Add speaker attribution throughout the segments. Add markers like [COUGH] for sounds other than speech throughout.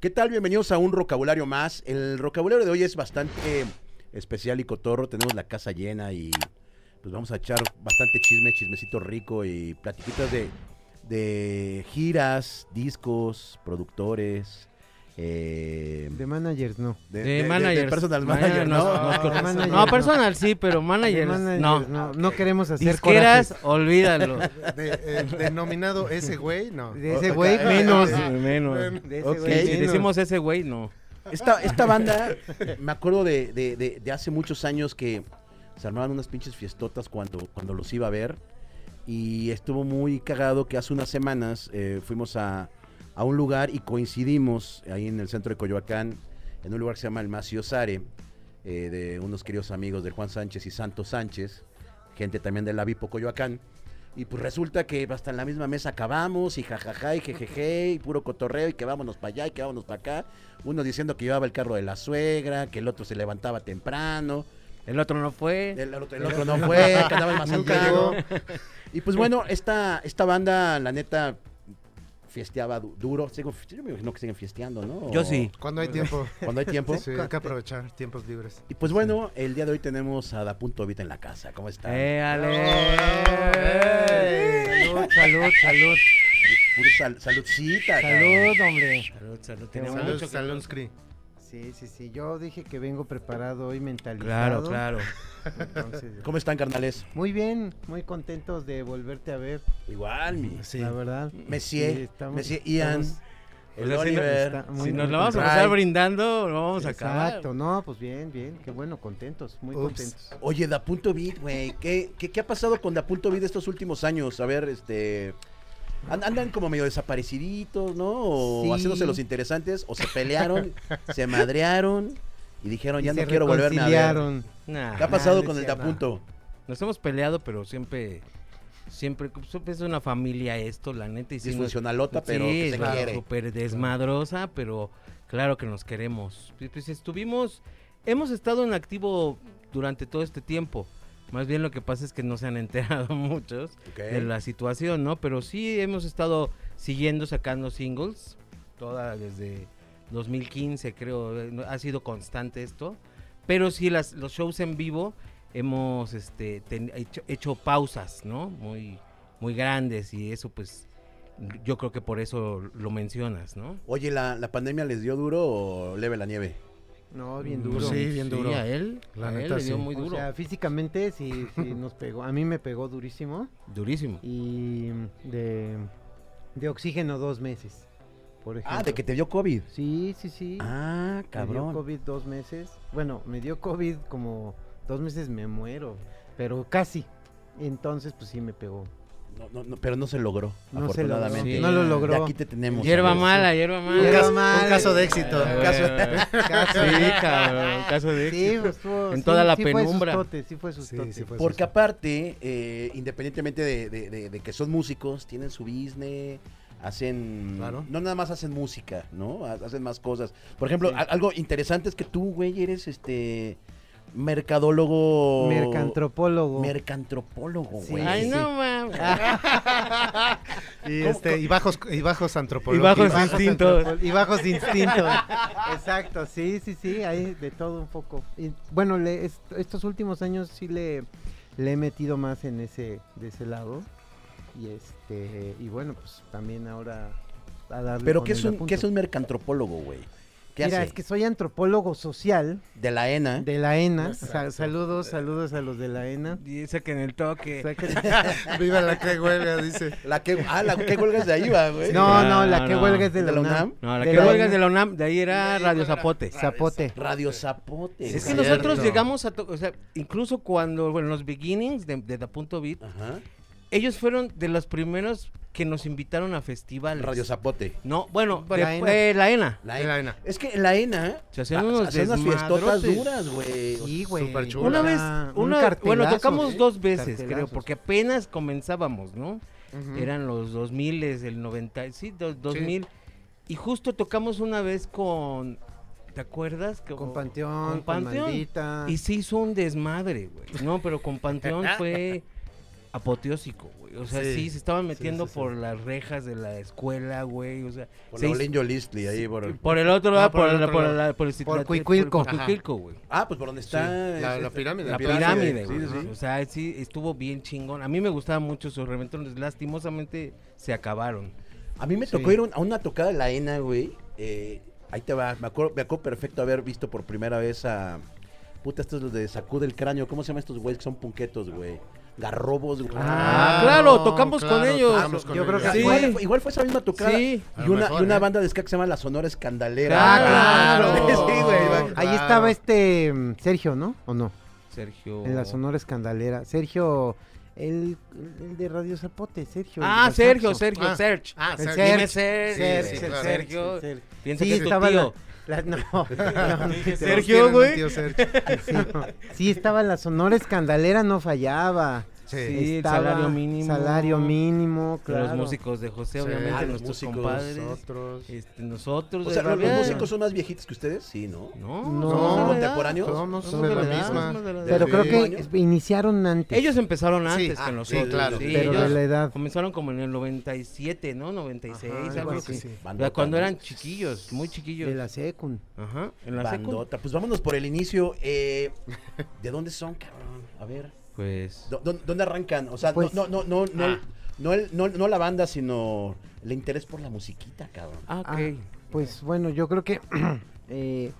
Speaker 1: ¿Qué tal? Bienvenidos a un vocabulario más. El vocabulario de hoy es bastante eh, especial y cotorro. Tenemos la casa llena y pues vamos a echar bastante chisme, chismecito rico y platiquitas de, de giras, discos, productores. eh,
Speaker 2: De managers no.
Speaker 1: de,
Speaker 3: De
Speaker 1: de- de- de
Speaker 3: managers.
Speaker 1: personal
Speaker 3: Manager,
Speaker 1: manager,
Speaker 3: no,
Speaker 1: ¿no?
Speaker 3: no,
Speaker 1: Ah,
Speaker 3: no,
Speaker 2: de managers,
Speaker 3: No,
Speaker 2: no.
Speaker 3: personal sí, pero managers,
Speaker 2: De managers,
Speaker 3: no.
Speaker 2: no. no queremos hacer
Speaker 3: Disqueras,
Speaker 2: corajes. [LAUGHS]
Speaker 3: olvídalo.
Speaker 4: De- eh, denominado ese güey, no.
Speaker 2: De ese güey [LAUGHS]
Speaker 4: Ah,
Speaker 3: menos,
Speaker 4: ah,
Speaker 3: menos.
Speaker 4: bueno.
Speaker 2: De ese
Speaker 1: Ok.
Speaker 3: Sí,
Speaker 2: güey,
Speaker 3: si
Speaker 2: menos.
Speaker 3: decimos ese güey, no.
Speaker 1: Esta, esta banda, me acuerdo de, de- de- de hace muchos años que se armaban unas pinches fiestotas cuando, cuando los iba a ver. Y estuvo muy cagado que hace unas semanas eh, fuimos a, a un lugar y coincidimos ahí en el centro de Coyoacán, en un lugar que se llama El Macio Sare, eh, de unos queridos amigos de Juan Sánchez y Santos Sánchez, gente también del Avipo Coyoacán. Y pues resulta que hasta en la misma mesa acabamos y jajaja y jejeje y puro cotorreo y que vámonos para allá y que vámonos para acá. Uno diciendo que llevaba el carro de la suegra, que el otro se levantaba temprano,
Speaker 3: El otro no fue.
Speaker 1: el otro, el otro no fue, que andaba en
Speaker 4: [LAUGHS] Nunca
Speaker 1: Mazatlán.
Speaker 4: llegó.
Speaker 1: Y pues bueno, esta, esta banda, la neta, fiesteaba du- duro. Sigo- yo me imagino que siguen fiesteando, ¿no?
Speaker 3: Yo
Speaker 1: O
Speaker 3: sí.
Speaker 4: Cuando hay tiempo.
Speaker 1: Cuando hay tiempo.
Speaker 4: [LAUGHS] Sí, hay que aprovechar tiempos libres.
Speaker 1: Y pues bueno, el día de hoy tenemos a Da Punto Vita en la casa. ¿Cómo están?
Speaker 3: Eh,
Speaker 2: Eh,
Speaker 3: ale.
Speaker 2: Salud, salud, salud.
Speaker 1: Puro sal- saludcita. cabrón.
Speaker 2: Salud, hombre.
Speaker 3: Salud, salud.
Speaker 2: tenemos
Speaker 4: Salud,
Speaker 2: mucho
Speaker 4: salud, Scri.
Speaker 2: Sí, sí, sí. Yo dije que vengo preparado hoy
Speaker 3: Claro,
Speaker 2: mentalizado.
Speaker 3: claro.
Speaker 2: entonces-
Speaker 1: ¿Cómo están, carnales?
Speaker 2: muy bien, muy contentos de volverte a ver,
Speaker 1: Igual, mi.
Speaker 4: Sí.
Speaker 2: la verdad.
Speaker 1: Messier,
Speaker 2: Sí, estamos-
Speaker 1: Messier Ian, el
Speaker 2: estamos-
Speaker 3: O sea, si Pues no-
Speaker 1: Oliver.
Speaker 2: está muy
Speaker 3: Si nos
Speaker 2: bien.
Speaker 3: lo vamos a
Speaker 1: Ray.
Speaker 3: pasar brindando, lo vamos a acabar.
Speaker 2: Exacto, no, pues bien, bien. Qué bueno, contentos, muy
Speaker 4: Ups.
Speaker 2: contentos.
Speaker 1: Oye, Da Punto Vid, güey, ¿qué, qué, qué ha pasado con Da Punto Vid estos últimos años? A ver, este... an- Andan como medio desapareciditos, ¿no? O
Speaker 2: Sí.
Speaker 1: haciéndose los interesantes, o se pelearon, se madrearon y dijeron,
Speaker 2: Y
Speaker 1: ya no
Speaker 2: se
Speaker 1: quiero volverme a ver.
Speaker 2: reconciliaron.
Speaker 3: Nah.
Speaker 1: ¿Qué ha
Speaker 2: Nah,
Speaker 1: pasado
Speaker 2: no
Speaker 1: con
Speaker 2: es
Speaker 1: el Da
Speaker 2: cierto.
Speaker 1: Punto?
Speaker 3: Nos hemos peleado, pero siempre, siempre, siempre es una familia esto, la neta. Y sí nos-
Speaker 1: Disfuncionalota, pero que se
Speaker 3: claro,
Speaker 1: quiere.
Speaker 3: súper desmadrosa, pero claro que nos queremos. Pues, Pues estuvimos, hemos estado en activo durante todo este tiempo. Más bien lo que pasa es que no se han enterado [LAUGHS] muchos
Speaker 1: Ok.
Speaker 3: de la situación, ¿no? Pero sí hemos estado siguiendo sacando singles, toda desde 2015 creo, eh, no- ha sido constante esto. Pero sí las, los shows en vivo hemos este, ten- hecho, hecho pausas, ¿no? Muy, muy grandes y eso pues yo creo que por eso lo mencionas, ¿no?
Speaker 1: Oye, ¿la, ¿la pandemia les dio duro o leve la nieve?
Speaker 2: No, bien
Speaker 3: Mm,
Speaker 2: duro.
Speaker 4: Sí, bien duro.
Speaker 3: a él,
Speaker 4: La
Speaker 3: a él
Speaker 4: neta,
Speaker 3: le dio
Speaker 4: sí.
Speaker 3: muy
Speaker 2: O
Speaker 3: duro.
Speaker 2: sea, físicamente sí, sí nos pegó. A mí me pegó durísimo.
Speaker 3: Durísimo.
Speaker 2: Y de, de oxígeno dos meses, por ejemplo.
Speaker 1: Ah, de que te dio COVID.
Speaker 2: Sí, sí, sí.
Speaker 1: Ah,
Speaker 2: Me dio
Speaker 1: cabrón.
Speaker 2: COVID dos meses. Bueno, me dio COVID como dos meses me muero, pero casi. Entonces, pues sí me pegó.
Speaker 1: No, no, no, pero no se logró,
Speaker 2: No se logró.
Speaker 1: afortunadamente.
Speaker 3: Sí.
Speaker 2: No lo
Speaker 3: Ya
Speaker 1: De
Speaker 2: logró.
Speaker 1: aquí te tenemos.
Speaker 3: Hierba
Speaker 1: amigos.
Speaker 3: mala, hierba mala.
Speaker 2: Hierba
Speaker 4: caso- un
Speaker 2: mala.
Speaker 4: caso de éxito,
Speaker 3: Ah, [LAUGHS]
Speaker 4: un caso-
Speaker 3: güey. Sí, cabrón, caso de
Speaker 2: Sí,
Speaker 3: éxito.
Speaker 2: pues, estuvo-
Speaker 3: En
Speaker 2: sí,
Speaker 3: toda la
Speaker 2: sí fue
Speaker 3: penumbra.
Speaker 2: sustote, sí fue sustote.
Speaker 4: fue
Speaker 1: Porque
Speaker 4: susto.
Speaker 1: aparte, eh, independientemente de, de- de- de que son músicos, tienen su business, hacen...
Speaker 4: Claro.
Speaker 1: No nada más hacen música, ¿no? Ha- Hacen más cosas. Por ejemplo, a- algo interesante es que tú, güey, eres este mercadólogo...
Speaker 2: Mercantropólogo.
Speaker 1: Mercantropólogo,
Speaker 2: Sí.
Speaker 1: güey.
Speaker 3: Ay,
Speaker 2: sí.
Speaker 3: no mames.
Speaker 4: Y,
Speaker 1: ¿Cómo-
Speaker 4: este, y bajos, y bajos
Speaker 3: y
Speaker 4: antropológicos.
Speaker 3: bajos instintos.
Speaker 2: antropol- Y bajos instintos. Exacto, sí, sí, sí, hay de todo un poco. Y, bueno, le- est- estos últimos años sí le, le he metido más en ese, de ese lado. Y este, y bueno, pues también ahora a darle
Speaker 1: Pero
Speaker 2: con
Speaker 1: ¿qué
Speaker 2: el
Speaker 1: es, un,
Speaker 2: apunto.
Speaker 1: ¿qué es un mercantropólogo, güey? ¿Qué
Speaker 2: Mira,
Speaker 1: hace? ¿Eh?
Speaker 2: es que soy antropólogo social
Speaker 1: De la ENA.
Speaker 2: de la ENA. Sa- saludos, saludos a los de la ENA.
Speaker 3: Y saquen el toque.
Speaker 2: Saquen-
Speaker 4: [LAUGHS] Viva la que huelga, dice.
Speaker 1: La que... Ah, la que huelgas de ahí, va, güey.
Speaker 2: No, no, la
Speaker 3: No,
Speaker 2: que
Speaker 3: no.
Speaker 2: huelga es de
Speaker 1: ¿De
Speaker 2: la
Speaker 1: la
Speaker 2: UNAM.
Speaker 1: UNAM?
Speaker 3: No, la
Speaker 2: De
Speaker 3: que
Speaker 2: la
Speaker 3: huelgas
Speaker 2: ENA.
Speaker 3: de la UNAM, de ahí era Radio Zapote.
Speaker 2: Zapote.
Speaker 1: Radio Zapote.
Speaker 3: Es
Speaker 1: güey.
Speaker 3: que
Speaker 4: Cierto.
Speaker 3: nosotros llegamos a, to- o sea, incluso cuando, bueno, en los beginnings de, de Da Punto Beat,
Speaker 1: Ajá.
Speaker 3: ellos fueron de los primeros que nos invitaron a
Speaker 2: Pues
Speaker 3: festivales.
Speaker 1: Radio Zapote.
Speaker 3: No, bueno,
Speaker 2: La
Speaker 3: de-
Speaker 2: ENA.
Speaker 3: eh, la ENA.
Speaker 1: La
Speaker 4: En la
Speaker 1: ENA.
Speaker 4: arena.
Speaker 1: Es que en la ENA
Speaker 3: Se hacían
Speaker 1: ah,
Speaker 3: unos
Speaker 1: hacían unas fiestotas
Speaker 3: desmadrotes.
Speaker 1: duras, güey. O sea,
Speaker 2: Sí, güey.
Speaker 4: Súper chulo.
Speaker 3: Una
Speaker 4: Hola.
Speaker 3: vez,
Speaker 2: Ah, un
Speaker 3: una- bueno,
Speaker 2: cartelazo,
Speaker 3: tocamos
Speaker 2: ¿eh?
Speaker 3: dos veces, creo,
Speaker 2: Cartelazos.
Speaker 3: porque apenas comenzábamos, ¿no? Eran los 2000, el 90, sí, dos- 2000. Y justo tocamos una vez con, ¿te acuerdas? Que-
Speaker 2: Con Panteón, con,
Speaker 3: Panteón.
Speaker 2: Maldita.
Speaker 4: [LAUGHS]
Speaker 3: Y se hizo un desmadre, güey. No, pero con Panteón fue apoteósico, güey. O sea, sí,
Speaker 4: Sí,
Speaker 3: se estaban
Speaker 4: sí,
Speaker 3: metiendo
Speaker 4: sí, sí.
Speaker 3: por las rejas de la escuela, güey. O sea,
Speaker 1: Por
Speaker 3: se
Speaker 1: la
Speaker 3: hizo-
Speaker 1: Olenjo Listli, ahí por... el-
Speaker 3: por el otro
Speaker 4: No,
Speaker 3: lado,
Speaker 4: Ah, por
Speaker 3: por,
Speaker 4: el
Speaker 3: la,
Speaker 4: otro
Speaker 3: por,
Speaker 4: lado.
Speaker 3: la, por el Citlali-
Speaker 2: Cuicuilco.
Speaker 3: por Cuicuilco, güey.
Speaker 1: Ah, pues por donde está...
Speaker 4: Sí, la-
Speaker 1: es-
Speaker 4: la
Speaker 1: es-
Speaker 4: pirámide,
Speaker 3: La
Speaker 4: La
Speaker 3: pirámide, güey.
Speaker 1: Sí, sí,
Speaker 3: ¿no? O
Speaker 1: sí.
Speaker 3: sea, sí, estuvo bien chingón. A mí me gustaban mucho esos reventones. Lastimosamente se acabaron.
Speaker 1: A mí me tocó ir un- a una tocada de la ENA, güey. Eh, ahí te va. Me acuerdo, me acuerdo perfecto haber visto por primera vez a... Puta, estos los de Sacude el Cráneo. ¿Cómo se llaman estos güeyes que son punquetos, güey? Garrobos, güey.
Speaker 3: Ah, claro, tocamos con ellos.
Speaker 4: tocamos con
Speaker 2: Yo creo
Speaker 4: ellos.
Speaker 3: que- Sí.
Speaker 1: Igual, fue- igual fue esa misma tocada.
Speaker 3: Sí.
Speaker 1: Y,
Speaker 4: A lo
Speaker 1: una,
Speaker 4: mejor,
Speaker 1: y una
Speaker 4: ¿eh?
Speaker 1: banda de ska que se llama La Sonora Escandalera.
Speaker 2: Ah, [LAUGHS] claro.
Speaker 1: [LAUGHS] Sí, güey. va-
Speaker 2: Ahí
Speaker 4: Claro.
Speaker 2: estaba este mm, Sergio, ¿no? ¿O no?
Speaker 3: Sergio.
Speaker 2: En la Sonora Escandalera. Sergio, el, el de Radio Zapote, Sergio. el
Speaker 3: Ah,
Speaker 2: del
Speaker 3: Sergio,
Speaker 2: saxo.
Speaker 3: Sergio,
Speaker 4: Ah.
Speaker 3: Sergio.
Speaker 4: Ah,
Speaker 2: El
Speaker 4: Sergio.
Speaker 2: Sergio.
Speaker 3: Dime Ser-
Speaker 4: Sí,
Speaker 2: Ser-
Speaker 4: sí,
Speaker 2: Ser-
Speaker 4: claro.
Speaker 3: Sergio.
Speaker 2: Ser-
Speaker 3: Piensa
Speaker 2: Sí,
Speaker 3: que es tu
Speaker 2: estaba la-
Speaker 3: tío.
Speaker 2: la- no, no, [LAUGHS]
Speaker 3: Dije
Speaker 4: Todos
Speaker 3: Sergio,
Speaker 4: tienen un
Speaker 3: güey.
Speaker 4: tío Sergio.
Speaker 2: sí, sí, estaba la Sonora Escandalera, no fallaba.
Speaker 3: Sí,
Speaker 4: Sí.
Speaker 3: el
Speaker 2: Estaba
Speaker 3: salario mínimo.
Speaker 2: Salario mínimo, claro.
Speaker 3: Los músicos de José,
Speaker 4: Sí.
Speaker 3: obviamente,
Speaker 4: Ah, los
Speaker 3: nuestros
Speaker 1: músicos,
Speaker 3: compadres.
Speaker 4: Nosotros.
Speaker 3: Este, nosotros.
Speaker 1: O
Speaker 3: de
Speaker 1: sea, ¿los, los
Speaker 3: Rabia.
Speaker 1: músicos son más viejitos que ustedes? Sí, ¿no?
Speaker 3: No,
Speaker 2: No.
Speaker 3: somos de la
Speaker 1: ¿Contemporáneos?
Speaker 3: edad.
Speaker 4: Somos
Speaker 3: Somos
Speaker 4: de la
Speaker 3: edad,
Speaker 4: misma.
Speaker 3: somos de la edad.
Speaker 2: Pero
Speaker 4: Sí.
Speaker 2: creo que
Speaker 1: ¿Año?
Speaker 2: es- iniciaron antes.
Speaker 3: Ellos empezaron
Speaker 4: Sí,
Speaker 3: antes
Speaker 4: ah,
Speaker 3: que
Speaker 4: sí,
Speaker 3: nosotros. Sí,
Speaker 4: claro.
Speaker 2: pero
Speaker 3: ellos
Speaker 2: de la edad.
Speaker 3: Comenzaron como en el 97, ¿no? 96,
Speaker 4: Ajá,
Speaker 3: algo
Speaker 4: creo
Speaker 3: así.
Speaker 4: que sí.
Speaker 3: O sea, cuando eran chiquillos, muy chiquillos.
Speaker 2: De la secund.
Speaker 3: Ajá, en la secu.
Speaker 1: Bandota. Pues vámonos por el inicio. eh, ¿De dónde son, cabrón? A ver.
Speaker 3: Pues.
Speaker 1: ¿dó- dó- ¿Dónde arrancan? O sea, no-
Speaker 2: Pues-
Speaker 1: no, no, no, no,
Speaker 3: Ah.
Speaker 1: no, el- no- no la banda, sino el interés por la musiquita, cabrón.
Speaker 3: Ah, ok.
Speaker 2: Ah, pues bueno, yo creo que [CLEARS THROAT] eh,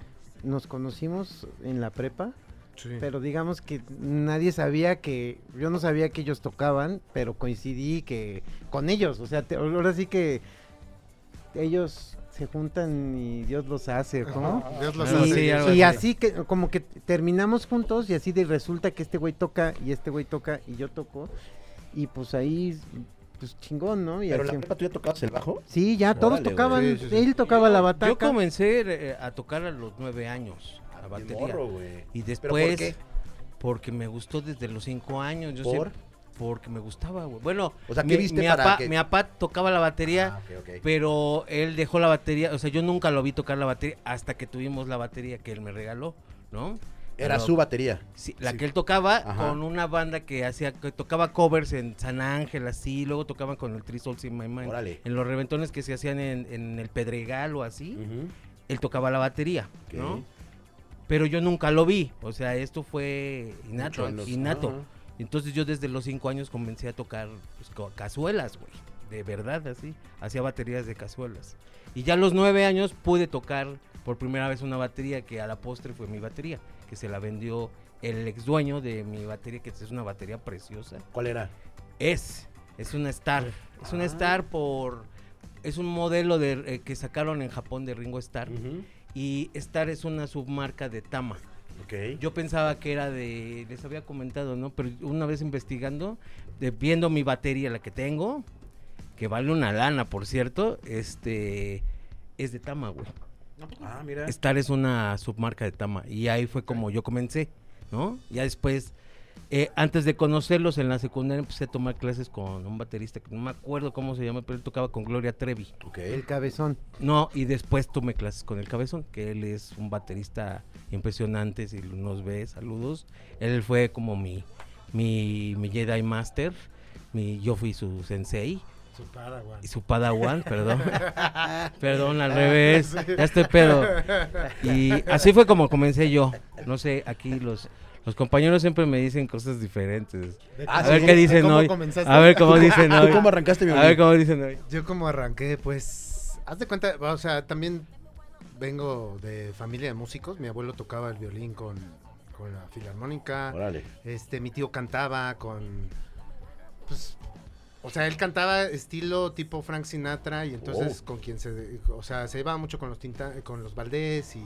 Speaker 2: nos conocimos en la prepa,
Speaker 4: Sí.
Speaker 2: pero digamos que nadie sabía que, yo no sabía que ellos tocaban, pero coincidí que con ellos, o sea, te- ahora sí que ellos se juntan y Dios los hace, ¿cómo?
Speaker 4: Dios los
Speaker 3: Ah,
Speaker 2: Y,
Speaker 4: hace.
Speaker 3: sí, algo
Speaker 2: y
Speaker 3: así.
Speaker 2: así que como que terminamos juntos y así de resulta que este güey toca y este güey toca y yo toco y pues ahí pues chingón, ¿no? Y
Speaker 1: Pero en la
Speaker 2: así-
Speaker 1: prepa tú ya tocabas el bajo.
Speaker 2: Sí, ya todos
Speaker 1: Órale, güey.
Speaker 2: tocaban,
Speaker 4: Sí, sí, sí.
Speaker 2: él tocaba la bataca.
Speaker 3: Yo comencé eh, a tocar a los nueve años, la
Speaker 1: De
Speaker 3: batería.
Speaker 1: Ah, morro, güey.
Speaker 3: Y
Speaker 1: ¿Pero por
Speaker 3: después,
Speaker 1: qué?
Speaker 3: porque me gustó desde los cinco años. Yo
Speaker 1: ¿Por?
Speaker 3: siempre- porque me gustaba, güey. Bueno,
Speaker 1: O sea, ¿qué
Speaker 3: mi,
Speaker 1: viste
Speaker 3: mi
Speaker 1: para
Speaker 3: apá-
Speaker 1: que-
Speaker 3: mi apá tocaba la batería,
Speaker 1: Ah, ok, ok.
Speaker 3: pero él dejó la batería. O sea, yo nunca lo vi tocar la batería hasta que tuvimos la batería que él me regaló, ¿no?
Speaker 1: Era
Speaker 3: Pero-
Speaker 1: su batería.
Speaker 3: Sí, la
Speaker 4: Sí.
Speaker 3: que él tocaba
Speaker 1: Ajá.
Speaker 3: con una banda que hacía que tocaba covers en San Ángel así, luego tocaban con el Three Souls in My Mind,
Speaker 1: Órale.
Speaker 3: en los reventones que se hacían en, en el Pedregal o así,
Speaker 1: Ujú.
Speaker 3: él tocaba la batería, ¿no?
Speaker 1: Ok.
Speaker 3: Pero yo nunca lo vi, o sea, esto fue
Speaker 1: Mucho
Speaker 3: innato,
Speaker 1: en los-
Speaker 3: innato.
Speaker 1: Ajá.
Speaker 3: Entonces yo desde los cinco años comencé a tocar pues, co- cazuelas, güey. De verdad, así. Hacía baterías de cazuelas. Y ya a los nueve años pude tocar por primera vez una batería que a la postre fue mi batería, que se la vendió el ex dueño de mi batería, que es una batería preciosa.
Speaker 1: ¿Cuál era?
Speaker 3: Es, es una Star. Es una
Speaker 1: Ah.
Speaker 3: Star por... Es un modelo de, eh, que sacaron en Japón de Ringo Star.
Speaker 1: Ujú.
Speaker 3: Y Star es una submarca de Tama.
Speaker 1: Ok.
Speaker 3: Yo pensaba que era de, les había comentado, ¿no? Pero una vez investigando, de- viendo mi batería, la que tengo, que vale una lana, por cierto, este, es de Tama, güey.
Speaker 1: Ah, mira.
Speaker 3: Star es una submarca de Tama y ahí fue como yo comencé, ¿no? Ya después, eh, antes de conocerlos en la secundaria, empecé a tomar clases con un baterista que no me acuerdo cómo se llama, pero él tocaba con Gloria Trevi.
Speaker 1: Ok.
Speaker 2: El cabezón.
Speaker 3: No, y después tomé clases con el Cabezón, que él es un baterista impresionante, si nos ve, saludos. Él fue como mi, mi, mi Jedi Master, mi, yo fui su sensei
Speaker 4: Su paraguas. [LAUGHS]
Speaker 3: y su padawan, perdón. perdón, al revés, ya estoy pedo. Y así fue como comencé yo. No sé, aquí los, los compañeros siempre me dicen cosas diferentes.
Speaker 1: Ah,
Speaker 3: [LAUGHS] A
Speaker 1: sí,
Speaker 3: ver
Speaker 1: ¿cómo-
Speaker 3: qué dicen
Speaker 4: ¿cómo
Speaker 3: hoy.
Speaker 4: comenzaste?
Speaker 3: A ver cómo dicen
Speaker 1: Ah, ¿Tú
Speaker 3: hoy.
Speaker 1: cómo arrancaste mi
Speaker 3: A ver cómo dicen hoy.
Speaker 4: Yo como arranqué, pues, haz de cuenta, o sea, también vengo de familia de músicos. Mi abuelo tocaba el violín con, con la filarmónica.
Speaker 1: Órale.
Speaker 4: Este, mi tío cantaba con, pues, o sea, él cantaba estilo tipo Frank Sinatra y entonces
Speaker 1: Oh.
Speaker 4: con quien se, o sea, se iba mucho con los Tinta- con los Valdés y,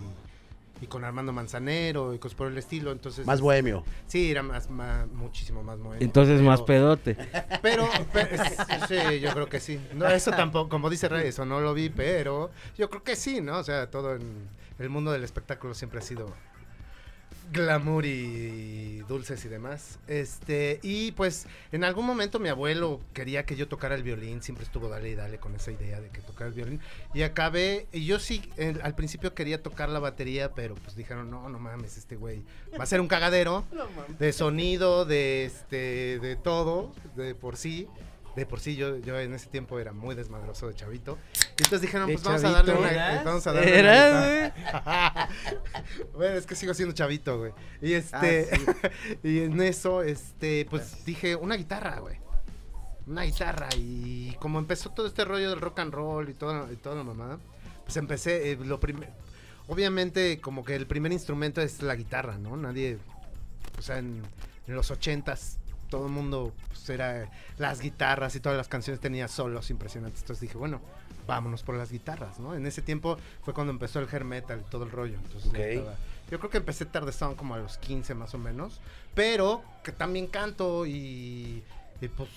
Speaker 4: y con Armando Manzanero y cosas por el estilo. Entonces,
Speaker 1: Más bohemio.
Speaker 4: Sí, era más, más- muchísimo más bueno.
Speaker 3: Entonces más
Speaker 4: pero-
Speaker 3: pedote.
Speaker 4: pero, pe- sí, yo creo que sí. No, eso tampoco, como dice Rey, eso no lo vi, pero yo creo que sí, ¿no? O sea, todo en el mundo del espectáculo siempre ha sido glamour y dulces y demás. Este, y pues en algún momento mi abuelo quería que yo tocara el violín, siempre estuvo dale y dale con esa idea de que tocara el violín. Y acabé, y yo sí, en- al principio quería tocar la batería, pero pues dijeron, no, no mames, este güey va a ser un cagadero de sonido, de este, de todo, de por sí. De por sí, yo, yo en ese tiempo era muy desmadroso de chavito. Y entonces dijeron,
Speaker 2: De
Speaker 4: pues vamos a darle
Speaker 2: chavito.
Speaker 4: una. Vamos a darle una
Speaker 3: Era,
Speaker 4: guitarra".
Speaker 3: güey.
Speaker 4: [LAUGHS] bueno, es que sigo siendo chavito, güey. Y
Speaker 2: Ah,
Speaker 4: este,
Speaker 2: sí.
Speaker 4: [LAUGHS] y en eso, este, pues dije, una guitarra, güey. Una guitarra. Y como empezó todo este rollo del rock and roll y toda, y toda la mamada, pues empecé, eh, lo primer, obviamente como que el primer instrumento es la guitarra, ¿no? Nadie, o sea, en, en los ochentas todo el mundo pues, era las guitarras y todas las canciones tenía solos impresionantes. Entonces dije, bueno, vámonos por las guitarras, ¿no? En ese tiempo fue cuando empezó el hair metal y todo el rollo. Entonces,
Speaker 1: Ok.
Speaker 4: yo, estaba- yo creo que empecé tarde, estaban como a los 15 más o menos. Pero que también canto y, y, pues,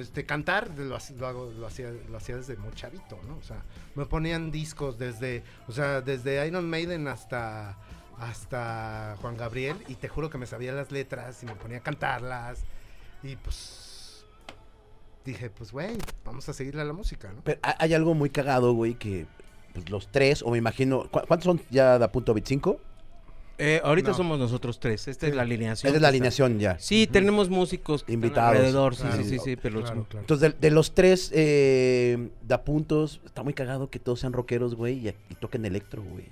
Speaker 4: este, cantar lo, hac- lo hago- lo hacía, lo hacía desde muy chavito, ¿no? O sea, me ponían discos desde, o sea, desde Iron Maiden hasta hasta Juan Gabriel y te juro que me sabía las letras y me ponía a cantarlas y pues dije, pues güey, vamos a seguirle a la música, ¿no?
Speaker 1: Pero ha- hay algo muy cagado, güey, que pues, los tres, o me imagino, ¿cu- ¿cuántos son ya da punto 25?
Speaker 3: Eh, ahorita
Speaker 4: No.
Speaker 3: somos nosotros tres. Esta es la
Speaker 1: Esa
Speaker 3: alineación.
Speaker 1: es
Speaker 3: que
Speaker 1: la
Speaker 3: está.
Speaker 1: alineación ya.
Speaker 3: Sí, tenemos músicos que están
Speaker 1: Invitados.
Speaker 3: alrededor. Sí,
Speaker 4: Claro.
Speaker 3: sí, sí, sí, pero
Speaker 4: Claro, claro.
Speaker 1: Entonces, de, de los tres eh, da puntos, está muy cagado que todos sean rockeros, güey, y, y toquen electro, güey.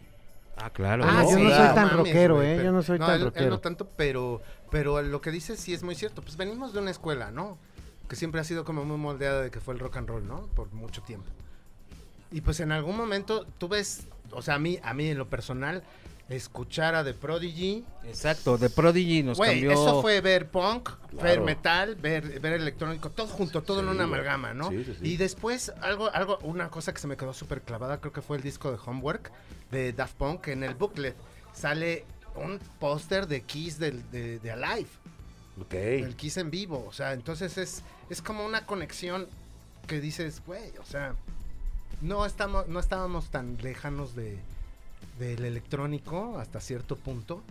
Speaker 3: Ah, claro.
Speaker 2: Ah,
Speaker 3: ¿no?
Speaker 2: yo no
Speaker 3: Sí.
Speaker 2: soy
Speaker 4: ah,
Speaker 2: tan rockero,
Speaker 4: güey,
Speaker 2: ¿eh?
Speaker 4: pero-
Speaker 2: Yo no soy tan
Speaker 4: él- él
Speaker 2: rockero.
Speaker 4: no tanto, pero, pero lo que dices sí es muy cierto. Pues venimos de una escuela, ¿no? Que siempre ha sido como muy moldeada de que fue el rock and roll, ¿no? Por mucho tiempo. Y pues en algún momento tú ves, o sea, a mí, a mí en lo personal, escuchar a The Prodigy,
Speaker 3: Exacto, de Prodigy nos
Speaker 4: Güey,
Speaker 3: cambió.
Speaker 4: eso fue ver punk, ver
Speaker 1: Claro.
Speaker 4: metal, ver, ver electrónico, todo junto, todo en
Speaker 1: Sí,
Speaker 4: una
Speaker 1: güey.
Speaker 4: amalgama, ¿no?
Speaker 1: Sí, sí, sí.
Speaker 4: Y después, algo, algo, una cosa que se me quedó súper clavada, creo que fue el disco de Homework de Daft Punk, que en el booklet sale un póster de Kiss del, de, de Alive,
Speaker 1: Ok.
Speaker 4: el Kiss en vivo, o sea, entonces es, es como una conexión que dices, güey, o sea, no, estamos, no estábamos tan lejanos de, del electrónico hasta cierto punto,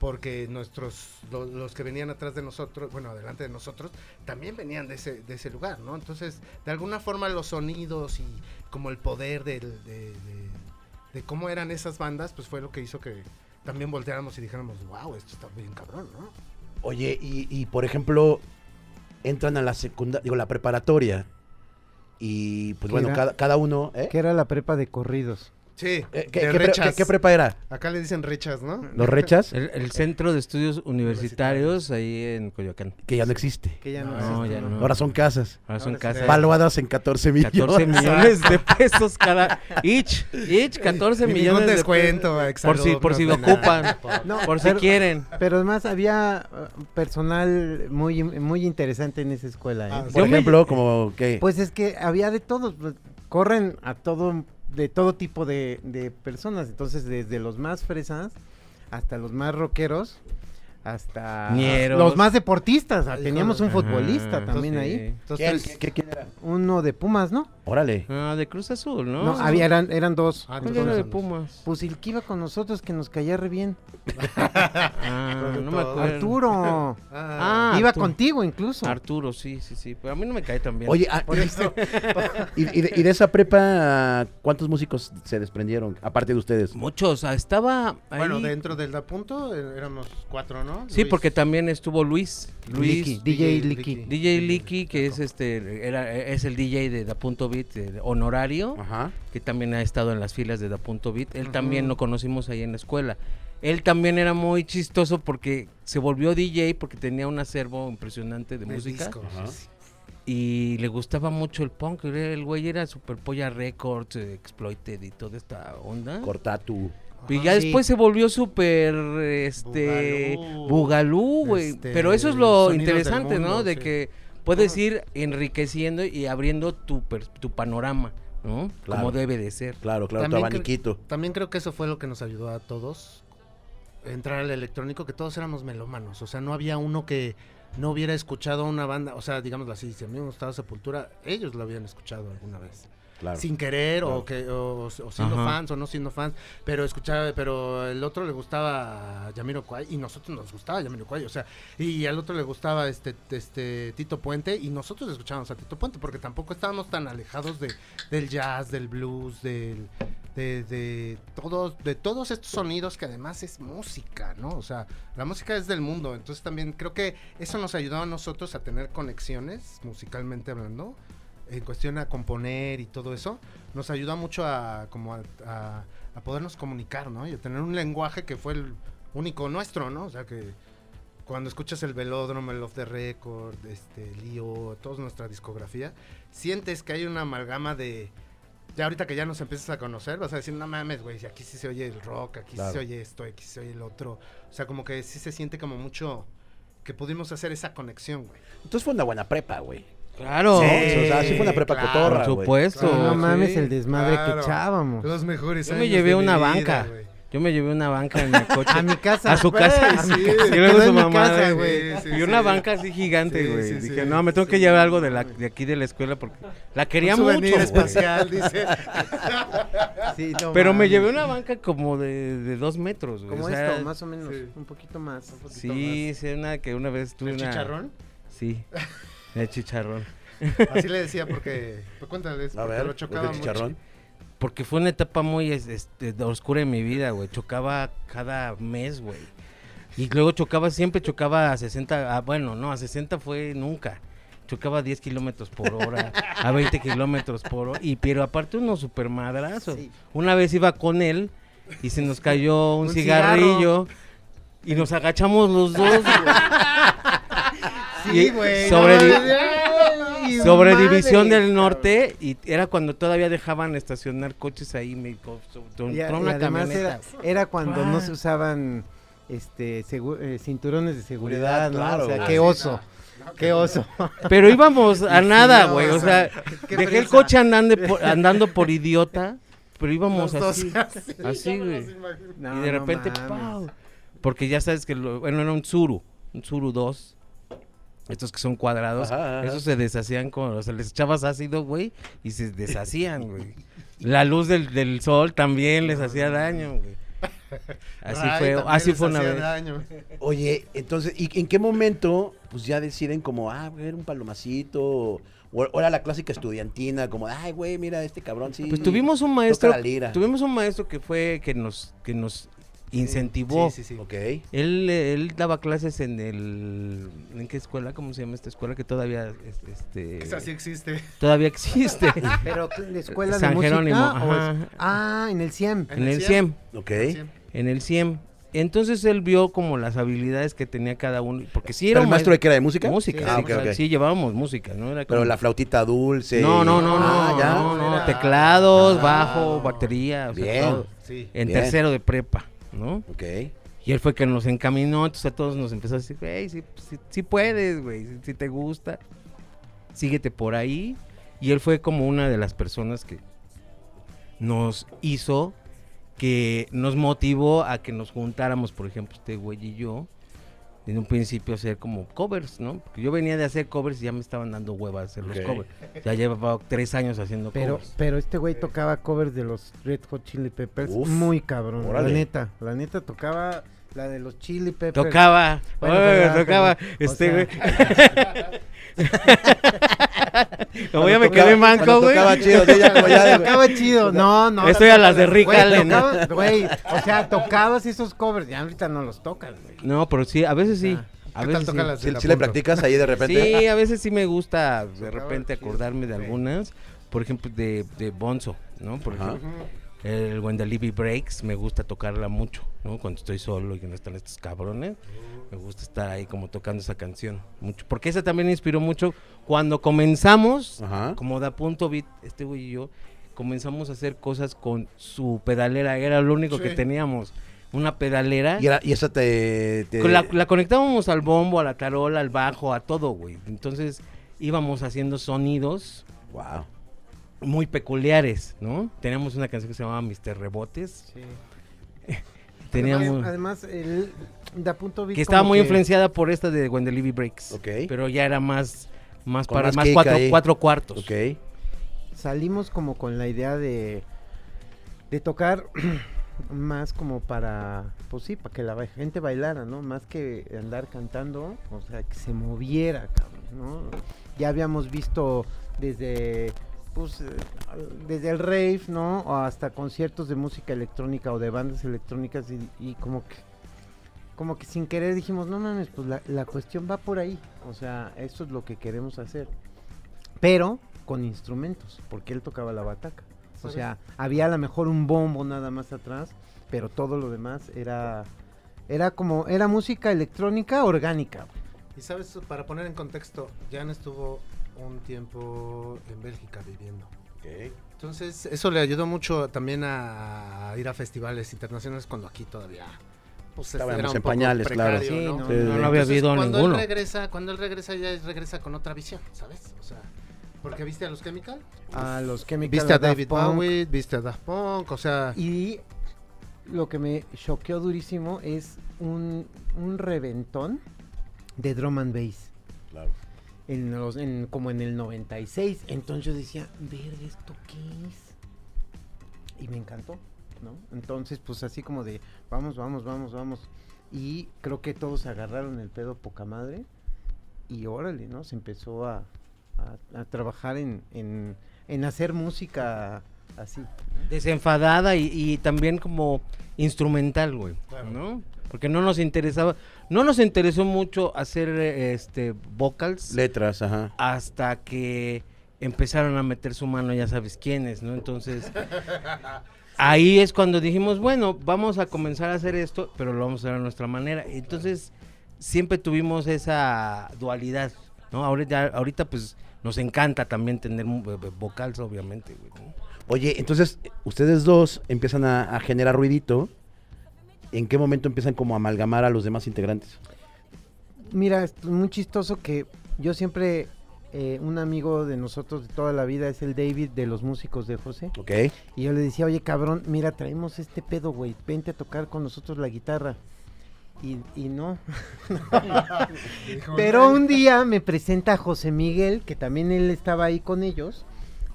Speaker 4: porque nuestros, lo- los que venían atrás de nosotros, bueno, adelante de nosotros, también venían de ese, de ese lugar, ¿no? Entonces, de alguna forma los sonidos y como el poder del- de, de- de cómo eran esas bandas, pues fue lo que hizo que también volteáramos y dijéramos, wow, esto está bien cabrón, ¿no?
Speaker 1: Oye, y, y, por ejemplo, entran a la secundaria, digo, la preparatoria, y pues
Speaker 2: ¿Qué
Speaker 1: bueno,
Speaker 2: era?
Speaker 1: cada, cada uno, ¿eh?
Speaker 2: Que era la prepa de corridos.
Speaker 4: Sí,
Speaker 1: Eh, ¿Qué,
Speaker 4: de
Speaker 1: qué pre-
Speaker 4: rechas.
Speaker 1: qué- qué prepa era?
Speaker 4: Acá le dicen rechas, ¿no?
Speaker 3: Mm.
Speaker 1: ¿Los rechas?
Speaker 3: El, el Centro de Estudios Universitarios ahí en Coyoacán.
Speaker 1: Que ya no existe.
Speaker 2: Que ya no,
Speaker 4: No,
Speaker 2: existe,
Speaker 3: ya
Speaker 2: ¿no?
Speaker 3: no.
Speaker 1: Ahora son casas.
Speaker 3: Ahora son
Speaker 4: Ahora sí.
Speaker 3: casas.
Speaker 1: Valuadas en 14 millones. [LAUGHS]
Speaker 3: 14 millones de pesos cada. Each, each, 14
Speaker 4: Ni
Speaker 3: millones.
Speaker 4: ningún
Speaker 3: de
Speaker 4: descuento,
Speaker 3: pesos. Por si, por si lo ocupan.
Speaker 4: [LAUGHS]
Speaker 2: No,
Speaker 3: Por si
Speaker 2: pero-
Speaker 3: quieren.
Speaker 2: Pero además había eh, personal muy, muy interesante en esa escuela. ¿eh?
Speaker 4: Ah,
Speaker 1: Por
Speaker 3: Yo me-
Speaker 1: ejemplo, como que...
Speaker 2: Pues es que había de todos, pues, corren a todo, de todo tipo de, de personas, entonces desde los más fresas hasta los más rockeros, hasta
Speaker 3: Ñeros.
Speaker 2: los más deportistas, ah,
Speaker 4: Híjole.
Speaker 2: teníamos un futbolista
Speaker 3: Ajá,
Speaker 2: también
Speaker 3: Ah, sí.
Speaker 2: ahí,
Speaker 1: ¿Quién,
Speaker 4: Entonces,
Speaker 1: ¿Qué- quién era?
Speaker 2: uno de Pumas, ¿no?
Speaker 1: Órale.
Speaker 3: Ah, de Cruz Azul, ¿no?
Speaker 2: No, había, eran, eran dos.
Speaker 4: Ah,
Speaker 3: ¿Cuál era
Speaker 2: entonces,
Speaker 3: de Pumas?
Speaker 2: pues el que iba con nosotros que nos caía re bien.
Speaker 3: Ah, no me acuerdo.
Speaker 2: Arturo.
Speaker 4: ah,
Speaker 3: [LAUGHS] Ah,
Speaker 2: iba
Speaker 3: Arturo.
Speaker 2: contigo incluso.
Speaker 3: Arturo, sí, sí, sí. Pero a mí no me cae tan bien.
Speaker 1: Oye, ah, y, [LAUGHS] y- y de, y de esa prepa, ¿cuántos músicos se desprendieron? Aparte de ustedes.
Speaker 3: Muchos. ah, Estaba ahí.
Speaker 4: bueno, dentro del da punto eh, éramos cuatro, ¿no?
Speaker 3: Sí,
Speaker 4: Luis,
Speaker 3: porque también estuvo Luis. Luis.
Speaker 2: Licky, DJ Licky.
Speaker 3: DJ Licky, que es este, era, es el DJ de Da Punto Beat eh, honorario,
Speaker 1: Ajá.
Speaker 3: que también ha estado en las filas de Da Punto Beat. Él
Speaker 4: Ujú.
Speaker 3: también lo conocimos ahí en la escuela. Él también era muy chistoso porque se volvió DJ porque tenía un acervo impresionante de
Speaker 4: de
Speaker 3: música
Speaker 4: discos,
Speaker 1: Ajá.
Speaker 4: sí,
Speaker 3: y le gustaba mucho el punk. era- El güey era super polla records, eh, exploited y toda esta onda.
Speaker 1: Cortatu.
Speaker 3: Y
Speaker 4: Ajá.
Speaker 3: ya
Speaker 2: sí.
Speaker 3: después se volvió súper, este,
Speaker 4: Bugalú.
Speaker 3: bugalú, güey.
Speaker 4: Este,
Speaker 3: Pero eso es lo
Speaker 4: sonidos del
Speaker 3: interesante, ¿no?
Speaker 4: mundo,
Speaker 3: De
Speaker 4: sí.
Speaker 3: que puedes ir enriqueciendo y abriendo tu, pers- tu panorama, ¿no?
Speaker 1: Claro.
Speaker 3: Como debe de ser.
Speaker 1: Claro, claro, tu
Speaker 4: También
Speaker 1: abaniquito.
Speaker 4: También creo que eso fue lo que nos ayudó a todos a entrar al electrónico, que todos éramos melómanos, o sea, no había uno que no hubiera escuchado a una banda, o sea, digámoslo así, si a mí me gustaba Sepultura, ellos lo habían escuchado alguna vez.
Speaker 1: Claro.
Speaker 4: Sin querer
Speaker 1: Claro.
Speaker 4: o, que, o, o siendo
Speaker 3: Ajá.
Speaker 4: fans o no siendo fans, pero escuchaba, pero el otro le gustaba Yamiro y nosotros nos gustaba Yamiro o sea, y al otro le gustaba este, este Tito Puente y nosotros escuchábamos a Tito Puente porque tampoco estábamos tan alejados de, del jazz, del blues, del, de, de todos de todos estos sonidos que además es música, ¿no? O sea, la música es del mundo, entonces también creo que eso nos ayudó a nosotros a tener conexiones musicalmente hablando, en cuestión a componer y todo eso, nos ayudó mucho a como a, a- a podernos comunicar, ¿no? Y a tener un lenguaje que fue el único nuestro, ¿no? O sea que cuando escuchas el Velódromo, el Off the Record, este Lío, toda nuestra discografía, sientes que hay una amalgama de ya ahorita que ya nos empiezas a conocer, vas a decir, no mames, güey, si aquí sí se oye el rock, aquí
Speaker 1: Claro.
Speaker 4: sí se oye esto, aquí sí se oye el otro. O sea, como que sí se siente como mucho que pudimos hacer esa conexión, güey.
Speaker 1: Entonces fue una buena prepa, güey.
Speaker 3: Claro.
Speaker 1: Sí, o sea, sí fue una prepa
Speaker 4: claro.
Speaker 1: cotorra,
Speaker 3: Por
Speaker 1: güey.
Speaker 3: supuesto.
Speaker 4: Claro,
Speaker 2: no
Speaker 3: sí.
Speaker 2: mames el desmadre
Speaker 4: claro.
Speaker 2: que echábamos.
Speaker 4: Los mejores
Speaker 3: Yo me
Speaker 4: años
Speaker 3: llevé
Speaker 4: de
Speaker 3: una
Speaker 4: mi vida,
Speaker 3: banca.
Speaker 4: güey.
Speaker 3: Yo me llevé una banca en mi coche.
Speaker 2: A mi casa.
Speaker 3: A su
Speaker 4: Güey,
Speaker 3: casa.
Speaker 4: sí,
Speaker 3: Y
Speaker 4: se
Speaker 2: quedó
Speaker 3: luego su
Speaker 2: en mi
Speaker 3: mamá,
Speaker 2: casa,
Speaker 3: güey.
Speaker 4: güey, sí,
Speaker 3: y una
Speaker 4: sí.
Speaker 3: banca así gigante,
Speaker 4: Sí,
Speaker 3: güey.
Speaker 4: sí,
Speaker 3: Dije,
Speaker 4: sí,
Speaker 3: no, me tengo
Speaker 4: sí,
Speaker 3: que
Speaker 4: sí.
Speaker 3: llevar algo de, la, de aquí de la escuela porque la quería
Speaker 4: Un
Speaker 3: mucho.
Speaker 4: souvenir
Speaker 3: güey.
Speaker 4: espacial, dice.
Speaker 2: Sí, no
Speaker 3: Pero me
Speaker 2: mames.
Speaker 3: llevé una banca como de, de dos metros, güey.
Speaker 2: Como
Speaker 3: o sea,
Speaker 2: esto, más o menos.
Speaker 4: sí.
Speaker 2: Un poquito más.
Speaker 3: Sí, sí, una que una vez tuve
Speaker 4: ¿El
Speaker 3: una. [LAUGHS]
Speaker 4: chicharrón?
Speaker 3: Sí. El chicharrón.
Speaker 4: Así le decía porque. Pues cuéntales,
Speaker 1: A
Speaker 4: porque
Speaker 1: ver,
Speaker 4: lo
Speaker 1: ¿es
Speaker 4: chocaba
Speaker 1: el chicharrón.
Speaker 4: mucho.
Speaker 3: Porque fue una etapa muy es- este, de- oscura en mi vida, güey. Chocaba cada mes, güey. Y luego chocaba, siempre chocaba a 60, ah, bueno, no, a 60 fue nunca. Chocaba a 10 kilómetros por hora, a 20 kilómetros por hora. Y, pero aparte unos supermadrazos.
Speaker 2: Sí.
Speaker 3: Una vez iba con él y se nos cayó un,
Speaker 4: Un
Speaker 3: cigarrillo. Y nos agachamos
Speaker 2: [LAUGHS]
Speaker 3: los dos, güey.
Speaker 2: Sí,
Speaker 3: Y-
Speaker 2: güey.
Speaker 3: sobre
Speaker 2: no
Speaker 3: di- [LAUGHS]
Speaker 2: mames. Ay,
Speaker 3: Sobre
Speaker 2: madre.
Speaker 3: División del Norte y era cuando todavía dejaban estacionar coches ahí. Me, co- so- so-
Speaker 2: Y, a-
Speaker 3: entró
Speaker 2: y
Speaker 3: una
Speaker 2: además
Speaker 3: camioneta.
Speaker 2: era, era cuando no
Speaker 3: Ah.
Speaker 2: se usaban este segu- eh, cinturones de
Speaker 1: Seguridad,
Speaker 2: seguridad, ¿no?
Speaker 1: claro,
Speaker 2: o sea,
Speaker 1: güey.
Speaker 2: qué
Speaker 1: Ah,
Speaker 4: sí,
Speaker 2: oso, qué oso.
Speaker 3: Pero íbamos a
Speaker 2: Sí,
Speaker 3: nada,
Speaker 2: no,
Speaker 3: güey. o
Speaker 2: o
Speaker 3: sea,
Speaker 2: sea,
Speaker 3: dejé
Speaker 2: qué
Speaker 3: el
Speaker 2: prisa.
Speaker 3: coche andando por, andando por idiota, pero íbamos
Speaker 4: Los dos
Speaker 3: así.
Speaker 4: [LAUGHS] así,
Speaker 3: así,
Speaker 4: ya me
Speaker 3: güey.
Speaker 4: los imagino.
Speaker 2: No,
Speaker 3: y de
Speaker 2: no
Speaker 3: repente,
Speaker 2: mames.
Speaker 3: ¡pau! Porque ya sabes que, lo- bueno, era un Zuru, un Zuru 2. Estos que son cuadrados,
Speaker 1: Ajá, ajá.
Speaker 3: esos se deshacían con, o sea, les echabas ácido, güey, y se deshacían, güey. La luz del, del sol también les hacía daño, güey. Así
Speaker 4: Ray
Speaker 3: fue,
Speaker 4: también
Speaker 3: así
Speaker 4: les
Speaker 3: fue una
Speaker 4: hacía
Speaker 3: vez.
Speaker 4: daño.
Speaker 1: Oye, entonces, ¿y en qué momento pues ya deciden como, ah, ver un palomacito? O, o era la clásica estudiantina, como, ay, güey, mira, este cabrón sí.
Speaker 3: Pues tuvimos un maestro,
Speaker 1: la lira.
Speaker 3: tuvimos un maestro que fue, que nos, que nos incentivó.
Speaker 4: Sí, sí, sí.
Speaker 1: Ok.
Speaker 3: Él, eh, él daba clases en el. ¿En qué escuela? ¿Cómo se llama esta escuela? Que todavía. es- Este,
Speaker 4: Esa sí existe.
Speaker 3: Todavía existe.
Speaker 2: Pero ¿la escuela
Speaker 3: San
Speaker 2: de música
Speaker 3: Jerónimo,
Speaker 2: o es-
Speaker 3: ajá.
Speaker 2: ah, en el CIEM.
Speaker 3: en el CIEM.
Speaker 1: Ok.
Speaker 3: En el CIEM. Entonces él vio como las habilidades que tenía cada uno. Porque sí
Speaker 1: ¿Pero
Speaker 3: era
Speaker 1: el
Speaker 3: un
Speaker 1: maestro de qué era de música?
Speaker 3: Música.
Speaker 1: Ah,
Speaker 3: sí,
Speaker 1: ok,
Speaker 3: o sea,
Speaker 1: ok.
Speaker 3: sí, llevábamos música, ¿no? Era
Speaker 1: Pero
Speaker 3: como-
Speaker 1: la flautita dulce.
Speaker 3: No, no, no,
Speaker 1: Ah,
Speaker 3: no,
Speaker 1: ya.
Speaker 3: no, no,
Speaker 4: Era-
Speaker 3: Teclados,
Speaker 4: Ah,
Speaker 3: bajo,
Speaker 4: no.
Speaker 3: batería. o sea,
Speaker 1: Bien.
Speaker 3: todo.
Speaker 4: Sí.
Speaker 3: En
Speaker 1: Bien.
Speaker 3: tercero de prepa, ¿no?
Speaker 1: Ok.
Speaker 3: Y él fue que nos encaminó, entonces a todos nos empezó a decir, güey, sí, sí- sí puedes, güey, si te gusta, síguete por ahí. Y él fue como una de las personas que nos hizo, que nos motivó a que nos juntáramos, por ejemplo, este güey y yo, en un principio a hacer como covers, ¿no? Porque yo venía de hacer covers y ya me estaban dando hueva hacer los
Speaker 1: Ok.
Speaker 3: covers. Ya llevaba tres años haciendo
Speaker 2: Pero,
Speaker 3: covers.
Speaker 2: pero este güey tocaba covers de los Red Hot Chili Peppers.
Speaker 1: Uf,
Speaker 2: muy cabrón.
Speaker 1: órale.
Speaker 2: La neta, la neta tocaba la de los Chili Peppers.
Speaker 3: Tocaba,
Speaker 2: Bueno,
Speaker 3: ay,
Speaker 2: pero era
Speaker 3: tocaba,
Speaker 2: como- o
Speaker 3: este
Speaker 2: [LAUGHS]
Speaker 3: güey. Como
Speaker 1: Cuando
Speaker 3: ya me
Speaker 1: tocaba-
Speaker 3: quedé
Speaker 1: cuando
Speaker 3: manco, güey.
Speaker 1: Tocaba chido, sí, ya como
Speaker 3: [LAUGHS]
Speaker 1: ya de-
Speaker 2: Tocaba chido. No, no.
Speaker 3: Estoy
Speaker 2: la
Speaker 3: a las de Rick
Speaker 2: Güey,
Speaker 3: Allen, ¿no?
Speaker 2: tocaba- Güey, o sea, tocabas esos covers. Ya ahorita no los tocan, güey.
Speaker 3: No, pero sí, a veces sí.
Speaker 2: Ah.
Speaker 3: A
Speaker 4: ¿Qué
Speaker 3: veces
Speaker 4: tal
Speaker 3: sí.
Speaker 4: tocan las
Speaker 1: Si,
Speaker 4: del
Speaker 1: si le
Speaker 4: apunto?
Speaker 1: practicas ahí de repente.
Speaker 3: Sí, a veces sí me gusta de
Speaker 4: Tocaba
Speaker 3: repente
Speaker 4: chido.
Speaker 3: acordarme de
Speaker 4: Sí.
Speaker 3: algunas. Por ejemplo, de, de Bonzo, ¿no? Por
Speaker 1: Ajá.
Speaker 3: ejemplo,
Speaker 4: Ujú.
Speaker 3: el When the Libby Breaks, me gusta tocarla mucho, ¿no? Cuando estoy solo y que no están estos cabrones, me gusta estar ahí como tocando esa canción. mucho Porque esa también me inspiró mucho. Cuando comenzamos,
Speaker 1: Ajá.
Speaker 3: como da punto beat, este güey y yo comenzamos a hacer cosas con su pedalera, era lo único que
Speaker 4: Sí.
Speaker 3: teníamos, una pedalera.
Speaker 1: Y, era- y esa te. te-
Speaker 3: Con La, la conectábamos al bombo, a la tarola, al bajo, a todo, güey. Entonces íbamos haciendo sonidos
Speaker 1: Wow.
Speaker 3: muy peculiares, ¿no? Teníamos una canción que se llamaba Mister Rebotes.
Speaker 2: Sí.
Speaker 3: Teníamos...
Speaker 2: Además, además, él de a punto vi
Speaker 3: que estaba
Speaker 2: como
Speaker 3: muy
Speaker 2: que-
Speaker 3: influenciada por esta de When the Levy Breaks.
Speaker 1: Ok.
Speaker 3: Pero ya era más, más
Speaker 1: Con
Speaker 3: para
Speaker 1: más
Speaker 3: más
Speaker 1: kick
Speaker 3: cuatro,
Speaker 1: ahí.
Speaker 3: cuatro cuartos.
Speaker 1: Ok.
Speaker 2: Salimos como con la idea de, de tocar [CLEARS THROAT] más como para, pues sí, para que la ba- gente bailara, ¿no? Más que andar cantando, o sea, que se moviera, cabrón, ¿no? Ya habíamos visto desde, pues, eh, desde el rave, ¿no? O hasta conciertos de música electrónica o de bandas electrónicas y, y como que como que sin querer dijimos, no mames, pues la, la cuestión va por ahí. O sea, esto es lo que queremos hacer. Pero con instrumentos, porque él tocaba la bataca. O
Speaker 4: ¿Sabes?
Speaker 2: sea, había a lo mejor un bombo nada más atrás, pero todo lo demás era era como era música electrónica orgánica. güey.
Speaker 4: Y sabes, para poner en contexto, Jan estuvo un tiempo en Bélgica viviendo. Entonces, eso le ayudó mucho también a ir a festivales internacionales cuando aquí todavía pues, este,
Speaker 1: Estábamos
Speaker 4: era un
Speaker 1: en
Speaker 4: poco
Speaker 1: pañales, claro.
Speaker 4: precario,
Speaker 2: Sí,
Speaker 4: ¿no?
Speaker 2: no,
Speaker 1: Sí, no, sí. no
Speaker 3: había
Speaker 4: Entonces,
Speaker 3: habido
Speaker 4: cuando
Speaker 3: ninguno.
Speaker 4: Él regresa, cuando él regresa, ya es- regresa con otra visión, ¿sabes? O sea, porque viste a los Chemical,
Speaker 2: A los que me
Speaker 4: viste a David Bowie, viste a Daft Punk, o sea,
Speaker 2: [LAUGHS] Y lo que me choqueó durísimo es un, un reventón de drum and bass.
Speaker 1: Claro.
Speaker 2: en los- en- como en el 96. Entonces yo decía, verga, ¿esto qué es? Y me encantó, ¿no? Entonces, pues así como de, vamos, vamos, vamos, vamos. Y creo que todos agarraron el pedo poca madre. Y órale, ¿no? Se empezó a, a- a trabajar en, en, en hacer música así.
Speaker 3: Desenfadada y, y también como instrumental, güey.
Speaker 4: Claro.
Speaker 3: ¿No? Porque no nos interesaba, no nos interesó mucho hacer eh, este vocals
Speaker 1: Letras, ajá.
Speaker 3: hasta que empezaron a meter su mano, ya sabes quiénes, ¿no? Entonces, ahí es cuando dijimos, bueno, vamos a comenzar a hacer esto, pero lo vamos a hacer a nuestra manera. Entonces, siempre tuvimos esa dualidad, ¿no? Ahorita, ahorita pues, nos encanta también tener mu- vo- vo- vocals, obviamente, güey, ¿no?
Speaker 1: Oye, entonces, ustedes dos empiezan a, a generar ruidito. ¿En qué momento empiezan como a amalgamar a los demás integrantes?
Speaker 2: Mira, es muy chistoso que yo siempre, eh, un amigo de nosotros de toda la vida es el David de los músicos de José.
Speaker 1: Ok.
Speaker 2: Y yo le decía, oye cabrón, mira, traemos este pedo, güey, vente a tocar con nosotros la guitarra. Y, y no. Pero un día me presenta a José Miguel, que también él estaba ahí con ellos.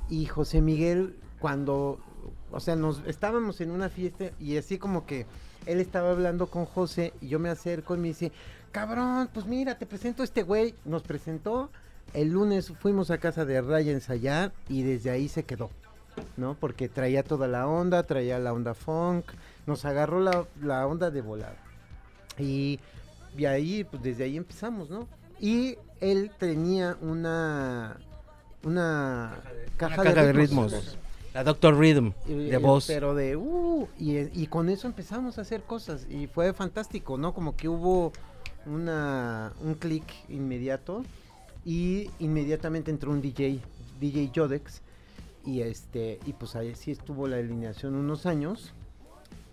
Speaker 2: Y José Miguel, cuando, o sea, nos estábamos en una fiesta y así como que él estaba hablando con José y yo me acerco y me dice, cabrón, pues mira, te presento a este güey. Nos presentó. El lunes fuimos a casa de Raya a ensayar y desde ahí se quedó. ¿no? Porque traía toda la onda, traía la onda funk, nos agarró la, la onda de volada. Y, y ahí, pues desde ahí empezamos, ¿no? Y él tenía una, una
Speaker 3: Una caja de ritmos. La Doctor Rhythm,
Speaker 2: y-
Speaker 3: de
Speaker 2: y-
Speaker 3: voz.
Speaker 2: Pero de, uh, y, y con eso empezamos a hacer cosas y fue fantástico, ¿no? Como que hubo una, un clic inmediato y inmediatamente entró un DJ, DJ Jodex, y este, y pues ahí sí estuvo la alineación unos años.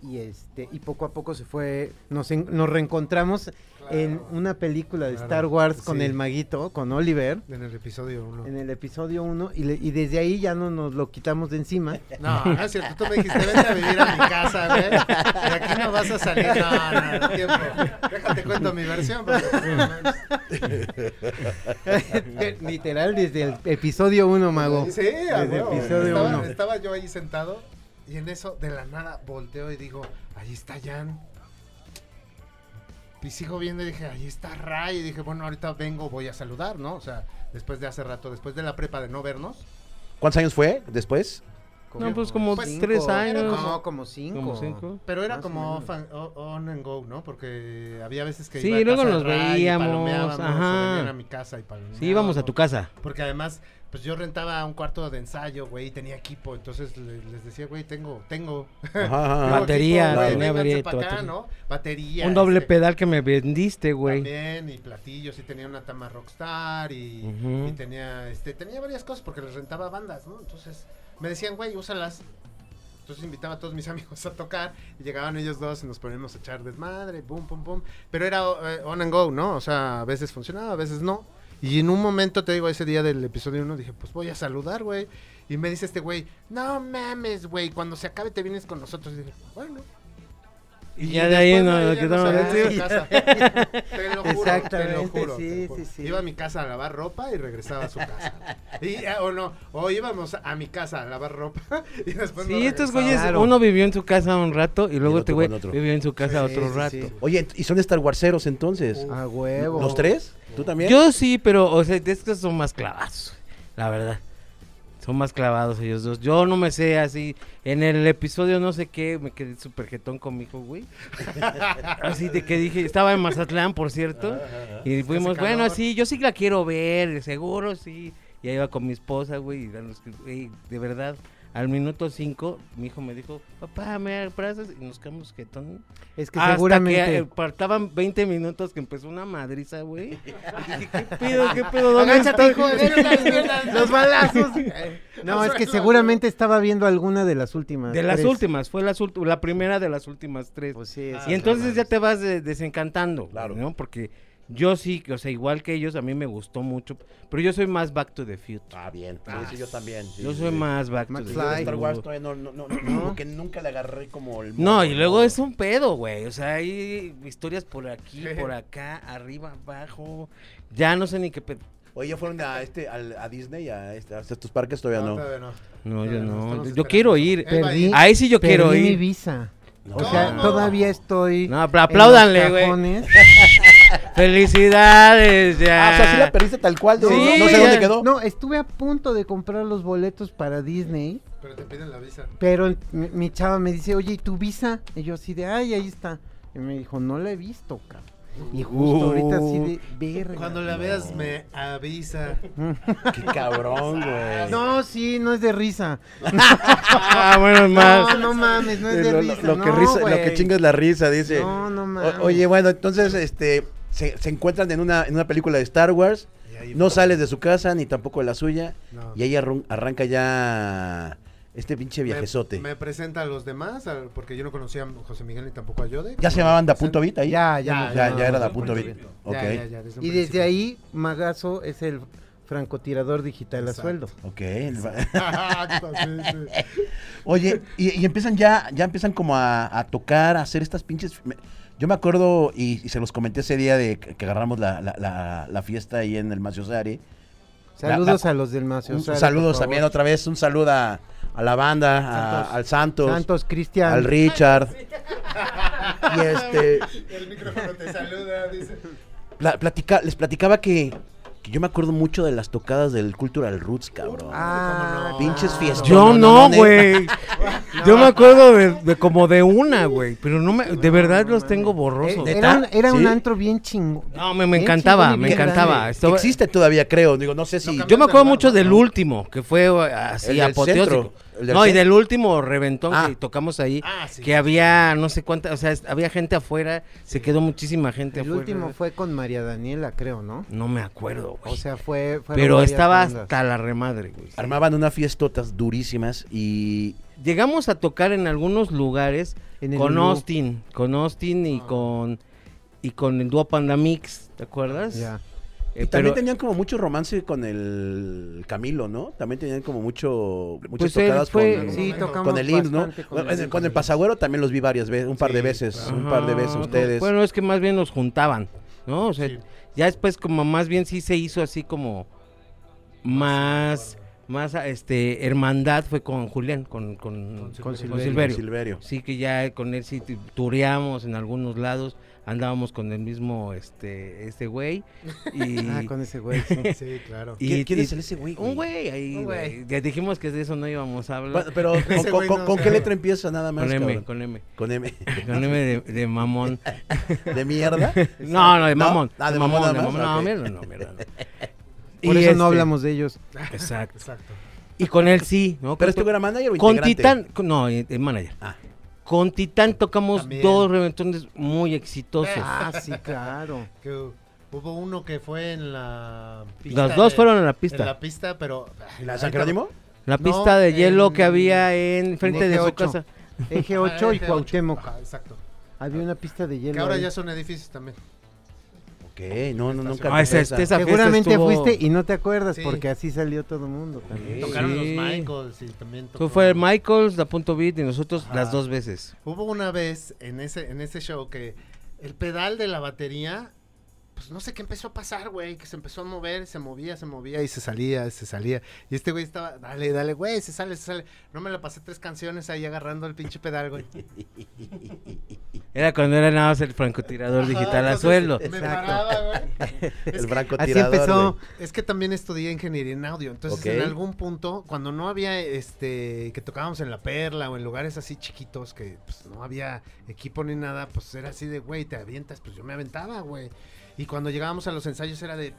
Speaker 2: Y este, y poco a poco se fue, nos, en- nos reencontramos en una película de
Speaker 4: Claro,
Speaker 2: Star Wars con
Speaker 4: sí.
Speaker 2: el maguito, con Oliver,
Speaker 4: En el episodio 1.
Speaker 2: en el episodio 1, y, le- y desde ahí ya no nos lo quitamos de encima.
Speaker 4: No, no es cierto. Tú me dijiste, vente a vivir a mi casa, güey. De aquí no vas a salir. No, no, no, tiempo. Déjate cuento mi versión. porque,
Speaker 2: De-
Speaker 3: [LAUGHS]
Speaker 2: Literal, desde el episodio 1, mago.
Speaker 4: Sí, a
Speaker 2: Desde
Speaker 4: huevo.
Speaker 2: episodio
Speaker 4: estaba,
Speaker 2: uno.
Speaker 4: estaba yo ahí sentado y en eso de la nada volteo y digo, ahí está Jan. Y sigo viendo y dije, ahí está Ray. Y dije, bueno, ahorita vengo, voy a saludar, ¿no? O sea, después de hace rato, después de la prepa de no vernos.
Speaker 1: ¿Cuántos años fue
Speaker 3: [LAUGHS]
Speaker 1: después?
Speaker 3: No, pues como
Speaker 4: Pues
Speaker 3: tres
Speaker 2: cinco,
Speaker 3: años.
Speaker 4: era
Speaker 2: No, como 5.
Speaker 3: Como cinco. Ah,
Speaker 4: Pero era
Speaker 2: Más o
Speaker 4: como
Speaker 2: menos.
Speaker 4: off and- o- on and go, ¿no? Porque había veces que
Speaker 3: Sí,
Speaker 4: iba a
Speaker 3: luego
Speaker 4: casa de
Speaker 3: nos
Speaker 4: Ray y
Speaker 3: veíamos,
Speaker 4: palomeábamos, o
Speaker 3: ajá.
Speaker 4: venían a mi casa y palomeábamos.
Speaker 3: Sí, íbamos a tu casa.
Speaker 4: Porque además, pues yo rentaba un cuarto de ensayo, güey, y tenía equipo. Entonces le- les decía, güey, tengo, tengo.
Speaker 1: Ajá, ajá,
Speaker 4: Tengo
Speaker 1: ajá.
Speaker 3: Batería,
Speaker 4: equipo, güey,
Speaker 3: tenía
Speaker 4: vénganse
Speaker 3: batería,
Speaker 4: pa' acá,
Speaker 3: batería.
Speaker 4: ¿no? Batería.
Speaker 3: Un doble
Speaker 4: este,
Speaker 3: pedal que me vendiste, güey.
Speaker 4: También, y platillos, y tenía una tama rockstar, y,
Speaker 3: Ujú.
Speaker 4: y tenía, este, tenía varias cosas porque les rentaba bandas, ¿no? Entonces, me decían, güey, úsalas. Entonces invitaba a todos mis [LAUGHS] amigos a tocar, y llegaban ellos dos y nos poníamos a echar desmadre, boom, boom, boom. Pero era eh, on and go, ¿no? O sea, a veces funcionaba, a veces no. Y en un momento, te digo, ese día del episodio 1, dije, pues voy a saludar, güey. Y me dice este güey, no mames, güey, cuando se acabe te vienes con nosotros. Y dije, bueno.
Speaker 3: Y ya de ahí
Speaker 4: después "Ah,
Speaker 3: nos
Speaker 4: ya
Speaker 3: quedamos
Speaker 4: salía de
Speaker 2: así.
Speaker 4: su casa.
Speaker 2: [LAUGHS]
Speaker 4: Te lo juro, te lo
Speaker 2: Exactamente,
Speaker 4: juro.
Speaker 2: sí,
Speaker 4: te lo juro.
Speaker 2: sí, sí.
Speaker 4: Iba a mi casa a lavar ropa y regresaba a su casa. Y, eh, o no, o íbamos a mi casa a lavar ropa [LAUGHS] y después nos
Speaker 3: Sí, estos
Speaker 4: regresábamos.
Speaker 3: güeyes,
Speaker 2: Claro.
Speaker 3: uno vivió en su casa un rato y luego
Speaker 1: otro
Speaker 3: este güey
Speaker 1: con otro.
Speaker 3: vivió en su casa
Speaker 4: Sí,
Speaker 3: otro
Speaker 4: sí,
Speaker 3: rato.
Speaker 4: sí.
Speaker 1: Oye, ¿y son Star Warseros entonces?
Speaker 2: A huevo.
Speaker 1: ¿Los tres? ¿Tú también?
Speaker 3: Ah, Yo sí, pero, o sea, estos son más clavados, la verdad. Son más clavados ellos dos. Yo no me sé así. En el episodio no sé qué, me quedé súper jetón con mi hijo, güey. Así de que dije, estaba en Mazatlán, por cierto. Y fuimos,
Speaker 4: calor.
Speaker 3: bueno, sí, yo sí la quiero ver, seguro sí. Y ahí iba con mi esposa, güey. Y dan los- güey, de verdad, al minuto 5, mi hijo me dijo, papá, me abrazas. Y nos quedamos jetón.
Speaker 2: Es que
Speaker 3: Hasta
Speaker 2: seguramente.
Speaker 3: que eh, faltaban 20 minutos que empezó una madriza, güey. Y dije, ¿qué pedo, qué pedo? ¿Dónde
Speaker 4: Agáchate,
Speaker 3: está?"
Speaker 4: hijo,
Speaker 2: [LAUGHS]
Speaker 4: despierta, despierta. Eh,
Speaker 2: Los balazos.
Speaker 4: [LAUGHS]
Speaker 2: No, es que seguramente estaba viendo alguna de las últimas.
Speaker 3: De las
Speaker 2: tres.
Speaker 3: últimas, fue las ulti- la primera de las últimas tres.
Speaker 2: Pues sí,
Speaker 4: Ah,
Speaker 3: y
Speaker 2: sí.
Speaker 3: entonces ya te vas de- desencantando,
Speaker 1: Claro.
Speaker 3: claro. ¿no? Porque yo sí, o sea, igual que ellos, a mí me gustó mucho. Pero yo soy más Back to the Future.
Speaker 1: Ah, bien. Sí, sí, yo también. sí,
Speaker 3: yo
Speaker 1: sí,
Speaker 3: soy
Speaker 1: sí.
Speaker 3: más Back to the
Speaker 1: Yo de
Speaker 2: McFly.
Speaker 1: Star
Speaker 3: Future.
Speaker 1: Wars todavía no, no, no, no, como que nunca le agarré como el...
Speaker 3: No,
Speaker 1: modo,
Speaker 3: y luego es un pedo, güey. O sea, hay historias por aquí, por acá, arriba, abajo. Ya no sé ni qué pedo.
Speaker 1: Oye, ¿ya fueron a, este, al- a Disney, a, este- a estos parques? Todavía no.
Speaker 4: todavía no.
Speaker 3: No,
Speaker 4: Todavía
Speaker 3: yo
Speaker 4: no,
Speaker 3: no.
Speaker 4: estamos
Speaker 3: Yo
Speaker 4: esperando.
Speaker 3: quiero ir.
Speaker 4: Él va a ir.
Speaker 2: Perdí.
Speaker 3: Ahí sí yo quiero
Speaker 2: Perdí mi
Speaker 3: ir.
Speaker 2: visa.
Speaker 1: No.
Speaker 2: O sea,
Speaker 4: ¿Cómo?
Speaker 2: todavía estoy.
Speaker 3: No, pero apláudanle, güey. [LAUGHS]
Speaker 2: güey.
Speaker 3: Felicidades,
Speaker 1: Ah,
Speaker 3: ya.
Speaker 1: o sea, sí la perdiste tal cual. No,
Speaker 3: Sí,
Speaker 1: no, no sé dónde
Speaker 3: ya-
Speaker 1: quedó.
Speaker 2: No, estuve a punto de comprar los boletos para Disney,
Speaker 4: Pero te piden la visa.
Speaker 2: pero mi, mi chava me dice, oye, ¿y tu visa? Y yo así de, ay, ahí está. Y me dijo, no la he visto, cabrón. Y justo
Speaker 1: Uh.
Speaker 2: ahorita así de, verga.
Speaker 4: Cuando la veas me avisa.
Speaker 1: Qué cabrón, güey.
Speaker 2: No, sí, no es de risa.
Speaker 3: [LAUGHS] Ah,
Speaker 2: No,
Speaker 3: bueno, más.
Speaker 2: no mames, no es de
Speaker 1: Eh, Lo, lo-
Speaker 2: risa.
Speaker 1: lo que
Speaker 2: no,
Speaker 1: risa- lo que
Speaker 2: güey.
Speaker 1: chinga es la risa, dice.
Speaker 2: No, no mames.
Speaker 1: O- oye, bueno, entonces, este, se, se encuentran en una, en una película de Star Wars,
Speaker 4: Y ahí
Speaker 1: no
Speaker 4: fue.
Speaker 1: sales de su casa, ni tampoco de la suya,
Speaker 4: No.
Speaker 1: y ahí arran- arranca ya este pinche
Speaker 4: Me-
Speaker 1: viajezote.
Speaker 4: Me, presenta a los demás, al- porque yo no conocía a José Miguel ni tampoco a Yode.
Speaker 1: ¿Ya se llamaban Da Punto Vita ahí?
Speaker 2: Ya, ya,
Speaker 4: Ya,
Speaker 1: Ya,
Speaker 2: nos llamamos.
Speaker 1: ya era Da Punto Vita. Ok.
Speaker 4: Ya, ya, ya, desde un
Speaker 2: Y
Speaker 4: principio.
Speaker 2: desde ahí, Magazo es el francotirador digital
Speaker 4: Exacto.
Speaker 2: a sueldo.
Speaker 1: Ok. el va- [LAUGHS]
Speaker 4: Exacto, sí, sí.
Speaker 1: Oye, y, y empiezan ya, ya empiezan como a, a tocar, a hacer estas pinches. me- Yo me acuerdo, y, y se los comenté ese día de que que agarramos la, la- la- la fiesta ahí en el Maciosari.
Speaker 2: Saludos
Speaker 1: La- la-
Speaker 2: a los del Macio.
Speaker 1: Un-
Speaker 2: Sara,
Speaker 1: saludos
Speaker 2: por favor.
Speaker 1: también otra vez, un saludo a, a la banda, a-
Speaker 2: Santos.
Speaker 1: al Santos,
Speaker 2: Santos, Cristian.
Speaker 1: al Richard. y este.
Speaker 4: [LAUGHS] El micrófono te saluda, dice.
Speaker 1: pla- platica- les platicaba que, que yo me acuerdo mucho de las tocadas del Cultural Roots, cabrón.
Speaker 2: Ah,
Speaker 4: ¿Cómo no?
Speaker 1: Pinches fiestas.
Speaker 3: Yo no, güey. Yo me acuerdo de, de como de una, güey. Pero no me, de verdad los tengo borrosos.
Speaker 1: Eh,
Speaker 2: Era un, era un
Speaker 1: ¿Sí?
Speaker 2: antro bien chingo.
Speaker 3: No, me, me
Speaker 2: bien
Speaker 3: encantaba,
Speaker 2: chingón y
Speaker 3: me
Speaker 2: bien
Speaker 3: encantaba.
Speaker 1: Este,
Speaker 2: grande.
Speaker 3: Estaba-
Speaker 1: Existe todavía, creo. Digo, no sé si.
Speaker 4: cambió.
Speaker 3: Yo me acuerdo
Speaker 4: Cambiaron de
Speaker 3: mucho
Speaker 4: barba,
Speaker 3: del
Speaker 4: ¿no?
Speaker 3: último, que fue eh,
Speaker 1: El
Speaker 3: así
Speaker 1: del
Speaker 3: apoteósico.
Speaker 1: centro, el del
Speaker 3: no, y
Speaker 1: centro.
Speaker 3: del último reventón
Speaker 1: Ah.
Speaker 3: que tocamos ahí,
Speaker 4: Ah, sí.
Speaker 3: que había no sé cuánta, o sea, es- había gente afuera, se quedó muchísima gente
Speaker 2: El
Speaker 3: afuera.
Speaker 2: último fue con María Daniela, creo, ¿no?
Speaker 3: No me acuerdo, güey.
Speaker 2: O sea, fue. fueron
Speaker 3: pero
Speaker 2: varias
Speaker 3: estaba
Speaker 2: bandas.
Speaker 3: hasta la remadre, güey.
Speaker 1: Armaban unas fiestotas durísimas y
Speaker 3: Llegamos a tocar en algunos lugares
Speaker 2: En el
Speaker 3: con
Speaker 2: Ulú.
Speaker 3: Austin, con Austin y
Speaker 4: Ah.
Speaker 3: con y con el dúo Pandamix, ¿te acuerdas?
Speaker 2: Ya.
Speaker 3: Eh,
Speaker 1: Y también
Speaker 3: pero-
Speaker 1: tenían como mucho romance con el Camilo, ¿no? También tenían como mucho muchas
Speaker 3: Pues él
Speaker 1: tocadas
Speaker 3: fue-
Speaker 1: con,
Speaker 2: Sí,
Speaker 4: con
Speaker 2: tocamos.
Speaker 1: con el IMSS, ¿no?
Speaker 2: bastante
Speaker 1: Bueno, en- Con, el,
Speaker 2: IMSS.
Speaker 1: Pasagüero también los vi varias veces, un par de
Speaker 4: Sí,
Speaker 1: veces,
Speaker 4: claro.
Speaker 1: un par de veces
Speaker 3: Ajá.
Speaker 1: ustedes.
Speaker 3: Bueno, es que más bien nos juntaban, ¿no? O sea,
Speaker 4: Sí.
Speaker 3: ya después como más bien sí se hizo así como más más ah, este hermandad fue con Julián, con con,
Speaker 4: Con
Speaker 3: con
Speaker 4: Silverio.
Speaker 3: Silverio.
Speaker 1: Silverio.
Speaker 3: Sí que ya con él sí tu- tureamos en algunos lados, andábamos con el mismo este este güey y
Speaker 2: Ah, con ese güey. sí.
Speaker 4: Sí, claro.
Speaker 3: y-
Speaker 1: ¿Quién- quién
Speaker 3: y-
Speaker 1: es el ese güey, güey?
Speaker 3: Un güey ahí,
Speaker 4: Un güey.
Speaker 3: güey. Ya dijimos que de eso no íbamos a hablar.
Speaker 1: Bueno, pero ¿con,
Speaker 4: [LAUGHS] Ese
Speaker 1: con-
Speaker 4: güey
Speaker 1: con-
Speaker 4: no
Speaker 1: con
Speaker 4: se
Speaker 1: qué
Speaker 4: habla.
Speaker 1: letra empiezan nada más?
Speaker 3: con M,
Speaker 1: cabrón?
Speaker 3: con M.
Speaker 1: Con M. [LAUGHS]
Speaker 3: Con M de, de [LAUGHS] mamón.
Speaker 1: ¿De mierda?
Speaker 3: [LAUGHS] No, no, de
Speaker 1: ¿No?
Speaker 3: mamón.
Speaker 1: Ah, de
Speaker 3: de
Speaker 1: mamón
Speaker 3: mamón, de
Speaker 1: nada más,
Speaker 3: mamón. No,
Speaker 1: ok.
Speaker 3: mierda, no, mierda. no.
Speaker 2: Por
Speaker 3: [LAUGHS] [LAUGHS] Y
Speaker 2: eso no
Speaker 3: este,
Speaker 2: hablamos de ellos.
Speaker 3: Exacto.
Speaker 4: Exacto.
Speaker 3: Y con él sí, ¿no?
Speaker 1: ¿Pero
Speaker 3: Con-
Speaker 1: este güey era manager o
Speaker 3: Con
Speaker 1: integrante?
Speaker 3: Titán, con- no, eh, el manager.
Speaker 1: Ah.
Speaker 3: Con Titán tocamos
Speaker 4: También.
Speaker 3: dos reventones muy exitosos.
Speaker 2: Ah, sí, claro.
Speaker 4: Que hu- hubo uno que fue en la pista.
Speaker 3: Los dos
Speaker 4: de-
Speaker 3: fueron en la pista.
Speaker 4: En
Speaker 3: la,
Speaker 4: la pista, pero.
Speaker 1: ¿La San Jerónimo?
Speaker 4: no,
Speaker 3: pista de hielo que
Speaker 4: en-
Speaker 3: había en frente de su
Speaker 2: DG8.
Speaker 3: casa.
Speaker 2: Eje
Speaker 4: Ah,
Speaker 2: 8 y
Speaker 4: Eje ocho.
Speaker 2: Cuauhtémoc.
Speaker 4: Ajá, exacto.
Speaker 2: Había una pista de hielo.
Speaker 4: Que ahora
Speaker 2: ahí.
Speaker 4: ya son edificios también.
Speaker 1: Ok. Ok, no, no, nunca.
Speaker 3: No,
Speaker 1: me
Speaker 3: esa-
Speaker 1: interesa.
Speaker 3: esta- esa fiesta
Speaker 2: Seguramente
Speaker 3: estuvo-
Speaker 2: fuiste y no te acuerdas
Speaker 4: Sí.
Speaker 2: porque así salió todo el mundo. también.
Speaker 1: Ok.
Speaker 4: Tocaron
Speaker 3: Sí.
Speaker 4: los Michaels y también tocó-
Speaker 3: Tú fue Michaels, la punto beat y nosotros
Speaker 4: Ajá.
Speaker 3: las dos veces.
Speaker 4: Hubo una vez en ese, en ese show que el pedal de la batería, pues no sé qué empezó a pasar, güey, que se empezó a mover, se movía, se movía y se salía, se salía. Y este güey estaba, dale, dale, güey, se sale, se sale. No me la pasé tres canciones ahí agarrando el pinche pedal, güey.
Speaker 3: Era cuando era nada más el francotirador digital
Speaker 4: Ajá,
Speaker 3: a
Speaker 4: entonces,
Speaker 3: sueldo.
Speaker 4: Me
Speaker 2: Exacto.
Speaker 4: paraba, güey. Es
Speaker 1: El
Speaker 4: que-
Speaker 2: Así
Speaker 1: francotirador.
Speaker 2: empezó.
Speaker 1: güey.
Speaker 4: Es que también estudié ingeniería en audio, entonces
Speaker 1: Ok.
Speaker 4: en algún punto, cuando no había, este, que tocábamos en La Perla o en lugares así chiquitos que pues, no había equipo ni nada, pues era así de, güey, te avientas, pues yo me aventaba, güey. Y cuando llegábamos a los ensayos era de,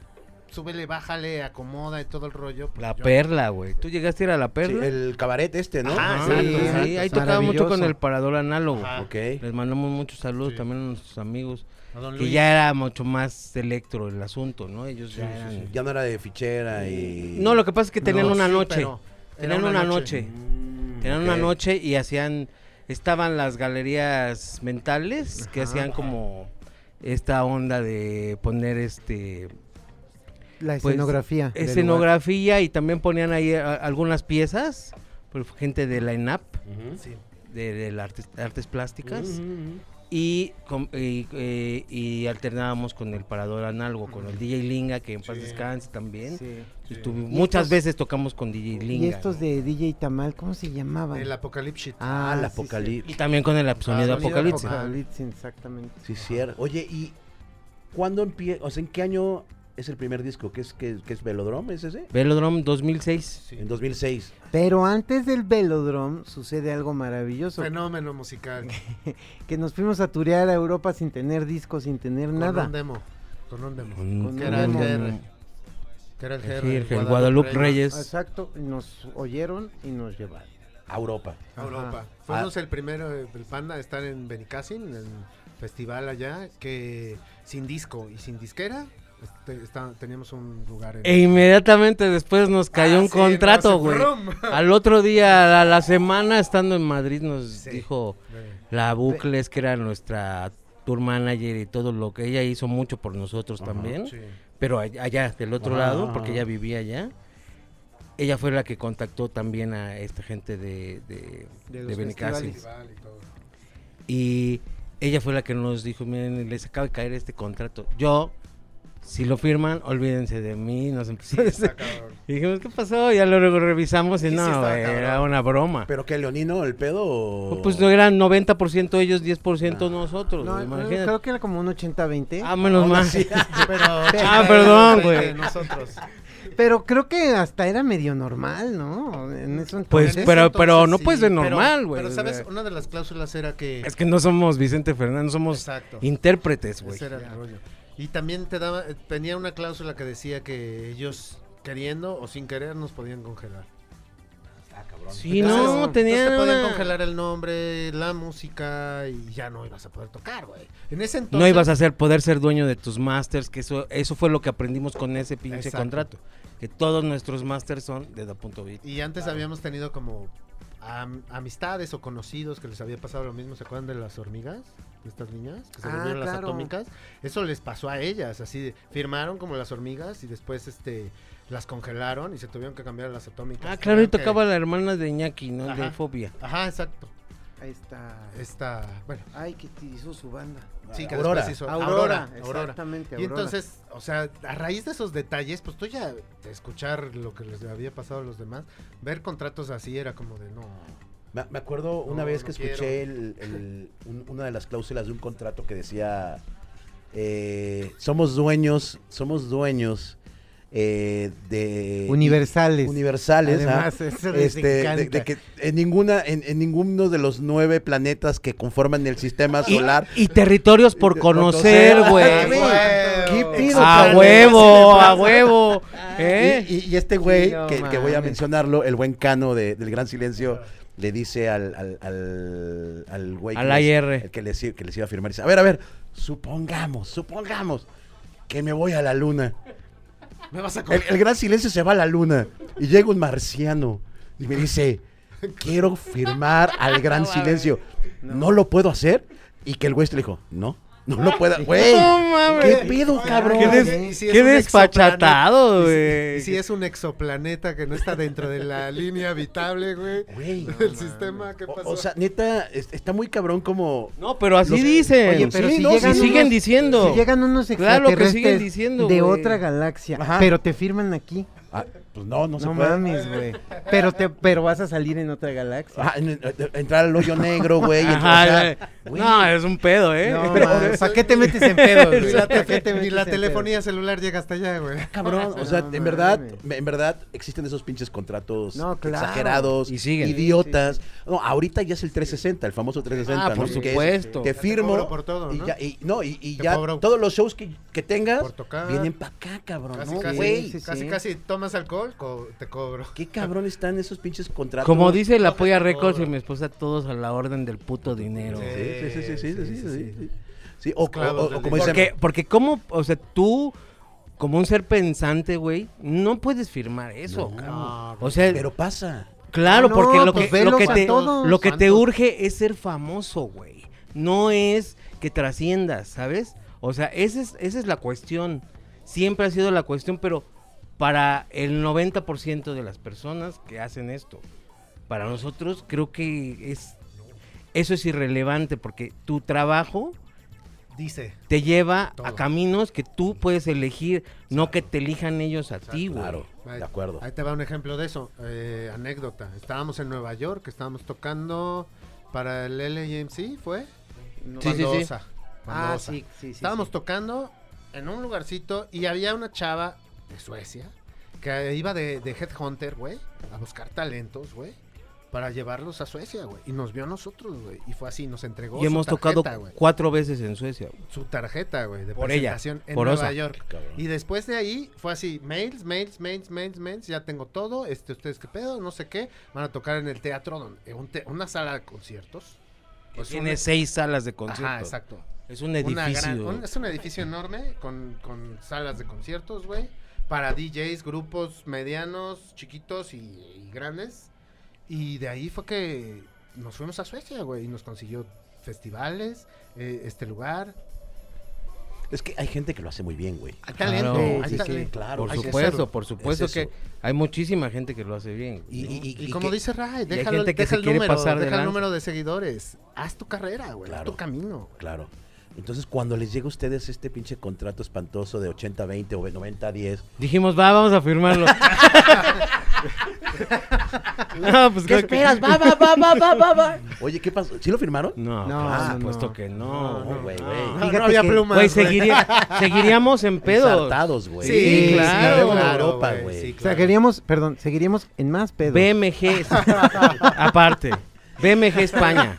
Speaker 4: súbele, bájale, acomoda y todo el rollo. pues,
Speaker 3: La
Speaker 4: yo-
Speaker 3: perla, güey. Tú llegaste a ir a la
Speaker 1: Sí,
Speaker 3: perla.
Speaker 1: el cabaret este, ¿no?
Speaker 4: Ajá,
Speaker 1: Ah,
Speaker 3: Sí,
Speaker 4: exacto,
Speaker 3: sí,
Speaker 4: exacto,
Speaker 3: ahí
Speaker 2: es
Speaker 3: tocaba mucho con
Speaker 2: maravilloso.
Speaker 3: el parador análogo.
Speaker 4: Ajá.
Speaker 1: Ok.
Speaker 3: Les mandamos muchos saludos
Speaker 4: Sí.
Speaker 3: también a nuestros amigos.
Speaker 4: A don
Speaker 3: Que
Speaker 4: Luis.
Speaker 3: ya era mucho más electro el asunto, ¿no? Ellos ya eran...
Speaker 1: Ya no era de fichera y.
Speaker 3: No, lo que pasa es que tenían
Speaker 4: No,
Speaker 3: una
Speaker 4: sí,
Speaker 3: noche.
Speaker 4: pero era
Speaker 3: Tenían una, noche.
Speaker 1: Mm,
Speaker 3: Tenían
Speaker 1: ok.
Speaker 3: una noche y hacían... Estaban las galerías mentales que hacían como esta onda de poner este
Speaker 2: La
Speaker 3: Pues,
Speaker 2: escenografía. del lugar.
Speaker 3: escenografía y también ponían ahí a- algunas piezas por gente de la ENAP,
Speaker 1: Ujú.
Speaker 4: Sí.
Speaker 3: de, de la artes, artes plásticas.
Speaker 1: Ujú.
Speaker 3: Y, com- y, eh, y alternábamos con el parador análogo, con el DJ Linga, que en paz
Speaker 4: Sí.
Speaker 3: descanse también.
Speaker 2: Sí.
Speaker 3: Y tu- muchas veces tocamos con DJ Linga.
Speaker 2: Y estos
Speaker 3: ¿no?
Speaker 2: de DJ Tamal, ¿cómo se llamaban?
Speaker 4: El Apocalipsis.
Speaker 1: Ah, el
Speaker 2: sí, sí.
Speaker 3: Y
Speaker 1: apocalipsis.
Speaker 3: también con el ap- sonido
Speaker 4: Ah, sonido
Speaker 3: apocalipsis.
Speaker 4: apocal-
Speaker 2: Apocalipsis, exactamente.
Speaker 1: Sí, cierto. Oye, ¿y cuándo empieza? O sea, ¿en qué año es el primer disco? ¿Qué es, qué, qué es Velodrome? ¿Es ese?
Speaker 3: Velodrome 2006.
Speaker 4: Sí.
Speaker 1: En 2006.
Speaker 2: Pero antes del velodrome sucede algo maravilloso.
Speaker 4: Fenómeno musical.
Speaker 2: Que nos fuimos a turear a Europa sin tener discos, sin tener
Speaker 4: Con
Speaker 2: nada.
Speaker 4: un demo. Con un demo.
Speaker 3: Con-
Speaker 4: Que era el
Speaker 3: con-
Speaker 4: GR. Que era el,
Speaker 3: Sí,
Speaker 4: GR,
Speaker 3: el Guadalupe Reyes.
Speaker 2: Ah, Exacto, y nos oyeron y nos llevaron.
Speaker 1: A Europa.
Speaker 4: a
Speaker 2: Ajá.
Speaker 4: Europa.
Speaker 3: Ah.
Speaker 4: Fuimos el primero, eh, el Panda, a estar en Benicassin, en el festival allá, que sin disco y sin disquera, este, está- teníamos un lugar en...
Speaker 3: E inmediatamente después nos cayó
Speaker 4: Ah,
Speaker 3: un
Speaker 4: sí,
Speaker 3: contrato,
Speaker 4: no, Ah,
Speaker 3: güey.
Speaker 4: se-
Speaker 3: [LAUGHS]
Speaker 4: ¡Brum!
Speaker 3: Al otro día, a la semana, estando en Madrid, nos
Speaker 4: Sí.
Speaker 3: dijo
Speaker 4: Eh,
Speaker 3: la Bucles, que era nuestra tour manager y todo lo que ella hizo mucho por nosotros también.
Speaker 4: sí.
Speaker 3: Pero all- allá, del otro
Speaker 1: Ajá,
Speaker 3: lado,
Speaker 1: ajá,
Speaker 3: porque
Speaker 1: ajá.
Speaker 3: ella vivía allá. Ella fue la que contactó también a esta gente de, de,
Speaker 2: De
Speaker 3: de
Speaker 2: los
Speaker 3: Benicassin.
Speaker 2: festivales.
Speaker 4: Festival y todo.
Speaker 3: Y ella fue la que nos dijo, miren, les acaba de caer este contrato. Yo, si lo firman, olvídense de mí. Nos empezó a decir-
Speaker 4: Está cabrón.
Speaker 3: Y dijimos, ¿qué pasó? Ya luego revisamos y
Speaker 4: Y sí
Speaker 3: no,
Speaker 4: estaba
Speaker 3: güey, era
Speaker 4: cabrón.
Speaker 3: una broma.
Speaker 1: ¿Pero qué, Leonino, el pedo? o-
Speaker 3: Pues no eran 90% ellos, 10%
Speaker 1: Ah.
Speaker 3: nosotros.
Speaker 2: No,
Speaker 3: güey,
Speaker 2: no,
Speaker 3: Pues, imagínate.
Speaker 2: creo que era como un 80-20.
Speaker 3: Ah, menos
Speaker 1: Aún
Speaker 3: mal. [LAUGHS]
Speaker 1: así.
Speaker 4: Pero,
Speaker 3: Ah, perdón,
Speaker 4: de
Speaker 3: güey.
Speaker 4: Nosotros.
Speaker 2: Pero creo que hasta era medio normal, ¿no? En eso
Speaker 3: Pues,
Speaker 4: En ese
Speaker 3: pero- pero no
Speaker 4: entonces
Speaker 3: puede ser
Speaker 4: pero-
Speaker 3: normal, güey,
Speaker 4: Pero,
Speaker 3: o
Speaker 4: ¿sabes?
Speaker 3: sea.
Speaker 4: Una de las cláusulas era que...
Speaker 3: Es que no somos Vicente Fernández, somos
Speaker 4: Exacto.
Speaker 3: intérpretes, güey.
Speaker 4: Ese era el rollo. Y también te daba, eh, tenía una cláusula que decía que ellos queriendo o sin querer nos podían congelar.
Speaker 1: Ah,
Speaker 3: Sí,
Speaker 4: Entonces,
Speaker 3: no,
Speaker 4: entonces
Speaker 3: tenían
Speaker 4: te podían
Speaker 3: una-
Speaker 4: congelar el nombre, la música y ya no ibas a poder tocar, güey. En ese entonces
Speaker 3: No ibas a ser, poder ser dueño de tus masters, que eso, eso fue lo que aprendimos con ese pinche
Speaker 4: Exacto.
Speaker 3: contrato. Que todos nuestros masters son de Da Punto Beat.
Speaker 4: y antes habíamos tenido como am- amistades o conocidos que les había pasado lo mismo, ¿se acuerdan de las hormigas? De Estas niñas que se
Speaker 2: Ah,
Speaker 4: volvieron las
Speaker 2: claro.
Speaker 4: atómicas, eso les pasó a ellas, así de- firmaron como las hormigas y después este las congelaron y se tuvieron que cambiar a las atómicas.
Speaker 3: Ah, claro, y
Speaker 4: Tuvieron que-
Speaker 3: tocaba la hermana de Iñaki, ¿no? De
Speaker 4: Ajá.
Speaker 3: Fobia.
Speaker 4: Ajá, exacto.
Speaker 2: Ahí está.
Speaker 4: Esta, bueno,
Speaker 2: Ay, que te hizo su banda.
Speaker 4: sí, que
Speaker 1: Aurora.
Speaker 4: después hizo-
Speaker 2: Aurora,
Speaker 4: Aurora.
Speaker 2: exactamente.
Speaker 4: Y
Speaker 2: Aurora.
Speaker 4: entonces, o sea, a raíz de esos detalles, pues tú ya de escuchar lo que les había pasado a los demás, ver contratos así era como de no.
Speaker 1: Me me acuerdo una
Speaker 4: No,
Speaker 1: vez
Speaker 4: no
Speaker 1: que escuché el- el- un- una de las cláusulas de un contrato que decía eh, somos dueños, somos dueños eh, de
Speaker 2: universales.
Speaker 1: universales, ah,
Speaker 2: Además, eso les
Speaker 1: este, de,
Speaker 2: encanta.
Speaker 1: de que en ninguna, en, en ninguno de los nueve planetas que conforman el sistema
Speaker 3: Y,
Speaker 1: solar.
Speaker 3: y territorios por
Speaker 1: Por
Speaker 3: conocer,
Speaker 4: [LAUGHS]
Speaker 1: conocer.
Speaker 3: güey.
Speaker 1: Ah, güey. ¿Qué pido,
Speaker 3: A
Speaker 4: Ah,
Speaker 1: carnal?
Speaker 3: huevo, a huevo. ¿eh?
Speaker 1: Y, y- y este güey,
Speaker 2: no
Speaker 1: que, que voy a
Speaker 2: mames.
Speaker 1: mencionarlo, el buen Cano de- del Gran Silencio, le dice al, al, al, al güey
Speaker 3: Al
Speaker 1: que les-
Speaker 3: AIR.
Speaker 1: el que les, i- que les iba a firmar, dice, a ver, a ver, supongamos, supongamos que me voy a la luna.
Speaker 4: Me vas a
Speaker 1: El, el Gran Silencio se va a la luna y llega un marciano y me dice, quiero firmar al Gran Silencio, ¿no lo puedo hacer? Y que el güey este le dijo, no, No lo pueda, [LAUGHS] güey. ¿Qué pedo, cabrón?
Speaker 3: qué des-
Speaker 4: ¿eh? ¿Y si es
Speaker 3: qué
Speaker 4: un
Speaker 3: despachatado,
Speaker 4: exoplaneta? ¿Y si- y si
Speaker 3: güey.
Speaker 4: es un exoplaneta que no está dentro
Speaker 1: [LAUGHS]
Speaker 4: de la línea habitable, güey.
Speaker 1: Güey.
Speaker 4: del sistema, ¿qué
Speaker 1: O-
Speaker 4: pasó?
Speaker 1: O, sea, neta, es- está muy cabrón como.
Speaker 3: No, pero así
Speaker 1: Los-
Speaker 3: dicen.
Speaker 2: Oye, pero
Speaker 1: Sí,
Speaker 2: si
Speaker 1: no,
Speaker 2: llegan
Speaker 3: y
Speaker 1: si
Speaker 2: unos-
Speaker 3: siguen diciendo.
Speaker 2: si llegan unos
Speaker 3: Claro, que siguen
Speaker 2: extraterrestres
Speaker 3: diciendo,
Speaker 2: de
Speaker 3: güey.
Speaker 2: otra galaxia,
Speaker 1: Ajá.
Speaker 2: pero te firman aquí.
Speaker 1: Ah, pues no, no se
Speaker 2: No
Speaker 1: puede.
Speaker 2: mames, güey. Pero te, pero vas a salir en otra galaxia.
Speaker 1: Ah, en- en- entrar al hoyo negro, güey. entrar-
Speaker 3: Ajá,
Speaker 1: o sea, güey.
Speaker 3: güey. no, es un pedo, ¿eh?
Speaker 2: No,
Speaker 3: [LAUGHS] Pero-
Speaker 2: mames, ¿Para qué te metes en pedo? [LAUGHS]
Speaker 4: Ni la,
Speaker 2: te
Speaker 4: ni
Speaker 2: metes
Speaker 4: la
Speaker 2: en
Speaker 4: telefonía celular llega hasta allá, güey.
Speaker 1: Cabrón, o sea,
Speaker 2: No
Speaker 1: en verdad,
Speaker 2: mames.
Speaker 1: en verdad existen esos pinches contratos
Speaker 2: No, claro.
Speaker 1: exagerados,
Speaker 3: Y siguen.
Speaker 1: idiotas. No, ahorita ya es el 360, el famoso 360,
Speaker 3: Ah, por
Speaker 1: ¿no? Que es-
Speaker 3: supuesto.
Speaker 1: te
Speaker 4: te
Speaker 1: firmo
Speaker 4: cobro por todo,
Speaker 1: y
Speaker 4: ¿no?
Speaker 1: ya y no y, y
Speaker 4: Te
Speaker 1: ya
Speaker 4: cobro
Speaker 1: todos los shows que, que tengas
Speaker 4: por tocar.
Speaker 1: vienen para acá, cabrón.
Speaker 4: Casi,
Speaker 1: no,
Speaker 4: casi,
Speaker 1: güey.
Speaker 2: Sí, sí,
Speaker 4: casi,
Speaker 2: sí.
Speaker 4: casi tomas alcohol, co- te cobro.
Speaker 1: Qué cabrón están esos pinches contratos.
Speaker 3: Como dice la polla
Speaker 4: por
Speaker 3: récords y
Speaker 4: favor.
Speaker 3: mi esposa, todos a la orden del puto dinero.
Speaker 1: Sí,
Speaker 4: Sí,
Speaker 1: sí, sí, sí, sí, sí, sí,
Speaker 4: sí, sí,
Speaker 1: sí. Sí, o,
Speaker 4: Esclavos
Speaker 1: o- o
Speaker 4: del
Speaker 1: como
Speaker 4: dinero.
Speaker 1: dicen,
Speaker 3: Porque, porque como, o sea, tú, como un ser pensante, güey, no puedes firmar eso,
Speaker 1: No.
Speaker 3: cabrón. O sea,
Speaker 1: pero pasa.
Speaker 3: claro,
Speaker 2: No,
Speaker 3: porque lo
Speaker 2: pues
Speaker 3: que, lo
Speaker 2: velos
Speaker 3: que
Speaker 2: a
Speaker 3: te,
Speaker 2: todos.
Speaker 3: lo que te
Speaker 4: Santos.
Speaker 3: urge es ser famoso, güey. No es que trasciendas, ¿sabes? O sea, esa es, esa es la cuestión. Siempre ha sido la cuestión, pero para el 90% de las personas que hacen esto, para nosotros creo que es eso es irrelevante porque tu trabajo
Speaker 4: Dice.
Speaker 3: te lleva a
Speaker 4: Todo.
Speaker 3: caminos que tú puedes elegir, no que te elijan ellos a ti, güey.
Speaker 1: Claro,
Speaker 4: Ahí-
Speaker 1: de acuerdo.
Speaker 4: Ahí te va un ejemplo de eso. eh, anécdota. Estábamos en Nueva York, estábamos tocando para el LAMC, ¿fue?
Speaker 3: Sí, sí, sí.
Speaker 4: Mendoza,
Speaker 2: Ah,
Speaker 4: Mendoza.
Speaker 2: sí, sí, sí.
Speaker 4: Estábamos tocando en un lugarcito y había una chava de Suecia que iba de, de headhunter, güey, a buscar talentos, güey, para llevarlos a Suecia, güey. Y nos vio a nosotros, güey. Y fue así, nos entregó
Speaker 3: Y hemos tocado
Speaker 4: tarjeta, güey.
Speaker 3: cuatro veces en Suecia. güey.
Speaker 4: Su tarjeta, güey, de
Speaker 3: Por ella,
Speaker 4: presentación en
Speaker 3: por
Speaker 4: Nueva
Speaker 3: Osa.
Speaker 4: York.
Speaker 1: Cabrón.
Speaker 4: Y después de ahí fue así, mails, mails, mails, mails, mails, ya tengo todo, este, ustedes qué pedo, no sé qué, van a tocar en el teatro, donde- en un te- una sala de conciertos. Pues
Speaker 3: Tiene
Speaker 4: una-
Speaker 3: seis salas de concierto.
Speaker 4: Ajá, exacto.
Speaker 3: Es un
Speaker 4: Una
Speaker 3: edificio.
Speaker 4: gran- un- es un edificio enorme con, con salas de conciertos, güey. Para DJs, grupos medianos, chiquitos y, y grandes. Y de ahí fue que nos fuimos a Suecia, güey. Y nos consiguió festivales, eh, este lugar.
Speaker 1: Es que hay gente que lo hace muy bien, güey.
Speaker 4: Hay
Speaker 3: Claro,
Speaker 4: talento,
Speaker 1: sí, sí,
Speaker 4: hay
Speaker 1: sí,
Speaker 4: talento.
Speaker 1: claro.
Speaker 3: Por
Speaker 4: Hay que
Speaker 3: supuesto,
Speaker 4: hacerlo.
Speaker 3: por supuesto
Speaker 1: Es
Speaker 3: que
Speaker 1: eso.
Speaker 3: hay muchísima gente que lo hace bien.
Speaker 1: Y, y- y-
Speaker 4: Y,
Speaker 1: y
Speaker 4: como
Speaker 1: que-
Speaker 4: dice Ray,
Speaker 3: hay
Speaker 4: déjalo,
Speaker 3: gente que
Speaker 4: deja
Speaker 3: se
Speaker 4: el
Speaker 3: quiere
Speaker 4: número,
Speaker 3: pasar de
Speaker 4: deja el
Speaker 3: lanza.
Speaker 4: número de seguidores. Haz tu carrera, güey.
Speaker 1: Claro.
Speaker 4: Haz tu camino, güey.
Speaker 1: Claro. Entonces, cuando les llega a ustedes este pinche contrato espantoso de 80-20 o 90-10,
Speaker 3: Dijimos, va, vamos a firmarlo. [LAUGHS] no, pues creo que-
Speaker 1: Va, va, va, va, va, va, va. Oye, ¿qué pasó? ¿Sí lo firmaron?
Speaker 3: No,
Speaker 2: No,
Speaker 3: por
Speaker 1: no,
Speaker 3: supuesto
Speaker 2: no.
Speaker 3: que no.
Speaker 1: No, güey, güey.
Speaker 3: no.
Speaker 1: No,
Speaker 2: Fíjate había que- plumas,
Speaker 3: Güey, seguiría- seguiríamos en pedo.
Speaker 1: Ensartados, güey.
Speaker 2: Sí, claro.
Speaker 1: Estaremos en
Speaker 4: claro,
Speaker 1: Europa,
Speaker 4: güey,
Speaker 1: güey.
Speaker 4: sí,
Speaker 2: O sea, queríamos, perdón, seguiríamos en más pedos.
Speaker 3: BMG. aparte. BMG España.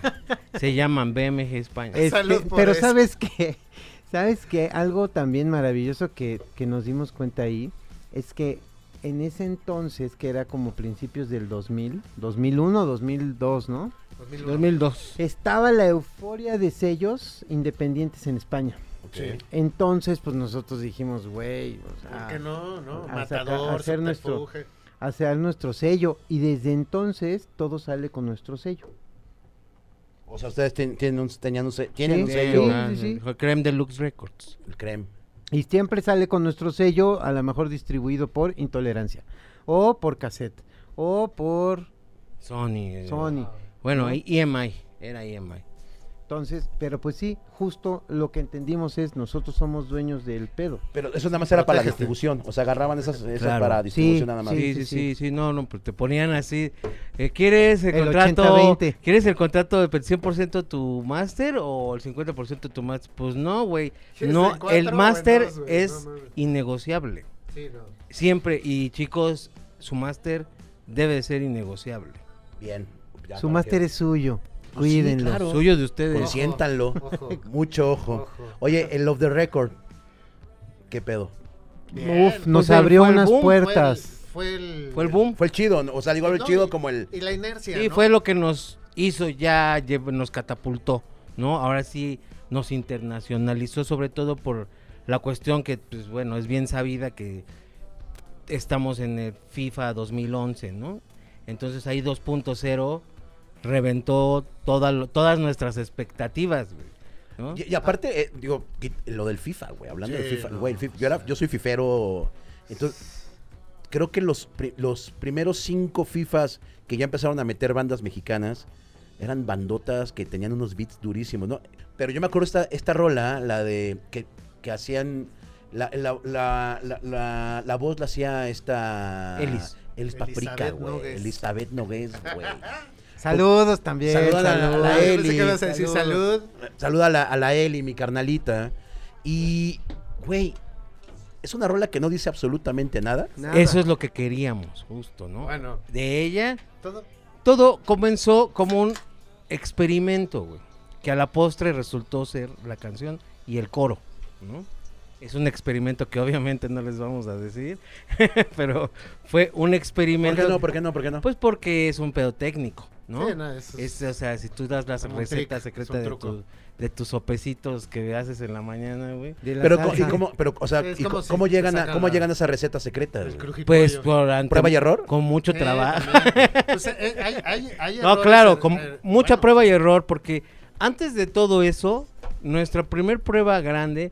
Speaker 3: Se llaman BMG España.
Speaker 2: Este,
Speaker 4: Salud por
Speaker 2: pero
Speaker 4: eso.
Speaker 2: sabes que, [LAUGHS] sabes que algo también maravilloso que, que nos dimos cuenta ahí es que en ese entonces, que era como principios del 2000, 2001, 2002, ¿no?
Speaker 4: 2001.
Speaker 3: 2002.
Speaker 2: Estaba la euforia de sellos independientes en España.
Speaker 1: Ok.
Speaker 4: Sí.
Speaker 2: Entonces, pues nosotros dijimos, güey, o sea,
Speaker 4: ¿Por qué no? ¿No?
Speaker 2: a saca-
Speaker 4: Matador,
Speaker 2: hacer nuestro-
Speaker 4: subterfuge.
Speaker 2: hacer nuestro sello. Y desde entonces todo sale con nuestro sello.
Speaker 1: O sea, ustedes ten- tienen un, tenían un, se- tienen un
Speaker 2: Sí,
Speaker 1: sello,
Speaker 2: sí.
Speaker 3: Creme Deluxe Records.
Speaker 1: el creme.
Speaker 2: Y siempre sale con nuestro sello, a lo mejor distribuido por Intolerancia, o por Cassette, o por
Speaker 3: Sony. eh,
Speaker 2: Sony.
Speaker 3: Bueno, ahí EMI. Era E EMI.
Speaker 2: Entonces, pero pues sí, justo lo que entendimos es, nosotros somos dueños del pedo.
Speaker 1: Pero eso nada más era para la
Speaker 4: Protégete.
Speaker 1: distribución. O sea, agarraban esas, esas
Speaker 3: Claro.
Speaker 1: para
Speaker 2: Sí,
Speaker 1: distribución nada más.
Speaker 3: Sí,
Speaker 2: Sí, sí,
Speaker 3: sí, sí, sí, no, no, pues te ponían así, eh, ¿quieres el,
Speaker 2: El
Speaker 3: contrato?
Speaker 2: 80-20.
Speaker 3: ¿Quieres el contrato del 100% de pues, tu máster o el 50% de tu máster? Pues no, güey,
Speaker 4: ¿Quieres
Speaker 3: no,
Speaker 4: en cuatro o
Speaker 3: el
Speaker 4: en
Speaker 3: máster
Speaker 4: dos, güey?
Speaker 3: es
Speaker 4: No mames.
Speaker 3: innegociable,
Speaker 4: Sí, no.
Speaker 3: siempre, y chicos, su máster debe de ser innegociable,
Speaker 1: Bien. Ya,
Speaker 2: Su
Speaker 1: para
Speaker 2: máster
Speaker 1: que-
Speaker 2: es suyo,
Speaker 3: Pues
Speaker 1: sí,
Speaker 2: cuídenlo.
Speaker 1: claro.
Speaker 3: suyo de ustedes.
Speaker 4: Consci-
Speaker 1: Consiéntanlo.
Speaker 4: Ojo.
Speaker 1: Mucho ojo.
Speaker 4: Ojo.
Speaker 1: Oye, el Love the Record. ¿Qué pedo?
Speaker 4: Bien.
Speaker 2: Uf, nos
Speaker 3: Pues el-
Speaker 2: abrió
Speaker 3: fue el
Speaker 2: unas
Speaker 3: boom, fue
Speaker 2: puertas.
Speaker 4: Fue el.
Speaker 3: Fue el boom,
Speaker 1: Fue el chido, ¿no? o sea, digo el
Speaker 4: No,
Speaker 1: chido
Speaker 4: y-
Speaker 1: como el...
Speaker 4: Y la inercia.
Speaker 3: sí,
Speaker 4: ¿no?
Speaker 3: fue lo que nos hizo ya, lle- nos catapultó, ¿no? Ahora sí nos internacionalizó, sobre todo por la cuestión que, pues bueno, es bien sabida que estamos en el FIFA 2011, ¿no? Entonces ahí 2.0 reventó toda lo- todas nuestras expectativas, güey. ¿no?
Speaker 1: Y, y aparte, eh, digo, que- lo del FIFA, güey, hablando del
Speaker 4: Sí,
Speaker 1: FIFA,
Speaker 4: no,
Speaker 1: güey, el FIFA- yo, era, yo soy fifero, entonces creo que los, pri- los primeros cinco FIFAs que ya empezaron a meter bandas mexicanas eran bandotas que tenían unos beats durísimos, ¿no? Pero yo me acuerdo esta, esta rola, la de que, que hacían, la, la, la, la, la, la voz la hacía esta...
Speaker 3: Elis.
Speaker 1: Elis Paprika,
Speaker 4: Elizabeth
Speaker 1: güey.
Speaker 4: Nogués.
Speaker 1: Elizabeth Nogués, güey.
Speaker 2: Saludos también.
Speaker 1: Saluda a la-
Speaker 2: saludos. Ah,
Speaker 1: a la
Speaker 4: Yo pensé
Speaker 1: Eli,
Speaker 4: que ibas a decir
Speaker 2: saludos.
Speaker 4: salud.
Speaker 1: Saluda a la, a la Eli, mi carnalita. Y, güey, es una rola que no dice absolutamente nada.
Speaker 2: Nada.
Speaker 3: Eso es lo que queríamos, justo, ¿no?
Speaker 4: Bueno,
Speaker 3: De ella,
Speaker 4: todo.
Speaker 3: todo comenzó como un experimento, güey, que a la postre resultó ser la canción y el coro, ¿no? Es un experimento que obviamente no les vamos a decir, [LAUGHS] pero fue un
Speaker 1: ¿Por
Speaker 3: experimento.
Speaker 1: qué no? ¿Por qué no? ¿Por qué no?
Speaker 3: Pues porque es un pedo técnico, ¿no?
Speaker 4: Sí, no, eso es-
Speaker 3: Es, o sea, si tú das la
Speaker 4: Como un
Speaker 3: receta
Speaker 4: trick,
Speaker 3: secreta
Speaker 4: es un
Speaker 3: de,
Speaker 4: truco.
Speaker 3: tu- de tus sopecitos que haces en la mañana, güey.
Speaker 2: De la
Speaker 1: pero, co-
Speaker 2: salsa.
Speaker 1: ¿y cómo, pero, o sea,
Speaker 4: Es
Speaker 1: ¿y co-
Speaker 4: como
Speaker 1: cómo,
Speaker 4: si te
Speaker 1: llegan a,
Speaker 4: sacan
Speaker 1: cómo
Speaker 4: la-
Speaker 1: llegan a esa receta secreta?
Speaker 4: el
Speaker 1: güey?
Speaker 4: crujipollo.
Speaker 3: Pues por ante-
Speaker 1: ¿Prueba y error?
Speaker 3: Con mucho
Speaker 4: Eh,
Speaker 3: trabajo.
Speaker 4: también. Pues, eh, hay, hay, hay
Speaker 3: [LAUGHS] No,
Speaker 4: errores,
Speaker 3: claro,
Speaker 4: eh,
Speaker 3: con
Speaker 4: eh,
Speaker 3: mucha
Speaker 4: bueno,
Speaker 3: prueba y error, porque antes de todo eso, nuestra primer prueba grande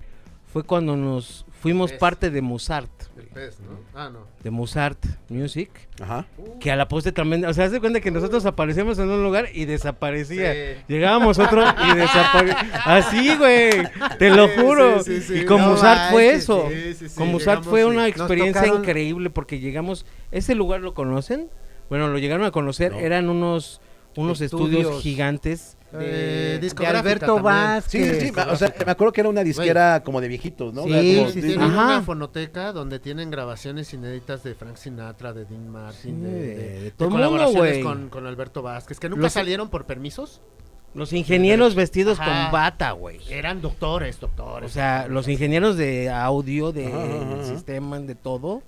Speaker 3: fue cuando nos fuimos
Speaker 4: Es.
Speaker 3: parte de Mozart,
Speaker 4: el pez, ¿no? Ah, no. Uh,
Speaker 3: de Mozart Music,
Speaker 1: Ajá.
Speaker 3: que a la postre también, o sea, haz de cuenta que nosotros aparecíamos en un lugar y desaparecía.
Speaker 4: Sí.
Speaker 3: Llegábamos otro y desaparecía. Así, güey, te lo
Speaker 4: Sí,
Speaker 3: juro.
Speaker 4: sí, sí, sí.
Speaker 3: Y con
Speaker 4: No
Speaker 3: Mozart fue
Speaker 2: manches,
Speaker 3: eso.
Speaker 4: sí, sí, sí,
Speaker 3: con Mozart
Speaker 4: llegamos
Speaker 3: fue
Speaker 4: y
Speaker 3: una
Speaker 4: nos
Speaker 3: experiencia
Speaker 2: tocaron-
Speaker 3: increíble porque llegamos, ese lugar lo conocen, bueno, lo llegaron a conocer,
Speaker 1: No.
Speaker 3: eran unos, unos estudios.
Speaker 2: Estudios.
Speaker 3: gigantes.
Speaker 2: De,
Speaker 4: Eh,
Speaker 2: de
Speaker 4: discográfica
Speaker 2: Alberto
Speaker 4: también.
Speaker 1: Sí,
Speaker 2: Vázquez.
Speaker 1: sí, sí, ma- o sea, me acuerdo que era una disquera como de viejitos, ¿no?
Speaker 2: Sí,
Speaker 1: Era como-
Speaker 4: Sí,
Speaker 2: sí,
Speaker 4: tienen
Speaker 3: Ajá.
Speaker 4: una fonoteca donde tienen grabaciones inéditas de Frank Sinatra, de Dean Martin,
Speaker 3: Sí,
Speaker 4: de,
Speaker 3: de-
Speaker 4: de,
Speaker 3: de
Speaker 4: de
Speaker 3: todo el mundo,
Speaker 4: colaboraciones
Speaker 3: güey.
Speaker 4: con, con Alberto Vázquez, que nunca
Speaker 3: Los-
Speaker 4: salieron por permisos.
Speaker 3: Los ingenieros vestidos
Speaker 4: Ajá.
Speaker 3: con bata, güey.
Speaker 4: Eran doctores,
Speaker 3: O
Speaker 4: doctores.
Speaker 3: sea, los ingenieros de audio, de
Speaker 1: Ajá, ajá, ajá.
Speaker 3: sistema, de todo.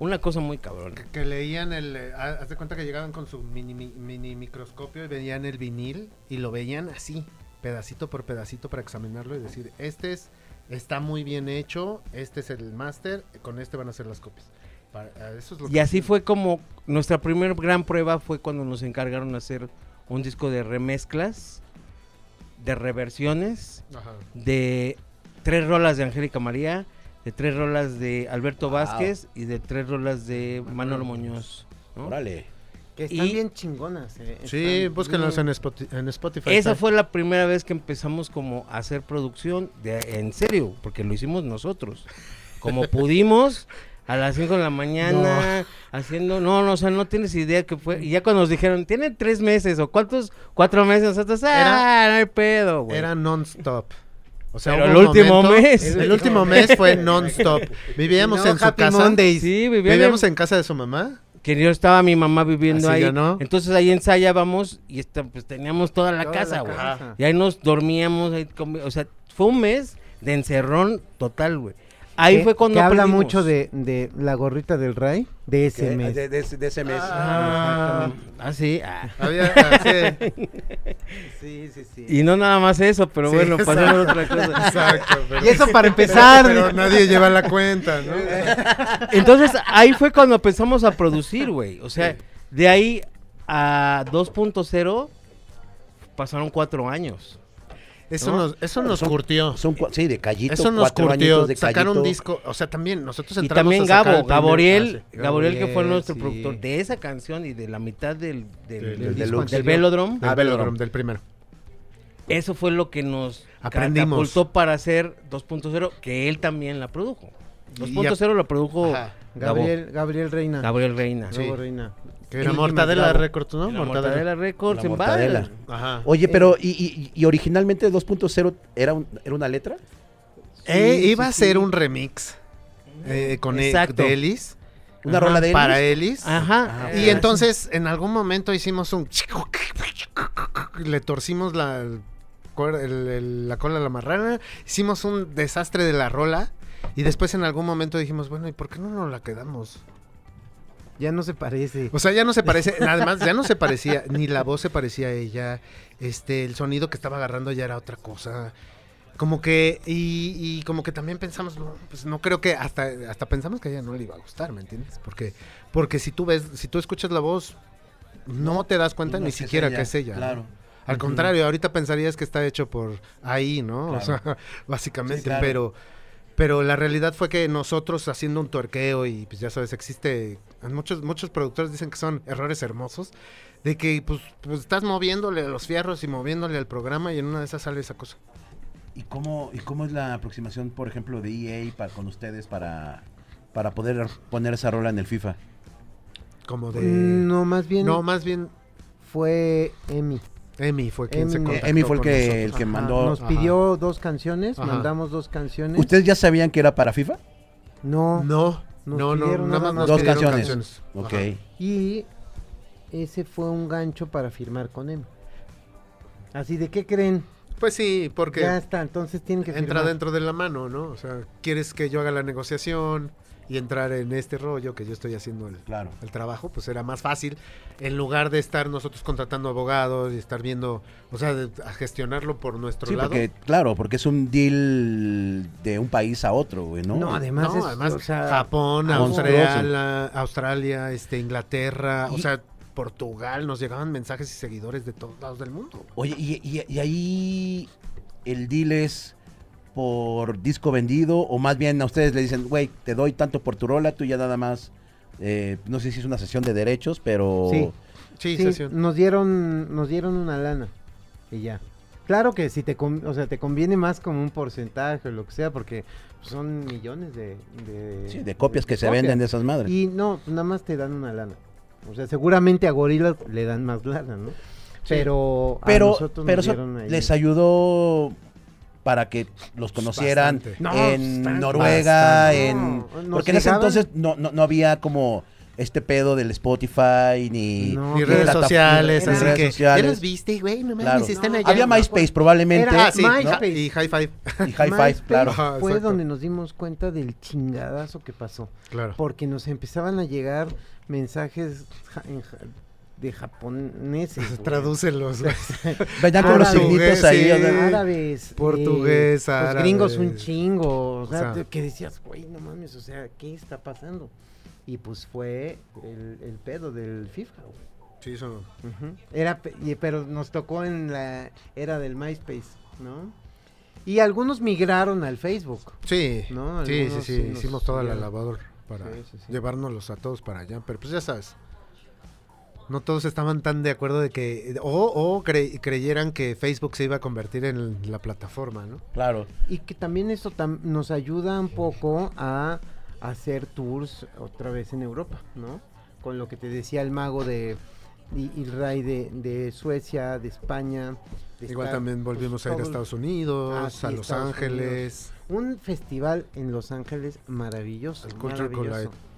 Speaker 3: Una cosa muy cabrón.
Speaker 4: que, que leían el... eh, ha- haz de cuenta que llegaban con su mini, mi- mini microscopio y veían el vinil y lo veían así, pedacito por pedacito para examinarlo y decir, este es, está muy bien hecho, este es el máster, con este van a hacer las copias. Para- a eso es lo
Speaker 3: Y
Speaker 4: que-
Speaker 3: así fue como nuestra primera gran prueba fue cuando nos encargaron de hacer un disco de remezclas, de reversiones,
Speaker 4: Ajá.
Speaker 3: de tres rolas de Angélica María, de tres rolas de Alberto
Speaker 1: Wow.
Speaker 3: Vázquez y de tres rolas de Manolo Muñoz. ¿no?
Speaker 1: Órale.
Speaker 2: Que están
Speaker 3: Y-
Speaker 2: bien chingonas. eh,
Speaker 4: Sí,
Speaker 2: están
Speaker 4: búsquenlos
Speaker 2: bien.
Speaker 4: en, Spoti- en Spotify.
Speaker 3: Esa
Speaker 4: está.
Speaker 3: fue la primera vez que empezamos como a hacer producción de, en serio, porque lo hicimos nosotros. Como
Speaker 4: [LAUGHS]
Speaker 3: pudimos, a las 5 de la mañana, haciendo, no, no, o sea, no tienes idea que fue. Y ya cuando nos dijeron, tienen tres meses o cuántos, cuatro meses, nosotros, ah, no hay pedo, güey.
Speaker 4: Era non-stop. O
Speaker 3: Pero
Speaker 4: hubo
Speaker 3: el
Speaker 4: un
Speaker 3: último mes. [LAUGHS]
Speaker 4: El, último mes fue non-stop. Vivíamos
Speaker 2: No,
Speaker 4: en su
Speaker 2: Happy
Speaker 4: casa.
Speaker 2: Mondays.
Speaker 3: Sí, vivíamos
Speaker 4: Vivíamos en casa de su mamá.
Speaker 3: que yo estaba mi mamá viviendo
Speaker 4: Así
Speaker 3: ahí.
Speaker 4: ya no.
Speaker 3: Entonces ahí ensayábamos y esta- pues teníamos toda la
Speaker 2: Toda la
Speaker 3: casa, güey.
Speaker 2: casa.
Speaker 3: Y ahí nos dormíamos, ahí comi- o sea, fue un mes de encerrón total, güey. Ahí
Speaker 2: Que-
Speaker 3: fue cuando
Speaker 2: que habla
Speaker 3: aprendimos.
Speaker 2: mucho de, de la gorrita del Ray de ese
Speaker 1: Que-
Speaker 2: mes.
Speaker 1: De, de- de ese mes.
Speaker 3: Ah, ah, sí. ah.
Speaker 4: Había, ah, sí,
Speaker 2: Sí, sí, sí.
Speaker 3: Y no nada más eso, pero [LAUGHS]
Speaker 4: Sí,
Speaker 3: bueno,
Speaker 4: exacto.
Speaker 3: pasemos
Speaker 2: [LAUGHS]
Speaker 3: a otra cosa.
Speaker 4: exacto. Pero,
Speaker 2: Y eso para
Speaker 4: pero-
Speaker 2: empezar.
Speaker 4: pero nadie lleva la cuenta,
Speaker 3: [LAUGHS]
Speaker 4: ¿no?
Speaker 3: Entonces, ahí fue cuando empezamos a producir, güey. O sea, de ahí a 2.0 pasaron cuatro años.
Speaker 4: Eso
Speaker 3: ¿No?
Speaker 4: nos, eso nos
Speaker 1: Son-
Speaker 4: curtió.
Speaker 1: Son cua- sí, de callito.
Speaker 4: Eso nos
Speaker 1: cuatro
Speaker 4: curtió.
Speaker 1: añitos de
Speaker 4: Sacar un
Speaker 1: callito.
Speaker 4: disco. O sea, también nosotros
Speaker 3: Y
Speaker 4: entramos
Speaker 3: también
Speaker 4: a sacar el
Speaker 3: Gabo,
Speaker 4: primer-
Speaker 3: Gabriel,
Speaker 4: Ah, sí.
Speaker 3: Gabriel que fue
Speaker 2: Gabriel,
Speaker 3: nuestro
Speaker 2: sí.
Speaker 3: productor de esa canción y de la mitad del, del,
Speaker 4: Del-
Speaker 3: del
Speaker 4: del Ah.
Speaker 3: disco
Speaker 1: deluxe.
Speaker 3: del Velodrome.
Speaker 4: Del Velodrome, del primero.
Speaker 3: Eso fue lo que nos
Speaker 4: Aprendimos.
Speaker 3: catapultó para hacer 2.0, que él también la produjo.
Speaker 4: Y-
Speaker 3: 2.0 la produjo
Speaker 4: Ajá.
Speaker 3: Gabo, Gabriel,
Speaker 2: Gabriel, Gabriel Reina.
Speaker 3: Reina.
Speaker 4: Sí.
Speaker 2: Gabo Reina.
Speaker 4: Que era
Speaker 2: Sí,
Speaker 4: Mortadela
Speaker 2: Gabo.
Speaker 4: Records, ¿no?
Speaker 3: La Mortadela Records
Speaker 1: La
Speaker 3: en
Speaker 1: Mortadela.
Speaker 3: Bad.
Speaker 4: Ajá.
Speaker 1: Oye, pero, ¿y, y- y originalmente 2.0 era, un- era una letra?
Speaker 4: Eh,
Speaker 2: Sí,
Speaker 4: iba
Speaker 2: sí,
Speaker 4: a ser
Speaker 2: sí.
Speaker 4: un remix eh, con e-
Speaker 3: Exacto.
Speaker 4: de Ellis.
Speaker 1: ¿Una
Speaker 4: Ajá,
Speaker 1: rola de Ellis?
Speaker 4: Para Ellis.
Speaker 3: Ajá. Eh.
Speaker 1: Ah,
Speaker 4: Y entonces, en algún momento hicimos un... Le torcimos la, cuer- el- el- la cola a la marrana. Hicimos un desastre de la rola. Y después en algún momento dijimos, bueno, ¿y por qué no nos la quedamos?
Speaker 2: Ya no se parece.
Speaker 4: O sea, ya no se parece, además ya no se parecía, ni la voz se parecía a ella, este, el sonido que estaba agarrando ya era otra cosa. Como que, y, y como que también pensamos, no, pues no creo que, hasta, hasta pensamos que a ella no le iba a gustar, ¿me entiendes? Porque, porque si tú ves, si tú escuchas la voz, no te das cuenta ni siquiera que es ella. ¿no?
Speaker 1: Claro.
Speaker 4: Al contrario, ahorita pensarías que está hecho por ahí, ¿no? O
Speaker 1: Claro.
Speaker 4: sea, [LAUGHS] básicamente,
Speaker 1: Sí, claro.
Speaker 4: pero pero la realidad fue que nosotros haciendo un torqueo y pues ya sabes, existe muchos muchos productores dicen que son errores hermosos de que pues, pues estás moviéndole a los fierros y moviéndole al programa y en una de esas sale esa cosa.
Speaker 1: ¿Y cómo, ¿Y cómo es la aproximación, por ejemplo, de EA para, con ustedes para, para poder poner esa rola en el FIFA?
Speaker 4: Como de
Speaker 2: Mm, No, más bien
Speaker 4: No, más bien
Speaker 2: fue Emi.
Speaker 4: Emi fue quien se
Speaker 2: Emi-
Speaker 4: contactó
Speaker 1: Eh, Emi fue el
Speaker 4: con
Speaker 1: que, el
Speaker 4: nosotros.
Speaker 1: que
Speaker 2: Ajá,
Speaker 1: mandó.
Speaker 2: Nos
Speaker 4: Ajá.
Speaker 2: pidió dos canciones,
Speaker 4: Ajá.
Speaker 2: mandamos dos canciones.
Speaker 1: ¿Ustedes ya sabían que era para FIFA?
Speaker 2: No.
Speaker 4: No,
Speaker 2: Nos
Speaker 4: no, no,
Speaker 2: pidieron
Speaker 4: nada más
Speaker 2: nada más.
Speaker 4: nos
Speaker 1: Dos
Speaker 4: pidieron
Speaker 1: canciones.
Speaker 4: canciones.
Speaker 1: Ok.
Speaker 4: Ajá.
Speaker 2: Y ese fue un gancho para firmar con Emi. Así de qué creen.
Speaker 4: Pues sí, porque
Speaker 2: Ya está, entonces tienen que
Speaker 4: entra
Speaker 2: firmar.
Speaker 4: dentro de la mano, ¿no? O sea, quieres que yo haga la negociación y entrar en este rollo que yo estoy haciendo el,
Speaker 1: Claro.
Speaker 4: el trabajo, pues era más fácil en lugar de estar nosotros contratando abogados y estar viendo, o sea, de- a gestionarlo por nuestro
Speaker 1: Sí,
Speaker 4: lado.
Speaker 1: porque, claro, porque es un deal de un país a otro, güey, ¿no?
Speaker 2: No, además,
Speaker 4: No,
Speaker 2: es,
Speaker 4: además,
Speaker 2: o sea,
Speaker 4: Japón,
Speaker 1: monstruoso.
Speaker 4: Australia, Australia, este, Inglaterra, o
Speaker 1: Y-
Speaker 4: sea, Portugal, nos llegaban mensajes y seguidores de todos lados del mundo.
Speaker 1: Oye, y, y- y ahí el deal es por disco vendido, o más bien a ustedes le dicen, güey, te doy tanto por tu rola, tú ya nada más, eh, no sé si es una sesión de derechos, pero...
Speaker 2: Sí.
Speaker 4: Sí,
Speaker 2: Sí,
Speaker 4: sesión.
Speaker 2: nos dieron, nos dieron una lana y ya. Claro que si te, con- o sea, te conviene más como un porcentaje o lo que sea, porque son millones de, de,
Speaker 1: Sí, de copias que se
Speaker 2: copias.
Speaker 1: venden de esas madres.
Speaker 2: Y no, nada más te dan una lana. O sea, seguramente a gorilas le dan más lana, ¿no? Pero, a
Speaker 1: Ah, pero
Speaker 2: nosotros
Speaker 1: pero
Speaker 2: nos
Speaker 1: eso
Speaker 2: dieron ahí-
Speaker 1: les ayudó para que los conocieran
Speaker 4: Bastante.
Speaker 2: No,
Speaker 1: en
Speaker 2: bastante.
Speaker 1: Noruega,
Speaker 2: Bastante.
Speaker 1: en...
Speaker 2: No, nos
Speaker 1: porque en ese
Speaker 2: llegaban-
Speaker 1: entonces no, no, no había como este pedo del Spotify ni...
Speaker 2: No,
Speaker 4: Ni
Speaker 2: que
Speaker 4: redes
Speaker 1: plata-
Speaker 4: sociales,
Speaker 1: ni
Speaker 4: así
Speaker 1: redes
Speaker 4: que.
Speaker 1: sociales.
Speaker 4: Ya los viste, güey, no mames,
Speaker 1: Claro.
Speaker 4: están allá.
Speaker 1: Había
Speaker 4: ¿no?
Speaker 1: MySpace probablemente
Speaker 2: Pues Era
Speaker 4: Ah, sí,
Speaker 2: MySpace.
Speaker 4: ¿no? y High Five.
Speaker 1: y High Five,
Speaker 2: MySpace
Speaker 1: claro.
Speaker 4: Ajá,
Speaker 2: pues, Fue
Speaker 4: exacto.
Speaker 2: donde nos dimos cuenta del chingadazo que pasó.
Speaker 4: Claro.
Speaker 2: porque nos empezaban a llegar mensajes ja- en ja- de japoneses, güey. [LAUGHS]
Speaker 4: Tradúcelos. güey.
Speaker 1: Venían con los
Speaker 2: Árabe.
Speaker 1: signitos ahí.
Speaker 4: Sí.
Speaker 1: o sea,
Speaker 2: árabes, eh,
Speaker 4: Portugués,
Speaker 2: los gringos un
Speaker 4: árabes.
Speaker 2: chingo, o sea,
Speaker 4: sea.
Speaker 2: te- que decías, güey, no mames, o sea, ¿qué está pasando? Y pues fue el, el pedo del FIFA, güey.
Speaker 4: Sí, eso.
Speaker 2: Ujú. Era, pe- y- pero nos tocó en la era del MySpace, ¿no? Y algunos migraron al Facebook.
Speaker 4: Sí,
Speaker 2: No,
Speaker 4: sí, sí,
Speaker 2: algunos
Speaker 4: sí,
Speaker 2: sí nos
Speaker 4: hicimos toda la
Speaker 2: subieron.
Speaker 4: labor para
Speaker 2: Sí, sí, sí.
Speaker 4: llevárnoslos a todos para allá, pero pues ya sabes, no todos estaban tan de acuerdo de que, o, o cre- creyeran que Facebook se iba a convertir en la plataforma, ¿no?
Speaker 1: Claro.
Speaker 2: Y que también esto tam- nos ayuda un poco a hacer tours otra vez en Europa, ¿no? Con lo que te decía el mago de y- y Ray de, de Suecia, de España. de
Speaker 4: Igual
Speaker 2: estar,
Speaker 4: también volvimos
Speaker 2: pues,
Speaker 4: a ir a
Speaker 2: todo-
Speaker 4: Estados Unidos,
Speaker 2: Ah, sí,
Speaker 4: a Los
Speaker 2: Estados
Speaker 4: Ángeles,
Speaker 2: Un festival en Los Ángeles maravilloso.
Speaker 4: El Culture
Speaker 2: maravilloso.
Speaker 4: Collide.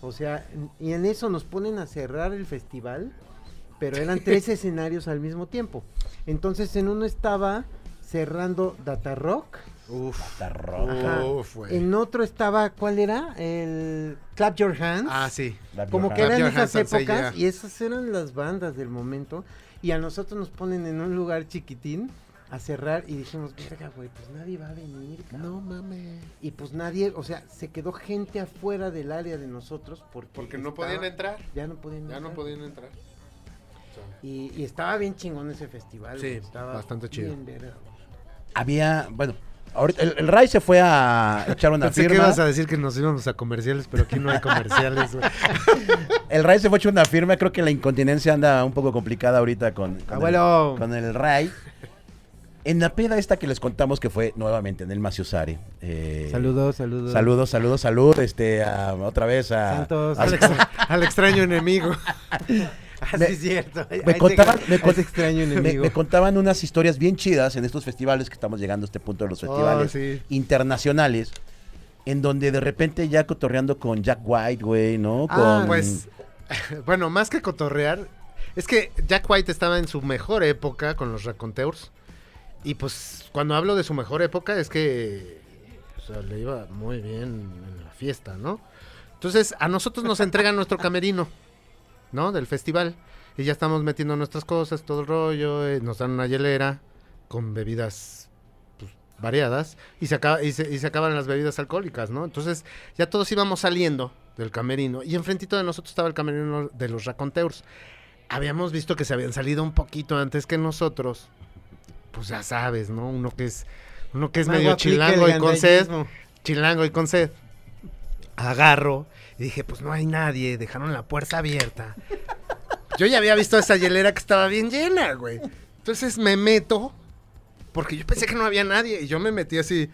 Speaker 2: O sea, y en eso nos ponen a cerrar el festival, pero eran
Speaker 4: [LAUGHS]
Speaker 2: tres escenarios al mismo tiempo. Entonces en uno estaba cerrando Data Rock.
Speaker 4: uf,
Speaker 1: Está rock.
Speaker 2: Ajá.
Speaker 4: uf, güey.
Speaker 2: En otro estaba, ¿cuál era? El Clap Your Hands.
Speaker 4: Ah, sí,
Speaker 1: Clap
Speaker 2: Como
Speaker 1: your
Speaker 2: que
Speaker 1: hands.
Speaker 2: eran
Speaker 4: Clap Your
Speaker 2: esas
Speaker 4: Hands and Say
Speaker 2: épocas
Speaker 4: Yeah.
Speaker 2: y esas eran las bandas del momento. Y a nosotros nos ponen en un lugar chiquitín a cerrar y dijimos, verga, güey, pues nadie va a venir. cabrón".
Speaker 4: no mames,
Speaker 2: Y pues nadie, o sea, se quedó gente afuera del área de nosotros porque, estaba-
Speaker 4: entrar,
Speaker 2: Ya no podían entrar.
Speaker 4: entrar.
Speaker 2: Y, y estaba bien chingón ese festival.
Speaker 4: Sí,
Speaker 2: güey, estaba
Speaker 4: bastante chido.
Speaker 2: bien verga, güey.
Speaker 1: Había, bueno, ahorita el, el Ray se fue a echar
Speaker 2: [LAUGHS]
Speaker 1: una
Speaker 4: Pensé que
Speaker 1: firma.
Speaker 4: ibas a decir que nos íbamos a comerciales, pero aquí no hay
Speaker 1: [LAUGHS]
Speaker 4: comerciales, güey.
Speaker 1: El Ray se fue a echar una firma. Creo que la incontinencia anda un poco complicada ahorita con, con el-
Speaker 2: Abuelo.
Speaker 1: con el Ray. En la peda esta que les contamos que fue nuevamente en el Maciusare. eh,
Speaker 2: Saludos, saludos.
Speaker 1: Saludos, saludos, salud. Este, a- otra vez a.
Speaker 2: Santos.
Speaker 1: a-
Speaker 4: [LAUGHS]
Speaker 1: [LAUGHS]
Speaker 4: al, extra- al extraño enemigo.
Speaker 2: Así
Speaker 1: Me-
Speaker 2: es Ah, cierto.
Speaker 1: me contaban- me cont-
Speaker 2: es extraño
Speaker 1: me,
Speaker 2: enemigo.
Speaker 1: me contaban unas historias bien chidas en estos festivales que estamos llegando a este punto de los festivales.
Speaker 4: Oh, sí.
Speaker 1: internacionales en donde de repente ya cotorreando con Jack White, güey, ¿no?
Speaker 2: Ah,
Speaker 1: con
Speaker 4: Pues, [LAUGHS] bueno, más que cotorrear, es que Jack White estaba en su mejor época con los Raconteurs. Y pues, cuando hablo de su mejor época, es que o sea, le iba muy bien en la fiesta, ¿no? Entonces, a nosotros nos entregan nuestro camerino, ¿no? Del festival. Y ya estamos metiendo nuestras cosas, todo el rollo. eh, nos dan una hielera con bebidas pues, variadas. Y se, acaba, y, se, y se acaban las bebidas alcohólicas, ¿no? Entonces, ya todos íbamos saliendo del camerino y enfrentito de nosotros estaba el camerino de los raconteurs. habíamos visto que se habían salido un poquito antes que nosotros. Pues ya sabes, ¿no? Uno que es, uno que es
Speaker 2: Mago
Speaker 4: medio
Speaker 2: aplica el
Speaker 4: chilango y con sed.
Speaker 2: gandallismo.
Speaker 4: Chilango y con sed. Agarro y dije, pues no hay nadie, dejaron la puerta abierta. Yo ya había visto esa hielera que estaba bien llena, güey. Entonces me meto, porque yo pensé que no había nadie, y yo me metí así,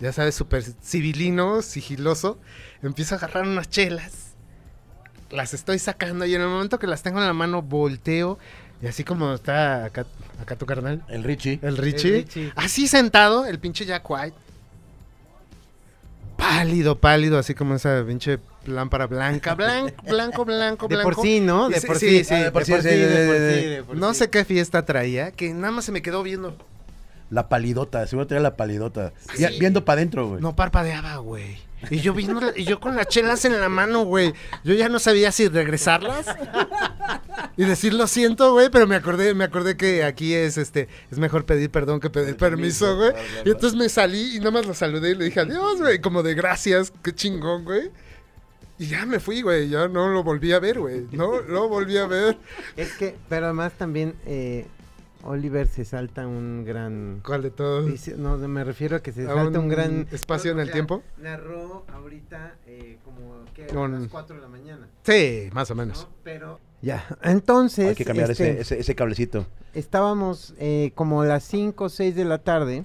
Speaker 4: ya sabes, súper civilino, sigiloso. Empiezo a agarrar unas chelas, las estoy sacando, y en el momento que las tengo en la mano, volteo, y así como está acá, acá tu carnal,
Speaker 1: El Richie.
Speaker 4: el Richie,
Speaker 2: Richie.
Speaker 4: así sentado, el pinche Jack White. Pálido, pálido, así como esa pinche lámpara blanca, [LAUGHS] blanco, blanco, blanco,
Speaker 2: De
Speaker 4: blanco.
Speaker 2: por sí, ¿no? De
Speaker 4: Sí,
Speaker 2: por
Speaker 4: sí, ah,
Speaker 2: sí.
Speaker 4: sí,
Speaker 2: de por sí, de por sí, de por
Speaker 4: No
Speaker 2: sí.
Speaker 4: sé qué fiesta traía, que nada más se me quedó viendo.
Speaker 1: La palidota, seguro tenía la palidota. Ya-
Speaker 4: Sí.
Speaker 1: Viendo para adentro, güey.
Speaker 4: No parpadeaba, güey. Y yo viendo, y yo con las chelas en la mano, güey. Yo ya no sabía si regresarlas y decir lo siento, güey, pero me acordé, me acordé que aquí es este, es mejor pedir perdón que pedir permiso, güey. Y entonces me salí y nomás lo saludé y le dije adiós, güey, como de gracias, qué chingón, güey. Y ya me fui, güey, ya no lo volví a ver, güey. No lo volví a ver.
Speaker 2: Es que, pero además también eh, Oliver se salta un gran...
Speaker 4: ¿Cuál de todos?
Speaker 2: dice- No, me refiero a que se
Speaker 4: A
Speaker 2: salta un, gran...
Speaker 4: espacio en
Speaker 2: o
Speaker 4: el
Speaker 2: sea,
Speaker 4: tiempo.
Speaker 2: Narró ahorita eh, como que a
Speaker 4: Con-
Speaker 2: las 4 de la mañana,
Speaker 4: Sí, más o
Speaker 2: ¿no?
Speaker 4: menos.
Speaker 2: Pero... Ya, entonces...
Speaker 1: Hay que cambiar
Speaker 2: este,
Speaker 1: ese, ese, ese cablecito.
Speaker 2: estábamos eh, como a las 5 o 6 de la tarde,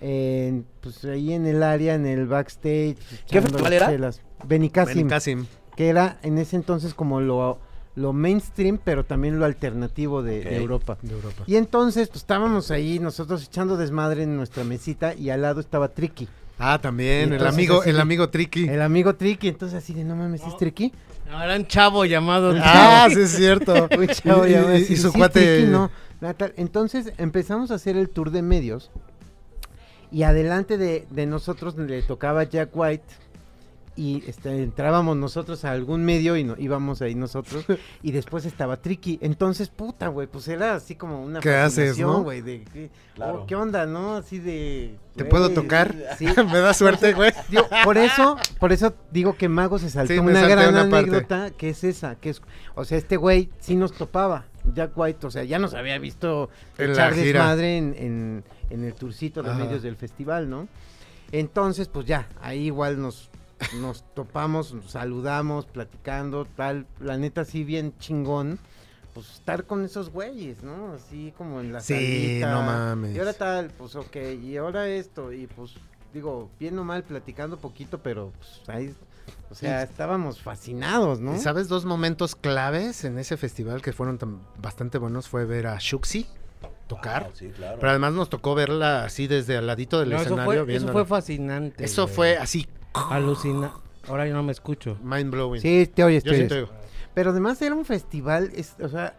Speaker 2: en- pues ahí en el área, en el backstage.
Speaker 1: ¿Qué
Speaker 2: echando
Speaker 1: festival
Speaker 2: las
Speaker 1: era?
Speaker 2: chelas. Benicassim,
Speaker 4: Benicassim.
Speaker 2: que era en ese entonces como lo, lo mainstream, pero también lo alternativo de, de
Speaker 1: Ok.
Speaker 2: Europa.
Speaker 4: de Europa.
Speaker 2: Y entonces, pues estábamos ahí nosotros echando desmadre en nuestra mesita y al lado estaba Tricky,
Speaker 4: Ah, también,
Speaker 2: Y
Speaker 4: el
Speaker 2: entonces
Speaker 4: amigo,
Speaker 2: así
Speaker 4: el
Speaker 2: de-
Speaker 4: amigo Tricky.
Speaker 2: el amigo Tricky. Entonces, así de no mames, ¿es Tricky?
Speaker 3: Ahora un chavo llamado.
Speaker 4: Ah, [LAUGHS] sí es cierto.
Speaker 2: Uy, chavo,
Speaker 4: y,
Speaker 2: [LAUGHS] ya voy a
Speaker 4: y- y
Speaker 2: decir,
Speaker 4: su
Speaker 2: "Sí,
Speaker 4: cuate.
Speaker 2: Triqui, no, la tal". Entonces empezamos a hacer el tour de medios y adelante de, de nosotros le tocaba Jack White y este, entrábamos nosotros a algún medio y no, íbamos ahí
Speaker 4: [LAUGHS]
Speaker 2: nosotros y después estaba Tricky. Entonces, puta, güey, pues era así como una
Speaker 4: ¿Qué haces,
Speaker 2: fascinación,
Speaker 4: no?
Speaker 2: güey, de que, oh,
Speaker 1: Claro.
Speaker 2: ¿qué onda, no? Así de...
Speaker 4: ¿Te
Speaker 2: güey,
Speaker 4: puedo tocar? [LAUGHS]
Speaker 2: Sí.
Speaker 4: [LAUGHS] Me da suerte, güey.
Speaker 2: Digo, por eso, por eso digo que Mago se saltó
Speaker 4: Sí, me
Speaker 2: una
Speaker 4: salté
Speaker 2: gran
Speaker 4: una parte.
Speaker 2: anécdota que es esa, que es, o sea, este güey sí nos topaba, Jack White, o sea, ya nos había visto
Speaker 4: En la
Speaker 2: echar
Speaker 4: gira.
Speaker 2: desmadre en, en, en el turcito de
Speaker 4: Ajá.
Speaker 2: medios del festival, ¿no? Entonces, pues ya, ahí igual nos, nos topamos, nos saludamos, platicando, tal, la neta sí bien chingón. Pues estar con esos güeyes, ¿no? Así como en la
Speaker 4: Sí,
Speaker 2: salita,
Speaker 4: no mames.
Speaker 2: Y ahora tal, pues ok, y ahora esto, y pues digo, bien o mal, platicando poquito, pero pues ahí, o sea, estábamos fascinados, ¿no?
Speaker 4: ¿Y ¿Sabes dos momentos claves en ese festival que fueron tan- bastante buenos? Fue ver a Shuxi tocar.
Speaker 1: Ah, sí, claro.
Speaker 4: Pero además nos tocó verla así desde al ladito del
Speaker 3: No, eso,
Speaker 4: escenario.
Speaker 3: fue, eso
Speaker 4: viéndola.
Speaker 3: fue fascinante.
Speaker 4: Eso
Speaker 3: güey.
Speaker 4: fue así,
Speaker 3: Alucina. Ahora yo no me escucho.
Speaker 4: mind blowing.
Speaker 2: Sí, te oyes, te
Speaker 4: Yo sí
Speaker 2: oyes.
Speaker 4: este, te digo.
Speaker 2: Pero además era un festival, es, o sea,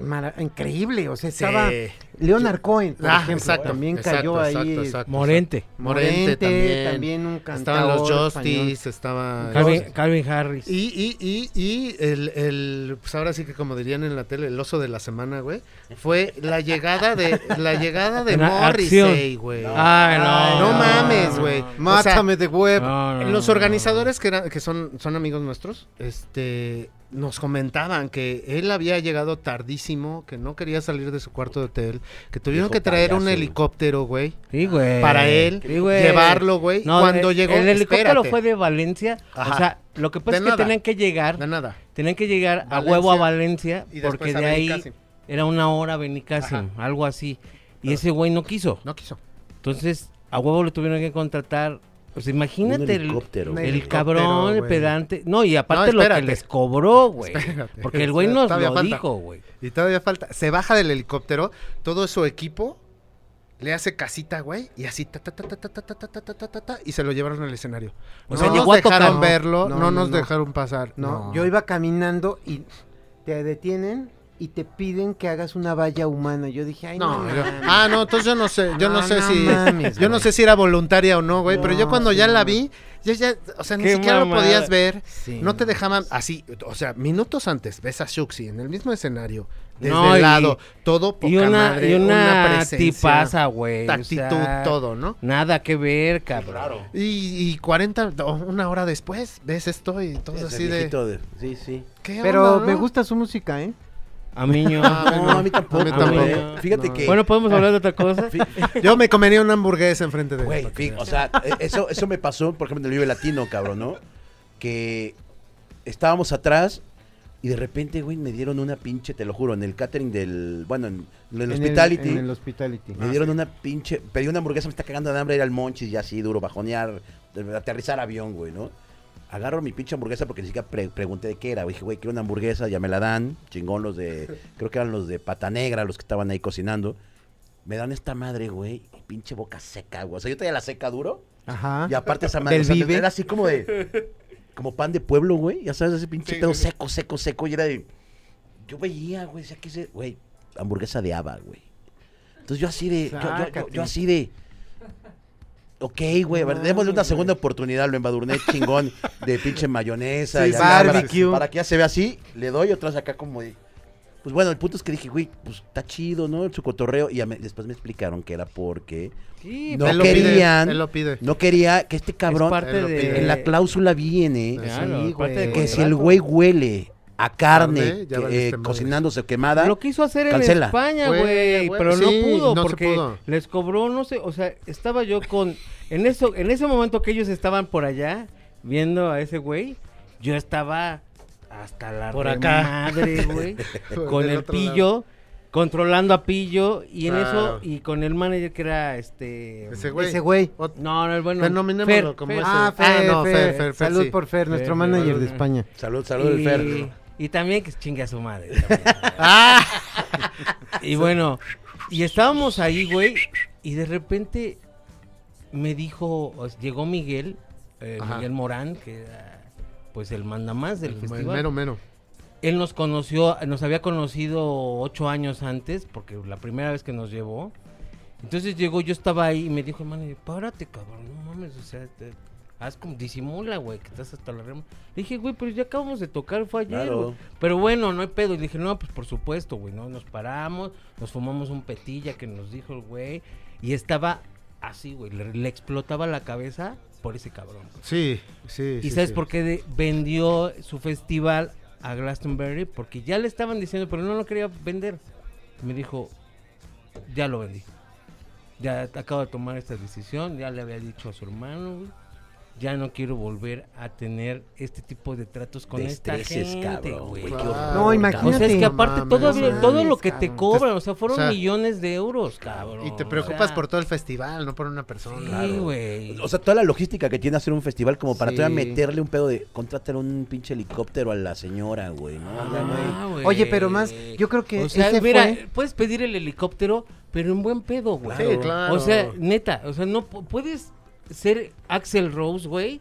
Speaker 2: mara- increíble, o sea,
Speaker 4: Sí.
Speaker 2: estaba Leonard Cohen, por
Speaker 4: Ah,
Speaker 2: ejemplo,
Speaker 4: exacto,
Speaker 2: también
Speaker 4: exacto,
Speaker 2: cayó
Speaker 4: exacto,
Speaker 2: ahí.
Speaker 4: exacto,
Speaker 3: Morente.
Speaker 4: Morente también.
Speaker 2: un cantador
Speaker 4: Estaban los
Speaker 2: español.
Speaker 4: Justice, estaba.
Speaker 3: Calvin, Calvin Harris.
Speaker 4: Y, y, y, y el, el, pues ahora sí que como dirían en la tele, el oso de la semana, güey, fue la llegada de, la llegada
Speaker 3: [LAUGHS]
Speaker 4: de
Speaker 3: Una
Speaker 4: Morrissey,
Speaker 3: acción.
Speaker 4: güey.
Speaker 3: Ay,
Speaker 4: Ay, no mames, güey. Eh,
Speaker 2: Mátame de huevo.
Speaker 3: No, no, no,
Speaker 4: Los
Speaker 3: no,
Speaker 4: organizadores que, eran- que son, son amigos nuestros, este, nos comentaban que él había llegado tardísimo, que no quería salir de su cuarto de hotel, que tuvieron
Speaker 1: Viejo
Speaker 4: que traer un
Speaker 1: payaso, güey.
Speaker 4: helicóptero, güey,
Speaker 3: Sí, güey.
Speaker 4: para él,
Speaker 3: Sí, güey.
Speaker 4: llevarlo, güey.
Speaker 3: No,
Speaker 4: Cuando
Speaker 3: el-
Speaker 4: llegó,
Speaker 3: El helicóptero
Speaker 4: espérate,
Speaker 3: fue de Valencia.
Speaker 4: Ajá.
Speaker 3: O sea, lo que
Speaker 4: De
Speaker 3: pasa es
Speaker 4: nada.
Speaker 3: que tenían que
Speaker 4: de
Speaker 3: llegar.
Speaker 4: nada.
Speaker 3: Tenían que llegar
Speaker 4: Valencia,
Speaker 3: a huevo a Valencia.
Speaker 4: y después
Speaker 3: Porque
Speaker 4: a
Speaker 3: de ahí
Speaker 4: Benicassim.
Speaker 3: era una hora a Benicassim, algo así. Y ese güey no quiso.
Speaker 4: No quiso.
Speaker 3: Entonces, a huevo lo tuvieron que contratar. O sea,
Speaker 1: Un
Speaker 3: imagínate el,
Speaker 1: helicóptero,
Speaker 3: el
Speaker 1: güey.
Speaker 4: helicóptero,
Speaker 3: cabrón, el
Speaker 4: güey.
Speaker 3: pedante. No, y aparte lo que
Speaker 4: espérate.
Speaker 3: les cobró, güey.
Speaker 4: Espérate.
Speaker 3: Porque el güey nos
Speaker 4: Todavía
Speaker 3: lo
Speaker 4: falta.
Speaker 3: dijo, güey.
Speaker 4: Y todavía falta. Se baja del helicóptero, todo su equipo le hace casita, güey, y así ta ta ta ta ta ta ta ta ta ta ta, ta, ta, y se lo llevaron al escenario.
Speaker 3: O
Speaker 4: no
Speaker 3: sea,
Speaker 4: nos
Speaker 3: llegó a
Speaker 4: dejaron
Speaker 3: tocar, ¿no?
Speaker 4: verlo, no,
Speaker 2: No, no,
Speaker 4: nos
Speaker 2: no.
Speaker 4: dejaron pasar.
Speaker 2: No, yo iba caminando y te detienen y te piden que hagas una valla humana. Yo dije, ay, no,
Speaker 4: No, yo-
Speaker 2: mames.
Speaker 4: ah, no, entonces yo no sé, yo no,
Speaker 2: No,
Speaker 4: sé
Speaker 2: no
Speaker 4: si
Speaker 2: mames,
Speaker 4: yo no
Speaker 2: güey.
Speaker 4: sé si era voluntaria o no, güey, pero yo
Speaker 2: No,
Speaker 4: cuando
Speaker 2: sí,
Speaker 4: ya
Speaker 2: no
Speaker 4: la
Speaker 2: mames.
Speaker 4: vi, ya ya, o sea, ni
Speaker 3: Qué
Speaker 4: siquiera lo
Speaker 3: mamada.
Speaker 4: podías ver.
Speaker 2: Sí,
Speaker 4: No te
Speaker 2: mames.
Speaker 4: dejaban así, o sea, minutos antes ves a Shuxi en el mismo escenario, desde
Speaker 3: No,
Speaker 4: el
Speaker 3: y-
Speaker 4: lado, todo poca
Speaker 3: Y una,
Speaker 4: madre,
Speaker 3: y una,
Speaker 4: presencia,
Speaker 3: tipaza, güey. o
Speaker 4: actitud,
Speaker 3: sea,
Speaker 4: todo, ¿no?
Speaker 3: Nada que ver, cabrón.
Speaker 4: Y, y 40, o una hora después, ves esto y todo
Speaker 1: Ese
Speaker 4: así de.
Speaker 1: viejito de- Sí, sí.
Speaker 4: ¿qué
Speaker 2: Pero
Speaker 4: onda,
Speaker 2: me
Speaker 4: no?
Speaker 2: gusta su música, ¿eh?
Speaker 3: A mí no.
Speaker 1: No, a mí tampoco.
Speaker 4: A mí
Speaker 1: güey.
Speaker 4: tampoco.
Speaker 1: Fíjate
Speaker 2: No.
Speaker 1: que.
Speaker 3: Bueno, podemos hablar de otra
Speaker 1: [LAUGHS]
Speaker 3: cosa.
Speaker 1: fi-
Speaker 4: [LAUGHS] Yo me comería una hamburguesa enfrente de él,
Speaker 1: Güey,
Speaker 4: para que
Speaker 1: fi- o sea, eh, eso, eso me pasó, por ejemplo, en el Vive Latino, cabrón, ¿no? Que estábamos atrás y de repente, güey, me dieron una pinche, te lo juro, en el catering del. Bueno, en, en el
Speaker 2: En
Speaker 1: Hospitality.
Speaker 2: en el hospitality.
Speaker 1: Me dieron una pinche. Pedí una hamburguesa, me está cagando de hambre ir al Monchis y así, duro, bajonear, de- aterrizar avión, güey, ¿no? Agarro mi pinche hamburguesa porque ni siquiera pre- pregunté de qué era. güey. Dije, güey, quiero una hamburguesa, ya me la dan. Chingón los de. Creo que eran los de Pata Negra los que estaban ahí cocinando. Me dan esta madre, güey, y pinche boca seca, güey. O sea, yo traía la seca duro.
Speaker 2: Ajá.
Speaker 1: Y aparte esa madre.
Speaker 2: Del
Speaker 1: o sea,
Speaker 2: Vive.
Speaker 1: Era así como de. Como pan de pueblo, güey. Ya sabes, ese pinche
Speaker 4: Sí,
Speaker 1: pedo
Speaker 4: sí, sí.
Speaker 1: seco, seco, seco. Y era de. Yo veía, güey, decía que ese. Güey, hamburguesa de haba, güey. Entonces yo así de. yo- yo- Yo, yo,
Speaker 2: Sácate.
Speaker 1: así de. Ok, güey, a ver,
Speaker 2: No,
Speaker 1: démosle una
Speaker 2: güey.
Speaker 1: segunda oportunidad, lo embadurné chingón de pinche mayonesa.
Speaker 4: Sí,
Speaker 1: y
Speaker 4: sí,
Speaker 1: acá para-
Speaker 2: barbecue.
Speaker 1: Para que ya se vea así, le doy otras acá como de. Pues bueno, el punto es que dije, güey, pues está chido, ¿no? Su cotorreo. Y ya me- después me explicaron que era porque
Speaker 3: Sí,
Speaker 1: No
Speaker 4: Él lo
Speaker 1: querían.
Speaker 4: Pide, él lo pide.
Speaker 1: no quería que este cabrón
Speaker 3: parte
Speaker 4: Él lo pide.
Speaker 3: de-
Speaker 1: en la cláusula viene
Speaker 3: Eh, Claro,
Speaker 2: Sí,
Speaker 3: parte
Speaker 2: güey.
Speaker 3: de
Speaker 1: que si el
Speaker 3: contrato.
Speaker 1: güey huele a carne
Speaker 4: Carne, ya
Speaker 1: que,
Speaker 4: valiste
Speaker 1: eh,
Speaker 4: madre.
Speaker 1: cocinándose o quemada,
Speaker 3: Lo quiso hacer en
Speaker 1: Cancela.
Speaker 3: España,
Speaker 4: Güey,
Speaker 3: güey,
Speaker 4: güey,
Speaker 3: pero
Speaker 4: sí,
Speaker 3: no pudo
Speaker 4: no se
Speaker 3: porque
Speaker 4: pudo.
Speaker 3: les cobró, no sé, o sea, estaba yo con en eso en ese momento que ellos estaban por allá viendo a ese güey, yo estaba hasta la
Speaker 5: Por
Speaker 3: re
Speaker 5: acá.
Speaker 3: madre,
Speaker 5: [LAUGHS]
Speaker 3: güey, con
Speaker 4: Del
Speaker 3: el
Speaker 4: otro
Speaker 3: pillo controlando a pillo y en
Speaker 4: Claro.
Speaker 3: eso y con el manager que era este
Speaker 4: Ese güey.
Speaker 2: Ese güey.
Speaker 4: Ot-
Speaker 3: No, no, bueno,
Speaker 4: Denominémoslo
Speaker 3: Fer,
Speaker 4: como
Speaker 3: Fer.
Speaker 4: ese.
Speaker 2: Ah,
Speaker 4: Ah,
Speaker 2: Fer,
Speaker 4: no,
Speaker 2: Fer,
Speaker 4: Fer, Fer, Fer,
Speaker 2: Salud
Speaker 4: sí.
Speaker 2: por Fer, nuestro
Speaker 3: Fer,
Speaker 2: manager
Speaker 3: Fer.
Speaker 2: de España.
Speaker 1: salud, salud el
Speaker 3: y,
Speaker 1: Fer.
Speaker 3: y también que chingue a su
Speaker 4: [LAUGHS]
Speaker 3: madre. también.
Speaker 4: Ah.
Speaker 3: y bueno, y estábamos ahí, güey, y de repente me dijo, o sea, llegó Miguel, eh,
Speaker 4: Ajá.
Speaker 3: Miguel Morán, que era pues el mandamás del
Speaker 4: El
Speaker 3: festival.
Speaker 4: Mero, mero.
Speaker 3: Él nos conoció, nos había conocido ocho años antes, porque la primera vez que nos llevó. Entonces llegó, yo estaba ahí y me dijo, hermano, párate, cabrón, no mames, o sea, te- haz como, disimula, güey, que estás hasta la rema. Le dije, güey, pero ya acabamos de tocar, fue ayer,
Speaker 1: Claro.
Speaker 3: güey. Pero bueno, no hay pedo. Y le dije, no, pues por supuesto, güey, no, nos paramos, nos fumamos un petilla que nos dijo el güey. Y estaba así, güey, le, le explotaba la cabeza por ese cabrón. güey.
Speaker 4: Sí, sí.
Speaker 3: ¿Y sabes por qué de- vendió su festival a Glastonbury? Porque ya le estaban diciendo, pero no lo quería vender. Me dijo, ya lo vendí. Ya acabo de tomar esta decisión, ya le había dicho a su hermano, güey. Ya no quiero volver a tener este tipo de tratos con
Speaker 1: De
Speaker 3: esta
Speaker 1: estreses,
Speaker 3: gente,
Speaker 1: cabrón,
Speaker 3: güey.
Speaker 1: güey.
Speaker 4: Claro.
Speaker 1: qué horror,
Speaker 4: No,
Speaker 2: imagínate.
Speaker 3: O sea, es que
Speaker 2: No
Speaker 3: aparte
Speaker 4: mames,
Speaker 3: todo,
Speaker 2: no
Speaker 3: todo lo
Speaker 2: mames,
Speaker 3: que te
Speaker 2: cabrón.
Speaker 3: cobran, o sea, fueron
Speaker 4: O sea,
Speaker 3: millones de euros, cabrón.
Speaker 4: Y te
Speaker 3: o
Speaker 4: preocupas
Speaker 3: sea,
Speaker 4: por todo el festival, no por una persona.
Speaker 3: Sí, güey.
Speaker 1: O sea, toda la logística que tiene hacer un festival como para
Speaker 2: Sí.
Speaker 1: todavía meterle un pedo de contratar un pinche helicóptero a la señora, güey. ¿no?
Speaker 2: Ah,
Speaker 3: Ah, güey.
Speaker 2: Oye, pero más, yo creo que
Speaker 3: O sea,
Speaker 2: ese
Speaker 3: mira,
Speaker 2: fue-
Speaker 3: puedes pedir el helicóptero, pero en buen pedo, güey.
Speaker 4: Sí, claro.
Speaker 3: O sea, neta, o sea, no pu- puedes ser Axel Rose, güey,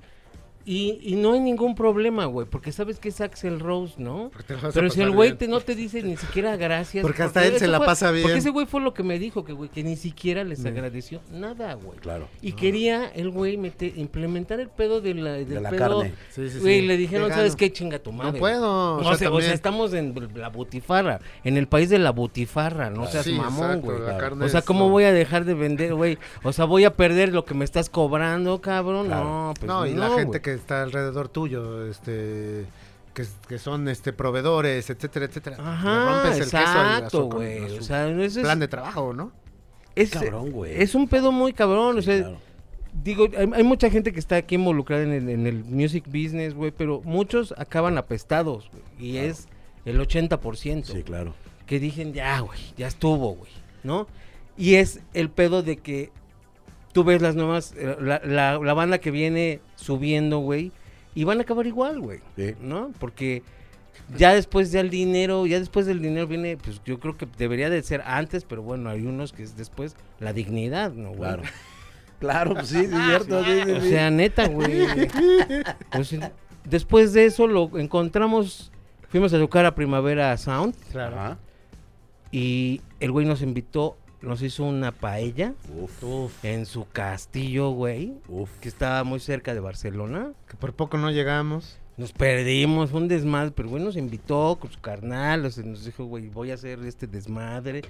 Speaker 3: y, y no hay ningún problema, güey, porque sabes que es Axel Rose, ¿no?
Speaker 4: Porque te lo vas a
Speaker 3: Pero si
Speaker 4: pasar
Speaker 3: el güey
Speaker 4: bien.
Speaker 3: te, no te dice ni siquiera gracias.
Speaker 4: Porque hasta él se
Speaker 3: eso
Speaker 4: la
Speaker 3: fue-
Speaker 4: pasa bien. Mm.
Speaker 3: Porque ese güey fue lo que me dijo, que güey, que ni siquiera les agradeció nada, güey.
Speaker 1: Claro.
Speaker 3: Y
Speaker 4: Ah.
Speaker 3: quería el güey meter- implementar el pedo de la, del
Speaker 1: De la
Speaker 3: pedo-
Speaker 1: carne.
Speaker 4: Sí, sí,
Speaker 3: Güey,
Speaker 4: sí.
Speaker 3: le dijeron,
Speaker 4: Vegano.
Speaker 3: ¿sabes qué? Chinga tu madre.
Speaker 4: No puedo.
Speaker 3: O, sea,
Speaker 4: o sea,
Speaker 3: o sea,
Speaker 4: también.
Speaker 3: estamos en la butifarra, en el país de la butifarra, no seas
Speaker 4: Sí,
Speaker 3: mamón,
Speaker 4: exacto,
Speaker 3: güey.
Speaker 4: la carne
Speaker 3: O sea,
Speaker 4: es
Speaker 3: ¿cómo
Speaker 4: lo-
Speaker 3: voy a dejar de vender, güey? O sea, voy a perder lo que me estás cobrando, cabrón.
Speaker 1: Claro.
Speaker 3: No, pues
Speaker 4: no, y la
Speaker 3: no,
Speaker 4: gente
Speaker 3: güey.
Speaker 4: que está alrededor tuyo, este que, que son este proveedores, etcétera, etcétera. Le
Speaker 3: Ajá,
Speaker 4: rompes el queso al- a
Speaker 3: exacto,
Speaker 4: su- con-
Speaker 3: güey.
Speaker 4: a su
Speaker 3: O sea, no, eso es,
Speaker 4: plan de trabajo, ¿no?
Speaker 3: es, eh,
Speaker 1: Cabrón, güey.
Speaker 3: es un pedo muy cabrón. o
Speaker 1: Sí,
Speaker 3: sea,
Speaker 1: claro.
Speaker 3: digo, hay, hay mucha gente que está aquí involucrada en el, en el music business, güey, pero muchos acaban apestados, güey. Y es el 80%.
Speaker 1: Sí, claro.
Speaker 3: que dicen, ya, güey, ya estuvo, güey, ¿no? Y es el pedo de que tú ves las nuevas, eh, la, la- la banda que viene subiendo, güey, y van a acabar igual, güey,
Speaker 1: Sí.
Speaker 3: ¿no? Porque ya después del dinero, ya después del dinero viene, pues yo creo que debería de ser antes, pero bueno, hay unos que es después, la dignidad, ¿no, güey?
Speaker 1: Claro. [LAUGHS] Claro, pues sí, sí, es cierto. sí, sí,
Speaker 3: Ah, O
Speaker 1: sí.
Speaker 3: sea, neta, güey. O sea, después de eso lo encontramos, fuimos a tocar a Primavera Sound.
Speaker 1: Ajá.
Speaker 3: Y el güey nos invitó, nos hizo una paella
Speaker 1: Uf,
Speaker 3: en su castillo, güey,
Speaker 1: uf.
Speaker 3: que estaba muy cerca de Barcelona.
Speaker 4: Que por poco no llegamos.
Speaker 3: Nos perdimos, fue un desmadre, pero güey nos invitó con su carnal, o sea, nos dijo, güey, voy a hacer este desmadre.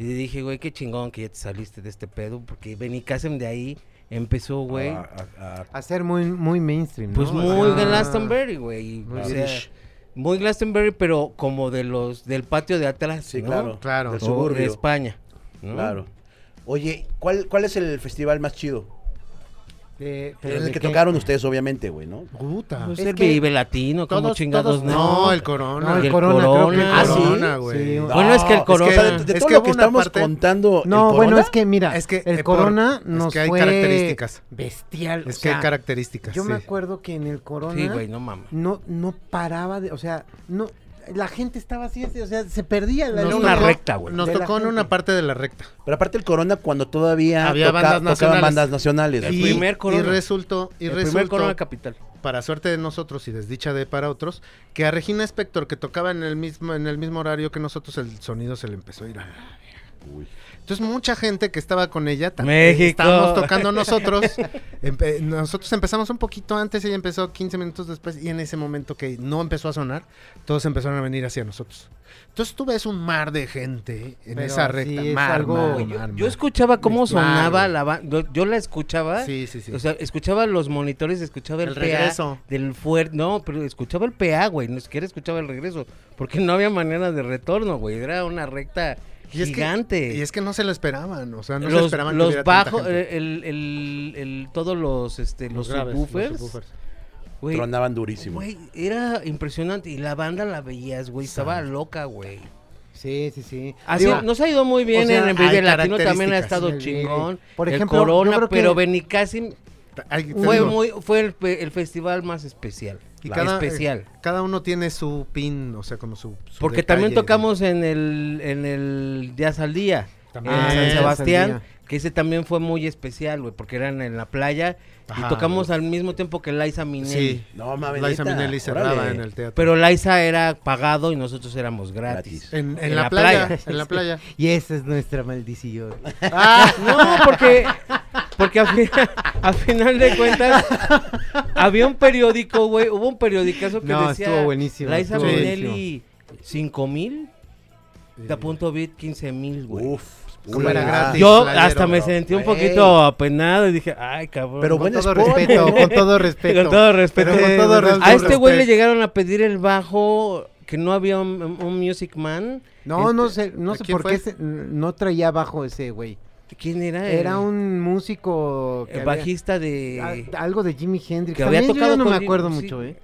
Speaker 3: Y le dije, güey, qué chingón que ya te saliste de este pedo, porque Benicasem de ahí empezó, güey.
Speaker 1: A- a- a-
Speaker 2: Hacer muy, muy mainstream, ¿no?
Speaker 3: Pues
Speaker 2: O
Speaker 3: muy
Speaker 2: sea,
Speaker 3: Glastonbury, güey.
Speaker 2: muy
Speaker 3: O sea,
Speaker 2: British.
Speaker 3: muy Glastonbury, pero como de los del patio de atrás,
Speaker 1: Sí,
Speaker 3: ¿no?
Speaker 1: claro.
Speaker 4: Claro.
Speaker 1: Del
Speaker 3: O
Speaker 1: suburbio.
Speaker 3: de España. ¿no?
Speaker 1: Claro. Oye, ¿cuál, ¿cuál es el festival más chido?
Speaker 2: De- pero
Speaker 1: El
Speaker 2: de
Speaker 1: que
Speaker 2: qué?
Speaker 1: tocaron ustedes, obviamente, güey, ¿no?
Speaker 4: Puta.
Speaker 3: Pues
Speaker 2: Es
Speaker 3: el
Speaker 2: que
Speaker 3: Vive Latino, como
Speaker 2: todos-
Speaker 3: chingados
Speaker 2: todos-
Speaker 3: no.
Speaker 4: No, el
Speaker 2: No,
Speaker 4: corona.
Speaker 2: el,
Speaker 3: el
Speaker 2: corona,
Speaker 3: Corona.
Speaker 1: Ah,
Speaker 2: creo que
Speaker 1: sí.
Speaker 4: Corona, güey.
Speaker 2: Sí,
Speaker 3: No, Bueno, es que el Corona-
Speaker 1: o sea, de, de
Speaker 4: es
Speaker 1: todo
Speaker 4: que
Speaker 1: lo
Speaker 4: hubo
Speaker 1: que
Speaker 4: una
Speaker 1: estamos
Speaker 4: parte-
Speaker 1: contando. Oh, el
Speaker 2: No, bueno,
Speaker 1: Corona-
Speaker 2: es que mira,
Speaker 4: Es que, eh,
Speaker 2: el
Speaker 4: por-
Speaker 2: Corona
Speaker 4: es que
Speaker 2: nos
Speaker 4: hay
Speaker 2: fue
Speaker 4: características.
Speaker 2: bestial. o
Speaker 4: Es que hay
Speaker 2: sea,
Speaker 4: características.
Speaker 2: Yo me
Speaker 4: sí.
Speaker 2: acuerdo que en el Corona
Speaker 3: Sí, güey, no mames.
Speaker 2: no no paraba de, o sea, no la gente estaba así, así, o sea, se perdía la
Speaker 4: Nos
Speaker 3: Era
Speaker 2: línea.
Speaker 3: una
Speaker 4: tocó-
Speaker 3: recta, güey.
Speaker 4: Nos
Speaker 2: De la
Speaker 4: tocó en una
Speaker 2: gente.
Speaker 4: parte de la recta.
Speaker 1: Pero aparte el Corona cuando todavía
Speaker 4: Había
Speaker 1: toca-
Speaker 4: bandas
Speaker 1: tocaban
Speaker 4: nacionales.
Speaker 1: bandas nacionales.
Speaker 3: El
Speaker 1: güey.
Speaker 4: y,
Speaker 3: primer
Speaker 4: y
Speaker 3: corona.
Speaker 4: resultó, y
Speaker 3: el primer
Speaker 4: resultó,
Speaker 3: Corona Capital.
Speaker 4: para suerte de nosotros y desdicha de para otros, que a Regina Spector, que tocaba en el mismo, en el mismo horario que nosotros, el sonido se le empezó a ir a la verga. Entonces mucha gente que estaba con ella también
Speaker 3: México.
Speaker 4: estábamos tocando nosotros. Empe- nosotros empezamos un poquito antes, ella empezó 15 minutos después y en ese momento que no empezó a sonar, todos empezaron a venir hacia nosotros. Entonces tú ves un mar de gente en
Speaker 2: Pero
Speaker 4: esa recta.
Speaker 2: sí, es
Speaker 4: mar,
Speaker 2: algo-
Speaker 4: mar,
Speaker 2: Yo-
Speaker 4: mar, mar.
Speaker 3: Yo escuchaba cómo
Speaker 4: Bestial,
Speaker 3: sonaba
Speaker 4: güey.
Speaker 3: la banda. Yo la escuchaba.
Speaker 4: Sí, sí, sí.
Speaker 3: O sea, escuchaba los monitores, escuchaba el,
Speaker 4: El
Speaker 3: PA
Speaker 4: regreso.
Speaker 3: del fuerte. No, pero escuchaba el PA, güey. Ni siquiera escuchaba el regreso. Porque no había manera de retorno, güey. Era una recta
Speaker 4: Y es que-
Speaker 3: gigante.
Speaker 4: y es que no se lo esperaban, o sea, no se
Speaker 3: los
Speaker 4: esperaban que
Speaker 3: los
Speaker 4: hubiera tanta
Speaker 3: bajos,
Speaker 4: gente.
Speaker 3: el, el- el- todos los, este, los,
Speaker 4: graves,
Speaker 3: subwoofers,
Speaker 4: los subwoofers.
Speaker 3: güey,
Speaker 1: Tronaban durísimo.
Speaker 3: güey, era impresionante. Y la banda la veías, güey, estaba loca, güey.
Speaker 2: Sí, sí, sí.
Speaker 3: Así,
Speaker 2: Digo,
Speaker 3: nos ha ido muy bien
Speaker 4: o sea,
Speaker 3: en el Vive
Speaker 4: hay
Speaker 3: Latino, también ha
Speaker 4: características.
Speaker 3: estado
Speaker 2: Sí.
Speaker 3: chingón.
Speaker 2: Por
Speaker 3: Por
Speaker 2: ejemplo,
Speaker 3: ejemplo,
Speaker 2: yo
Speaker 3: el Corona,
Speaker 2: creo que-
Speaker 3: pero Benicassim
Speaker 4: Ay, te
Speaker 3: fue,
Speaker 4: digo,
Speaker 3: muy, fue el, pe- el festival más especial.
Speaker 4: y
Speaker 3: la-
Speaker 4: cada,
Speaker 3: especial.
Speaker 4: eh, cada uno tiene su pin, o sea, como su. su
Speaker 3: Porque
Speaker 4: detalle,
Speaker 3: también tocamos en el, en el Días al Día,
Speaker 4: También.
Speaker 3: en
Speaker 4: Ah,
Speaker 3: San
Speaker 4: Días al
Speaker 3: Sebastián,
Speaker 2: Día.
Speaker 3: que ese también fue muy especial, güey, porque eran en la playa
Speaker 4: Ajá.
Speaker 3: y tocamos al mismo tiempo que Liza
Speaker 4: ¿no?
Speaker 3: Minnelli.
Speaker 4: Sí.
Speaker 1: No mames.
Speaker 4: Liza
Speaker 1: neta,
Speaker 4: Minnelli cerraba
Speaker 1: órale.
Speaker 4: en el teatro.
Speaker 3: Pero Liza era pagado y nosotros éramos gratis.
Speaker 1: Gratis.
Speaker 4: en,
Speaker 3: [LAUGHS]
Speaker 4: en
Speaker 3: en
Speaker 4: la,
Speaker 3: la
Speaker 4: playa, [LAUGHS]
Speaker 3: playa.
Speaker 4: En la playa.
Speaker 2: [LAUGHS] Y esa es nuestra maldición.
Speaker 3: Ah, No, porque, porque a, fi- a final de cuentas había un periódico, güey, hubo un periodicazo que
Speaker 2: No,
Speaker 3: decía
Speaker 2: estuvo buenísimo,
Speaker 3: Liza
Speaker 4: estuvo
Speaker 3: Minnelli 5 mil, de punto bit 15 mil, güey.
Speaker 1: Uf,
Speaker 4: Como
Speaker 1: ulala.
Speaker 4: era gratis.
Speaker 3: Yo
Speaker 4: playero,
Speaker 3: hasta me
Speaker 4: bro.
Speaker 3: sentí un
Speaker 1: Güey.
Speaker 3: poquito apenado y dije, ay, cabrón.
Speaker 1: Pero
Speaker 2: Con
Speaker 1: buen
Speaker 2: todo
Speaker 1: spot,
Speaker 2: respeto,
Speaker 1: ¿no?
Speaker 2: con todo respeto.
Speaker 3: [LAUGHS] Con todo respeto.
Speaker 2: Pero con todo
Speaker 3: Eh,
Speaker 2: respeto.
Speaker 3: a este güey le
Speaker 4: respeto.
Speaker 3: llegaron a pedir el bajo, que no había un, un Music Man.
Speaker 2: No,
Speaker 3: Este,
Speaker 2: no sé, no
Speaker 4: ¿a
Speaker 2: sé
Speaker 4: quién
Speaker 2: por
Speaker 4: fue?
Speaker 2: qué ese- no traía bajo ese güey.
Speaker 3: ¿Quién era? El-
Speaker 2: Era un músico que
Speaker 3: el
Speaker 2: había-
Speaker 3: Eh. bajista de...
Speaker 2: a- algo de Jimi Hendrix.
Speaker 3: que había
Speaker 2: También yo ya
Speaker 3: tocado
Speaker 2: no me
Speaker 3: con-
Speaker 2: acuerdo
Speaker 3: sí.
Speaker 2: mucho, ¿eh?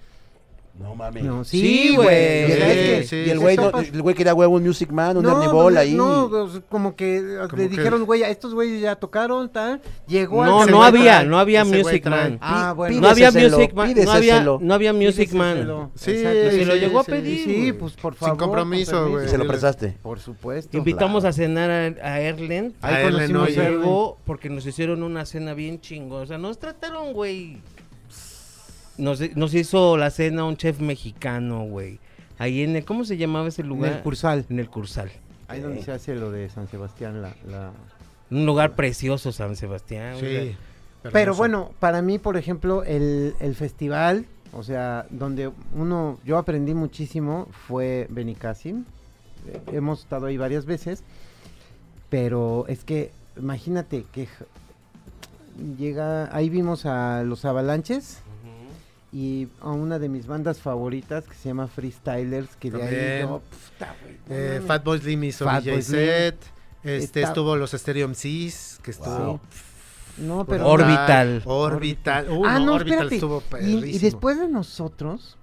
Speaker 1: No mames.
Speaker 2: No,
Speaker 3: Sí,
Speaker 2: sí,
Speaker 1: Y
Speaker 2: güey.
Speaker 1: el
Speaker 4: Sí,
Speaker 1: güey-
Speaker 4: sí,
Speaker 1: y el
Speaker 4: sí,
Speaker 1: güey,
Speaker 4: sí.
Speaker 1: no- el güey quería huevo un Music Man, un
Speaker 2: No,
Speaker 1: Arnibol
Speaker 2: no,
Speaker 1: ahí.
Speaker 2: No, pues, como que eh,
Speaker 4: Como
Speaker 2: le
Speaker 4: que-
Speaker 2: dijeron, güey, a estos güeyes ya tocaron, tal. Llegó al-
Speaker 3: No,
Speaker 4: ese
Speaker 3: no
Speaker 4: güey
Speaker 3: había,
Speaker 4: trae-
Speaker 3: no había
Speaker 4: ese güey
Speaker 3: Music
Speaker 4: trae.
Speaker 3: Man.
Speaker 2: Ah, bueno.
Speaker 3: No había
Speaker 1: pídeselo,
Speaker 3: Music Man, no había,
Speaker 1: pídeselo.
Speaker 3: no había Music Man.
Speaker 2: Pídeselo.
Speaker 4: Sí,
Speaker 2: Exacto,
Speaker 3: se lo
Speaker 4: sí,
Speaker 3: llegó a
Speaker 4: sí,
Speaker 3: pedir,
Speaker 4: sí.
Speaker 2: Sí,
Speaker 3: güey.
Speaker 2: pues por
Speaker 4: Sin
Speaker 2: favor.
Speaker 4: compromiso,
Speaker 2: con permiso.
Speaker 4: güey.
Speaker 1: Se lo prestaste.
Speaker 2: Por supuesto.
Speaker 3: Invitamos a cenar a, a Erlen.
Speaker 4: A
Speaker 2: Ahí
Speaker 4: él le
Speaker 2: conocimos
Speaker 4: no
Speaker 2: a
Speaker 4: llegó.
Speaker 2: Erwin.
Speaker 3: Llegó porque nos hicieron una cena bien chingona. O sea, nos trataron, güey. Nos, nos hizo la cena un chef mexicano, güey. Ahí en el, ¿cómo se llamaba ese
Speaker 2: En
Speaker 3: lugar?
Speaker 2: el Cursal.
Speaker 3: En el Cursal.
Speaker 2: Ahí donde se hace lo de San Sebastián, la- la,
Speaker 3: Un lugar precioso, San Sebastián.
Speaker 4: Sí.
Speaker 2: Pero
Speaker 4: hermoso.
Speaker 2: bueno, para mí, por ejemplo, el, el festival, o sea, donde uno, yo aprendí muchísimo fue Benicassim. Eh, Hemos estado ahí varias veces, pero es que, imagínate que j- llega, ahí vimos a los Avalanches y a una de mis bandas favoritas que se llama Freestylers, que de ahí
Speaker 4: También.
Speaker 2: yo, puta, güey, no
Speaker 4: Eh,
Speaker 2: mames.
Speaker 4: Fatboy Slim hizo
Speaker 2: Fatboy
Speaker 4: DJ
Speaker 2: Slim.
Speaker 4: set. Este,
Speaker 2: Está-
Speaker 4: estuvo los Stereo MCs, que estuvo...
Speaker 2: Wow. no,
Speaker 4: brutal.
Speaker 2: pero
Speaker 3: Orbital.
Speaker 4: Orbital. Uh,
Speaker 2: ah, no,
Speaker 4: Orbital
Speaker 2: espérate.
Speaker 4: estuvo
Speaker 2: Y- y,
Speaker 4: perrísimo.
Speaker 2: después de nosotros,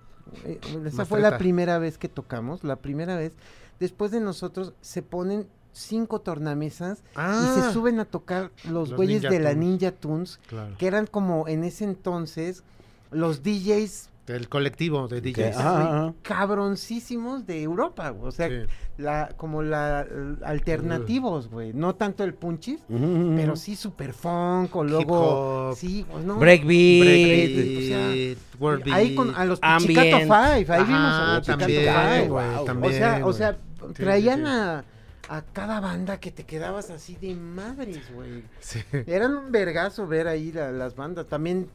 Speaker 2: eh, esa
Speaker 4: Más
Speaker 2: fue
Speaker 4: treta.
Speaker 2: la primera vez que tocamos, la primera vez, después de nosotros se ponen cinco tornamesas
Speaker 4: Ah,
Speaker 2: y se suben a tocar los,
Speaker 4: Los
Speaker 2: güeyes
Speaker 4: Ninja
Speaker 2: de la
Speaker 4: Tunes.
Speaker 2: Ninja Tunes,
Speaker 4: Claro.
Speaker 2: que eran como en ese entonces los DJs
Speaker 4: El colectivo de DJs.
Speaker 1: Que- ajá, ajá.
Speaker 2: cabroncísimos de Europa, güey, o sea,
Speaker 4: Sí.
Speaker 2: la, como la eh, alternativos, güey, no tanto el punchis,
Speaker 1: Ujú.
Speaker 2: pero sí [LAUGHS] super funk o luego
Speaker 4: hop.
Speaker 2: sí, o no,
Speaker 3: Breakbeat.
Speaker 4: Breakbeat,
Speaker 2: o sea,
Speaker 4: World
Speaker 2: Ahí
Speaker 4: Beat.
Speaker 2: con a los
Speaker 3: Ambient.
Speaker 2: Pichicato Five, ahí vimos a
Speaker 4: Ah, Ajá,
Speaker 2: los Pichicato
Speaker 4: también,
Speaker 2: Five.
Speaker 4: güey,
Speaker 1: wow.
Speaker 4: también,
Speaker 2: o sea, o
Speaker 4: güey.
Speaker 2: sea,
Speaker 4: sí,
Speaker 2: traían
Speaker 4: sí.
Speaker 2: A, a cada banda que te quedabas así de madres, güey. [LAUGHS]
Speaker 4: Sí. [LAUGHS]
Speaker 2: Eran un vergazo ver ahí la- las bandas. También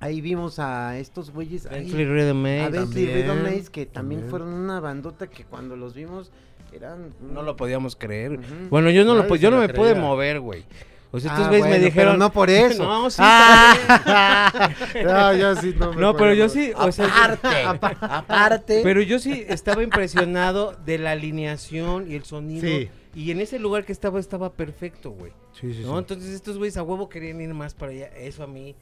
Speaker 2: ahí vimos a estos güeyes. ahí,
Speaker 3: Bentley Rhythm
Speaker 2: a
Speaker 3: Aid.
Speaker 2: Bentley
Speaker 4: también,
Speaker 2: Rhythm Maze, que también,
Speaker 4: también.
Speaker 2: fueron una bandota que cuando los vimos eran.
Speaker 3: No lo podíamos creer.
Speaker 2: Ujú.
Speaker 3: Bueno, yo no, lo,
Speaker 4: Nadie
Speaker 3: pu-
Speaker 4: se
Speaker 3: yo no
Speaker 4: lo
Speaker 3: me pude
Speaker 4: creía.
Speaker 3: mover, güey. O sea,
Speaker 2: Ah,
Speaker 3: estos güeyes
Speaker 2: bueno,
Speaker 3: me
Speaker 2: pero
Speaker 3: dijeron.
Speaker 2: no por eso.
Speaker 3: [LAUGHS] No, sí.
Speaker 4: No, yo Ah, sí no me
Speaker 3: No, pero
Speaker 4: acuerdo.
Speaker 3: yo sí. O sea, yo-
Speaker 1: Aparte, aparte.
Speaker 3: Pero yo sí estaba impresionado de la alineación y el sonido.
Speaker 4: Sí.
Speaker 3: Y en ese lugar que estaba, estaba perfecto, güey.
Speaker 4: Sí, sí, sí.
Speaker 3: ¿no? Entonces estos güeyes a huevo querían ir más para allá. Eso a mí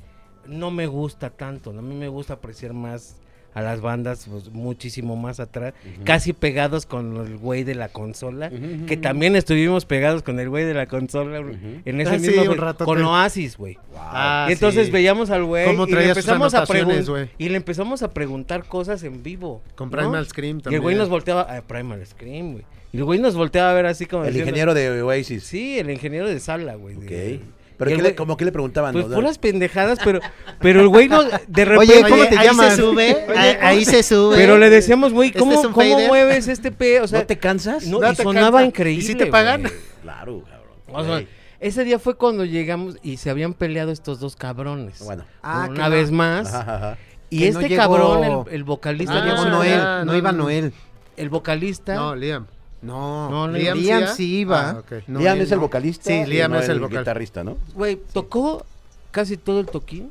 Speaker 3: no me gusta tanto. ¿no? A mí me gusta apreciar más a las bandas pues, muchísimo más atrás. Casi pegados con el güey de la consola.
Speaker 1: Ujú,
Speaker 3: Que
Speaker 1: ujú.
Speaker 3: también estuvimos pegados con el güey de la consola
Speaker 1: Ujú.
Speaker 3: en ese
Speaker 4: Ah, sí,
Speaker 3: mismo...
Speaker 4: un
Speaker 3: güey,
Speaker 4: ratote.
Speaker 3: con Oasis, güey.
Speaker 4: Ah,
Speaker 3: Y entonces
Speaker 4: sí.
Speaker 3: veíamos al güey
Speaker 4: ¿Cómo
Speaker 3: y le
Speaker 4: traía sus
Speaker 3: empezamos a
Speaker 4: anotaciones,
Speaker 3: pregun-
Speaker 4: güey?
Speaker 3: y le empezamos a preguntar cosas en vivo.
Speaker 4: Con
Speaker 3: ¿no?
Speaker 4: Primal
Speaker 3: Y
Speaker 4: Scream
Speaker 3: el
Speaker 4: también.
Speaker 3: güey nos volteaba a Primal Scream, güey. Y el güey nos volteaba a ver así como
Speaker 1: El
Speaker 3: diciendo-
Speaker 1: ingeniero de Oasis.
Speaker 3: Sí, el ingeniero de sala, güey.
Speaker 1: Ok.
Speaker 3: de-
Speaker 1: Pero
Speaker 3: y el
Speaker 1: ¿qué
Speaker 3: güey-
Speaker 1: le, como que le preguntaban.
Speaker 3: Pues
Speaker 1: ¿no?
Speaker 3: puras pendejadas, pero pero el güey no de repente
Speaker 2: Oye, ¿cómo te
Speaker 5: ahí
Speaker 2: llamas?
Speaker 5: se sube,
Speaker 2: Oye,
Speaker 5: ahí,
Speaker 2: ¿cómo
Speaker 5: ahí se
Speaker 4: ¿Este
Speaker 5: sube.
Speaker 3: pero le decíamos, güey,
Speaker 5: ¿Este
Speaker 3: ¿cómo,
Speaker 5: es un
Speaker 3: cómo
Speaker 5: fader?
Speaker 3: mueves este pe? O sea,
Speaker 1: ¿No te cansas?
Speaker 3: no,
Speaker 4: no
Speaker 3: y
Speaker 4: te
Speaker 3: sonaba
Speaker 4: cansa.
Speaker 3: increíble.
Speaker 4: ¿Y si te pagan?
Speaker 3: güey.
Speaker 1: Claro, cabrón.
Speaker 3: O sea,
Speaker 1: Güey.
Speaker 3: ese día fue cuando llegamos y se habían peleado estos dos cabrones.
Speaker 1: Bueno.
Speaker 2: Ah,
Speaker 3: una
Speaker 2: que no.
Speaker 3: vez más.
Speaker 1: Ajá, ajá, ajá.
Speaker 3: Y
Speaker 2: Que no
Speaker 3: este
Speaker 2: llegó-
Speaker 3: cabrón, el, el vocalista,
Speaker 2: No
Speaker 4: Ah,
Speaker 2: llegó
Speaker 4: ya,
Speaker 2: Noel,
Speaker 4: no,
Speaker 2: no, iba
Speaker 4: no.
Speaker 2: Noel.
Speaker 3: el vocalista,
Speaker 4: No, Liam.
Speaker 2: No,
Speaker 3: No, no
Speaker 2: Liam,
Speaker 4: iba.
Speaker 2: sí iba.
Speaker 4: Ah, ok.
Speaker 2: No,
Speaker 1: Liam
Speaker 2: él
Speaker 1: es el
Speaker 2: no.
Speaker 1: vocalista.
Speaker 4: Sí,
Speaker 1: y
Speaker 4: Liam
Speaker 1: no
Speaker 4: es el vocal.
Speaker 1: guitarrista, ¿no?
Speaker 3: güey, tocó casi todo el toquín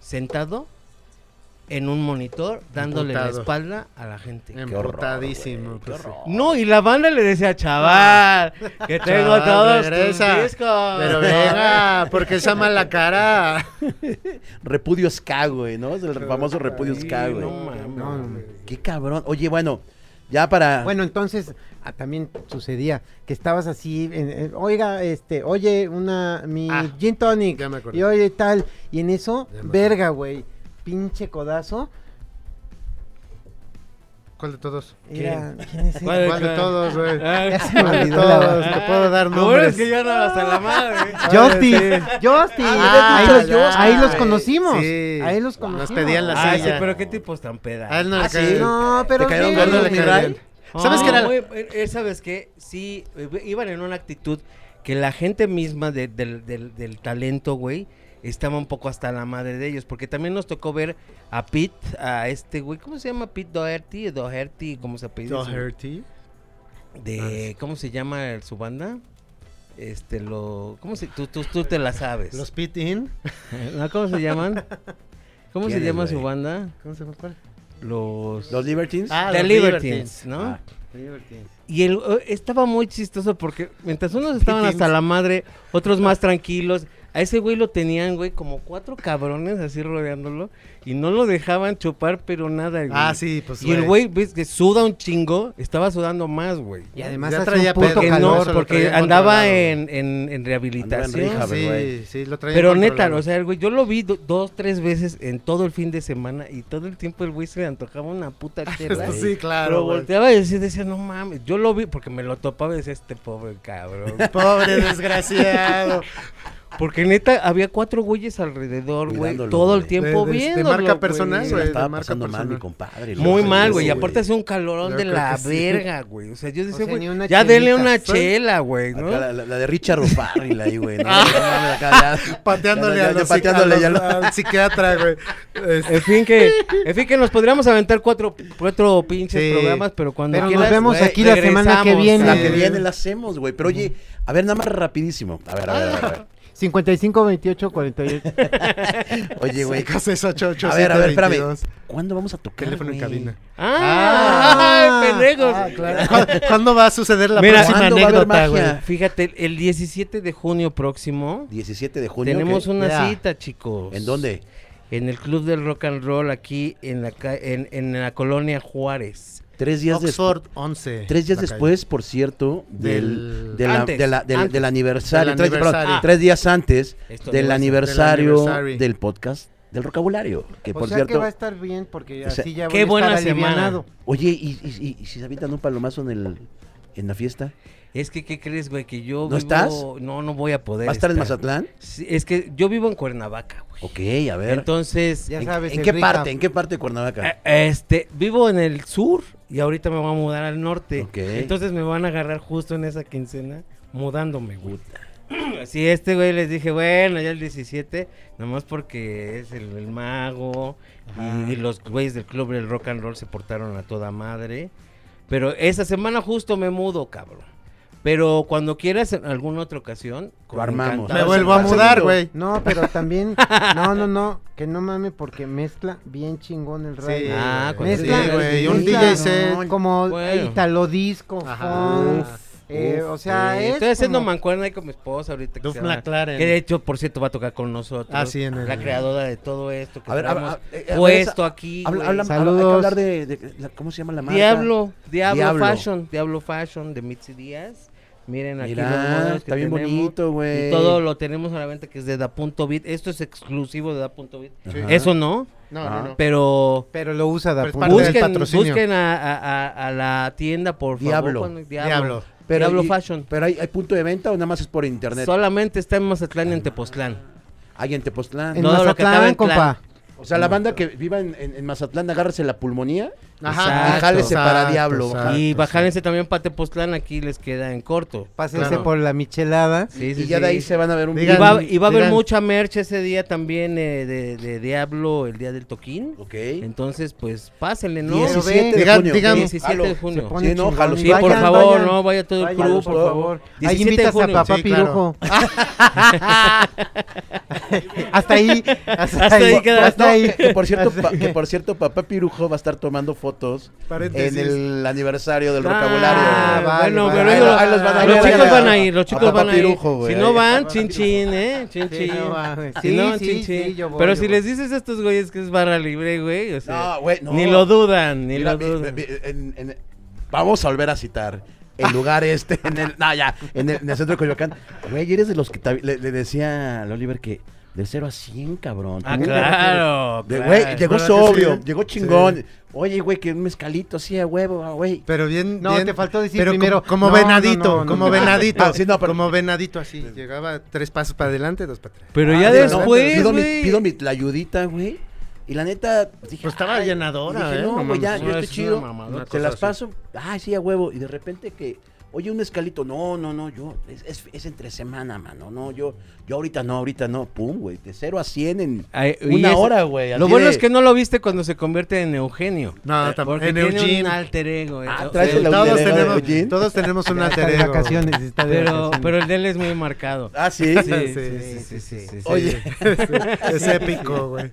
Speaker 3: sentado en un monitor, dándole la
Speaker 4: Emputado. Em-
Speaker 3: espalda a la gente.
Speaker 4: Emputadísimo.
Speaker 1: Qué
Speaker 4: pues, sí.
Speaker 1: horror.
Speaker 3: No, y la banda le decía, chaval, que tengo
Speaker 4: Ah. [LAUGHS] Chaval,
Speaker 3: todos
Speaker 4: regresa.
Speaker 3: tus discos. [LAUGHS]
Speaker 4: Pero venga, porque esa mala cara.
Speaker 1: Repudio Ska, güey, ¿no? Es el famoso Repudio
Speaker 3: Sí,
Speaker 1: Ska, güey.
Speaker 3: no mames.
Speaker 2: No, no, no.
Speaker 1: Qué cabrón. Oye, bueno, ya para.
Speaker 2: Bueno, entonces ah, también sucedía que estabas así, en- en- oiga, este, oye, una, mi
Speaker 4: Ah,
Speaker 2: gin tonic,
Speaker 4: ya me acordé.
Speaker 2: y oye tal, y en eso,
Speaker 4: Ya me acordé.
Speaker 2: verga, güey, pinche codazo,
Speaker 4: ¿Cuál de todos?
Speaker 2: era, ¿quién es ese?
Speaker 4: [LAUGHS]
Speaker 3: ¿Cuál
Speaker 4: ¿Cuál de todos, güey?
Speaker 2: Ya se me olvidó la
Speaker 4: Todos, te puedo dar
Speaker 3: Lo bueno
Speaker 4: nombres.
Speaker 3: es que ya no hasta la madre.
Speaker 2: Justice, Justice,
Speaker 4: Ah,
Speaker 2: ahí,
Speaker 4: ya,
Speaker 2: los,
Speaker 4: ya,
Speaker 2: ahí los
Speaker 4: güey.
Speaker 2: conocimos,
Speaker 4: Sí.
Speaker 2: ahí los
Speaker 4: Nos
Speaker 2: conocimos.
Speaker 4: pedían la
Speaker 3: Ay, sí,
Speaker 4: silla.
Speaker 3: pero qué tipos tan pedas.
Speaker 4: A él no le
Speaker 1: Ah, sí.
Speaker 4: cae.
Speaker 2: No, pero
Speaker 1: ¿Te cayeron
Speaker 2: sí,
Speaker 4: A él no
Speaker 1: gordos
Speaker 4: le
Speaker 1: los
Speaker 4: cae
Speaker 1: Mirai?
Speaker 4: bien. ¿Sabes
Speaker 1: Ah,
Speaker 3: No,
Speaker 4: qué era?
Speaker 3: güey, eh, eh, ¿Sabes qué? Sí, eh, iban en una actitud que la gente misma de- del, del- del talento, güey, estaba un poco hasta la madre de ellos. Porque también nos tocó ver a Pete, a este güey, ¿cómo se llama? Pete Doherty, Doherty, ¿cómo se apellida? ese güey?
Speaker 4: Doherty. Ah,
Speaker 3: De, ¿cómo se llama su banda? Este, lo, ¿cómo se, tú, tú, tú te la sabes.
Speaker 4: Los Pit In.
Speaker 3: [LAUGHS] No, ¿Cómo se llaman? ¿Cómo se
Speaker 1: ¿Quiénes,
Speaker 3: llama su
Speaker 1: güey?
Speaker 3: banda?
Speaker 4: ¿Cómo se llama cuál?
Speaker 3: Los...
Speaker 1: ¿Los Libertines?
Speaker 4: Ah, Pues,
Speaker 3: The
Speaker 4: los
Speaker 3: Libertines, ¿no?
Speaker 1: Ah.
Speaker 3: Y el, eh, estaba muy chistoso porque mientras unos estaban hasta la madre,
Speaker 4: [LAUGHS]
Speaker 3: otros más tranquilos. A ese güey lo tenían, güey, como cuatro cabrones así rodeándolo y no lo dejaban chupar, pero nada, güey.
Speaker 4: Ah, sí, pues.
Speaker 3: Y el güey, ves que suda un chingo, estaba sudando más, güey.
Speaker 2: Y además
Speaker 4: Ya
Speaker 2: hacía
Speaker 4: traía
Speaker 2: un puto
Speaker 4: pedo.
Speaker 3: Porque,
Speaker 4: calor,
Speaker 3: no,
Speaker 4: eso
Speaker 2: calor.
Speaker 4: lo
Speaker 3: porque
Speaker 4: traía
Speaker 3: andaba
Speaker 4: controlado.
Speaker 3: en, en, en rehabilitación.
Speaker 1: rehab.
Speaker 3: sí.
Speaker 4: Sí,
Speaker 1: Ah, güey.
Speaker 4: sí, lo traía.
Speaker 3: Pero neta,
Speaker 4: controlado.
Speaker 3: o sea, el güey, yo lo vi do- dos, tres veces en todo el fin de semana y todo el tiempo el güey se le antojaba una
Speaker 4: [LAUGHS]
Speaker 3: puta chela.
Speaker 4: [LAUGHS] Esto sí,
Speaker 3: Pero
Speaker 4: claro. güey.
Speaker 3: volteaba y decía, decía, no mames, yo lo vi porque me lo topaba y decía, este pobre
Speaker 4: [LAUGHS]
Speaker 3: cabrón.
Speaker 4: Pobre
Speaker 1: [LAUGHS]
Speaker 4: desgraciado.
Speaker 3: Porque neta, había cuatro güeyes alrededor, güey,
Speaker 1: Cuidándolo,
Speaker 3: todo el
Speaker 1: güey.
Speaker 3: tiempo
Speaker 4: De- de- de
Speaker 3: viendo.
Speaker 4: marca personal,
Speaker 1: Se la
Speaker 4: güey,
Speaker 1: estaba
Speaker 4: de marca
Speaker 1: pasando mal,
Speaker 4: personal.
Speaker 1: mi compadre. lo
Speaker 3: Muy
Speaker 1: más
Speaker 3: mal,
Speaker 1: seguro,
Speaker 3: güey. Y aparte hacía un calorón
Speaker 4: Yo
Speaker 3: de
Speaker 4: creo
Speaker 3: la
Speaker 4: que sí.
Speaker 3: verga, güey. O sea, yo decía,
Speaker 2: sea,
Speaker 3: güey,
Speaker 2: ni una
Speaker 3: ya denle
Speaker 2: chelita.
Speaker 3: una
Speaker 2: Soy-
Speaker 3: chela,
Speaker 4: Ah,
Speaker 3: güey, ¿no? Ah.
Speaker 1: Acá la, la- la de Richard O'Farrill ahí, güey. ¿no? No mames, acá ya-
Speaker 4: [LAUGHS] Pateándole
Speaker 1: ya- ya-
Speaker 4: a
Speaker 1: ya
Speaker 4: los
Speaker 1: pateándole
Speaker 4: a
Speaker 1: ya
Speaker 4: los-
Speaker 1: lo- [LAUGHS] Eh,
Speaker 4: al psiquiatra, güey. Este,
Speaker 3: En fin que, en fin que nos podríamos aventar cuatro, cuatro pinches
Speaker 4: Sí.
Speaker 3: programas, pero cuando
Speaker 2: Pero nos
Speaker 3: quieras,
Speaker 2: vemos
Speaker 3: güey,
Speaker 2: aquí la semana que
Speaker 3: regresamos.
Speaker 2: viene.
Speaker 1: La
Speaker 4: Sí.
Speaker 1: que viene la hacemos, güey. Pero oye, a ver, nada más rapidísimo. A ver, a ver, a ver, a
Speaker 2: [LAUGHS]
Speaker 1: ver.
Speaker 2: 55, 28, 48.
Speaker 1: Oye, güey.
Speaker 4: sacas eso, ocho, ocho,
Speaker 1: A ver, a ver,
Speaker 4: siete,
Speaker 1: espérame.
Speaker 4: 22.
Speaker 1: ¿Cuándo vamos a tocar?
Speaker 4: Teléfono en
Speaker 1: güey?
Speaker 4: cabina.
Speaker 3: Ah,
Speaker 2: Ah.
Speaker 3: ay, pendejos.
Speaker 4: Ah, claro. ¿Cuándo, cuándo va a suceder la
Speaker 3: Mira,
Speaker 4: próxima
Speaker 1: ¿cuándo va a haber
Speaker 4: anécdota, güey?
Speaker 1: magia?
Speaker 3: Fíjate, el 17 de junio próximo
Speaker 1: 17 de junio.
Speaker 3: tenemos
Speaker 1: ¿qué?
Speaker 3: una
Speaker 4: Ya.
Speaker 3: cita, chicos.
Speaker 1: ¿En dónde?
Speaker 3: En el Club del Rock and Roll aquí en la ca- en, en la colonia Juárez.
Speaker 1: Tres días después.
Speaker 4: Oxford 11.
Speaker 1: Tres días
Speaker 4: la calle.
Speaker 1: después, por cierto, del,
Speaker 4: Del-
Speaker 1: de la-
Speaker 3: Antes,
Speaker 1: de la- del,
Speaker 3: antes.
Speaker 1: del aniversario,
Speaker 4: Del
Speaker 1: tres, perdón,
Speaker 4: aniversario.
Speaker 1: tres días antes
Speaker 3: Esto
Speaker 1: del
Speaker 3: no es-
Speaker 1: aniversario,
Speaker 4: del
Speaker 1: del
Speaker 4: aniversario.
Speaker 1: podcast del vocabulario. Que
Speaker 2: o
Speaker 1: por
Speaker 2: sea que
Speaker 1: cierto,
Speaker 2: va a estar bien porque
Speaker 1: O sea,
Speaker 2: así ya voy
Speaker 3: qué
Speaker 2: a estar
Speaker 3: buena semana.
Speaker 2: alivianado.
Speaker 1: oye, ¿y, y- y- y si se avientan un palomazo en, el, en la fiesta?
Speaker 3: Es que qué crees, güey, que yo
Speaker 1: ¿No estás?
Speaker 3: No, no voy a poder.
Speaker 1: ¿Va a estar en Mazatlán?
Speaker 3: Sí, es que yo vivo en Cuernavaca, güey.
Speaker 1: Ok, a ver.
Speaker 3: Entonces,
Speaker 2: Ya
Speaker 1: ¿En,
Speaker 2: sabes,
Speaker 1: en
Speaker 2: el
Speaker 1: qué
Speaker 2: Rica.
Speaker 1: parte? ¿En qué parte de Cuernavaca?
Speaker 3: eh, este, vivo en el sur y ahorita me voy a mudar al norte.
Speaker 1: Ok.
Speaker 3: Entonces me van a agarrar justo en esa quincena mudándome, güey. [CLEARS THROAT] Así este güey les dije, bueno, ya el 17, nomás porque es el, el mago y, los güeyes del club del rock and roll se portaron a toda madre. Pero esa semana justo me mudo, cabrón. Pero cuando quieras, en alguna otra ocasión, con
Speaker 1: armamos.
Speaker 3: encantado.
Speaker 4: Me vuelvo a
Speaker 2: Segundo.
Speaker 4: mudar, güey.
Speaker 2: No, pero también, no, no, no, que no mame porque mezcla bien chingón el
Speaker 4: Sí,
Speaker 2: radio.
Speaker 3: Ah,
Speaker 4: güey.
Speaker 2: con-
Speaker 4: pues Sí, güey. Un
Speaker 2: Mezcla-
Speaker 4: DJ set.
Speaker 2: Como
Speaker 3: Bueno.
Speaker 2: italo disco, funk,
Speaker 3: Uf,
Speaker 2: eh,
Speaker 3: uf,
Speaker 2: o sea,
Speaker 3: sí.
Speaker 2: es
Speaker 3: Estoy haciendo
Speaker 2: como-
Speaker 3: mancuerna ahí con mi esposa ahorita. Que,
Speaker 5: Duff
Speaker 3: se llama-
Speaker 5: McLaren.
Speaker 3: que de hecho, por cierto, va a tocar con nosotros.
Speaker 4: Ah, sí, en el-
Speaker 3: La creadora de todo esto. Que
Speaker 1: A ver, a ver,
Speaker 3: estamos
Speaker 1: a- eh, a ver,
Speaker 3: puesto
Speaker 1: esa-
Speaker 3: aquí.
Speaker 1: Habla,
Speaker 3: güey.
Speaker 1: habla- habla- hay que
Speaker 2: Saludos.
Speaker 1: hablar de, de la- ¿Cómo se llama la marca?
Speaker 3: Diablo, Diablo,
Speaker 1: Diablo.
Speaker 3: Fashion, Diablo Fashion de Mitzi Díaz. Miren aquí los
Speaker 1: Mira,
Speaker 3: modelos que
Speaker 1: está bien
Speaker 3: tenemos.
Speaker 1: bonito, güey.
Speaker 3: Y todo lo tenemos a la venta que es de da.bit. Esto es exclusivo de da.bit.
Speaker 1: Ajá. Ah.
Speaker 3: Eso no,
Speaker 4: No, no, no.
Speaker 3: Ah. pero
Speaker 2: Pero lo usa Da
Speaker 4: Pero es
Speaker 2: Punto.
Speaker 4: parte del
Speaker 3: busquen,
Speaker 4: patrocinio.
Speaker 3: busquen a, a- a- a la tienda, por
Speaker 1: Diablo.
Speaker 3: favor. cuando-
Speaker 4: Diablo.
Speaker 1: Pero
Speaker 3: Diablo
Speaker 1: y-
Speaker 3: Fashion.
Speaker 1: ¿Pero hay, hay punto de venta o nada más es por internet?
Speaker 3: Solamente está en Mazatlán y en Tepoztlán.
Speaker 1: Hay en Tepoztlán.
Speaker 2: En
Speaker 3: No, lo que estaba
Speaker 2: Mazatlán,
Speaker 3: en
Speaker 2: compa.
Speaker 1: O sea, la banda que viva en, en- en Mazatlán, agárrese la pulmonía.
Speaker 3: Exacto.
Speaker 1: y jálese para
Speaker 4: Exacto,
Speaker 1: Diablo.
Speaker 4: exacto.
Speaker 1: baja.
Speaker 3: y
Speaker 4: Ah, pues sí.
Speaker 3: bajárense también para Tepoztlán, aquí les queda en corto.
Speaker 2: Pásense
Speaker 4: Claro.
Speaker 2: por la michelada.
Speaker 3: Sí, sí,
Speaker 1: y ya de
Speaker 3: sí.
Speaker 1: ahí se van a ver un
Speaker 3: Y
Speaker 4: Digan-
Speaker 1: video.
Speaker 3: va, y va a haber
Speaker 4: digan-
Speaker 3: mucha merch ese día también eh, de, de Diablo, el día del toquín.
Speaker 1: Ok.
Speaker 3: Entonces, pues pásenle, ¿no?
Speaker 1: 17 de
Speaker 4: Digan-
Speaker 1: junio.
Speaker 4: digan-
Speaker 3: 17 de
Speaker 2: Se
Speaker 3: junio.
Speaker 2: pone
Speaker 1: Sí, no,
Speaker 2: chingón.
Speaker 1: jalo,
Speaker 3: Sí, por
Speaker 2: Vayan,
Speaker 3: favor,
Speaker 2: vayan.
Speaker 3: no, vaya todo el
Speaker 2: Vayan, por
Speaker 3: club, por favor.
Speaker 2: favor. Ahí
Speaker 3: 17 de
Speaker 2: invitas a
Speaker 3: junio.
Speaker 2: papá
Speaker 4: Sí, claro.
Speaker 2: Pirujo. hasta ahí, hasta,
Speaker 3: Hasta
Speaker 2: ahí,
Speaker 3: ahí queda-
Speaker 2: hasta ahí.
Speaker 1: Que por, cierto, pa- que por cierto, papá Pirujo va a estar tomando fotos
Speaker 4: Paréntesis.
Speaker 1: en el aniversario del
Speaker 3: Ah,
Speaker 1: vocabulario.
Speaker 4: va, vale,
Speaker 3: bueno,
Speaker 4: vale.
Speaker 3: pero
Speaker 4: Ahí
Speaker 3: ellos-
Speaker 4: lo- ahí los van a
Speaker 3: los
Speaker 4: ver.
Speaker 3: chicos
Speaker 4: A-
Speaker 3: van a ir, los chicos
Speaker 1: papá
Speaker 3: van a ir.
Speaker 1: Pirujo, güey,
Speaker 3: si no
Speaker 1: ahí.
Speaker 3: van, chin chin, eh, chin
Speaker 2: Sí,
Speaker 3: chin.
Speaker 2: no mames.
Speaker 3: Si
Speaker 2: Sí,
Speaker 3: no,
Speaker 2: sí,
Speaker 3: chin,
Speaker 2: sí,
Speaker 3: chin.
Speaker 2: yo voy,
Speaker 3: pero
Speaker 2: yo
Speaker 3: si
Speaker 2: voy.
Speaker 3: les dices a estos güeyes que es barra libre, güey, o sea,
Speaker 1: No, güey, no.
Speaker 3: ni lo dudan, ni
Speaker 1: Mira,
Speaker 3: lo
Speaker 1: vi-
Speaker 3: dudan.
Speaker 1: vi- en- en- vamos a volver a citar.
Speaker 3: Ah.
Speaker 1: El lugar este, en el,
Speaker 3: [LAUGHS]
Speaker 1: no, ya, en el, en el centro de Coyoacán. Güey, eres de los que ta- le, le decía al Oliver que de 0 a 100, cabrón.
Speaker 3: Ah,
Speaker 1: Tú,
Speaker 3: claro.
Speaker 1: de-
Speaker 3: claro.
Speaker 1: Güey, llegó
Speaker 4: Bueno,
Speaker 1: sobrio,
Speaker 4: sí.
Speaker 1: llegó chingón. Oye, güey, que un mezcalito así a huevo, ah, güey.
Speaker 4: Pero bien.
Speaker 2: No,
Speaker 4: bien-
Speaker 2: te faltó decir
Speaker 4: pero
Speaker 2: primero,
Speaker 4: Como, como
Speaker 2: no,
Speaker 4: venadito,
Speaker 2: no, no, no,
Speaker 4: como
Speaker 2: no.
Speaker 4: venadito.
Speaker 1: Ah, sí, no, pero-
Speaker 4: Como venadito así. Llegaba tres pasos para adelante, dos para atrás.
Speaker 3: Pero ya
Speaker 4: Ah,
Speaker 1: No,
Speaker 4: no,
Speaker 3: después,
Speaker 1: pido, mi,
Speaker 3: güey.
Speaker 1: pido mi tlayudita, güey. Y la neta, dije,
Speaker 5: Pues estaba
Speaker 1: ay,
Speaker 5: llenadora,
Speaker 1: dije,
Speaker 5: ¿eh?
Speaker 1: no,
Speaker 5: No
Speaker 1: güey, ya,
Speaker 5: mames.
Speaker 1: yo
Speaker 3: No,
Speaker 1: estoy
Speaker 3: es una
Speaker 1: chido.
Speaker 3: mamada, una
Speaker 1: se
Speaker 3: cosa
Speaker 1: las
Speaker 3: así.
Speaker 1: paso. Ah, sí, a huevo. Y de repente que, oye, un escalito. No, no, no, yo, es, es- es entre semana, mano. No, yo, yo ahorita no, ahorita no. Pum, güey, de 0 a 100 en
Speaker 3: Ay, y
Speaker 1: una
Speaker 3: ese-
Speaker 1: hora, güey.
Speaker 3: Lo bueno es que no lo viste cuando se convierte en Eugenio.
Speaker 4: No,
Speaker 3: Eh,
Speaker 4: tampoco.
Speaker 3: porque
Speaker 4: En
Speaker 3: tiene
Speaker 4: Eugene.
Speaker 3: un alter ego. eh.
Speaker 1: Ah,
Speaker 3: O-
Speaker 1: traes
Speaker 3: pero-
Speaker 1: el alter
Speaker 4: Todos
Speaker 1: ego de
Speaker 4: tenemos,
Speaker 1: Eugene.
Speaker 4: todos tenemos un
Speaker 2: Está
Speaker 4: alter
Speaker 2: de
Speaker 4: ego.
Speaker 2: vacaciones, está de
Speaker 3: pero,
Speaker 2: vacaciones.
Speaker 3: pero el de él es muy marcado.
Speaker 1: Ah, sí.
Speaker 4: Sí,
Speaker 3: [LAUGHS] sí,
Speaker 4: sí,
Speaker 3: sí, sí, sí.
Speaker 1: Oye,
Speaker 4: Es épico, güey.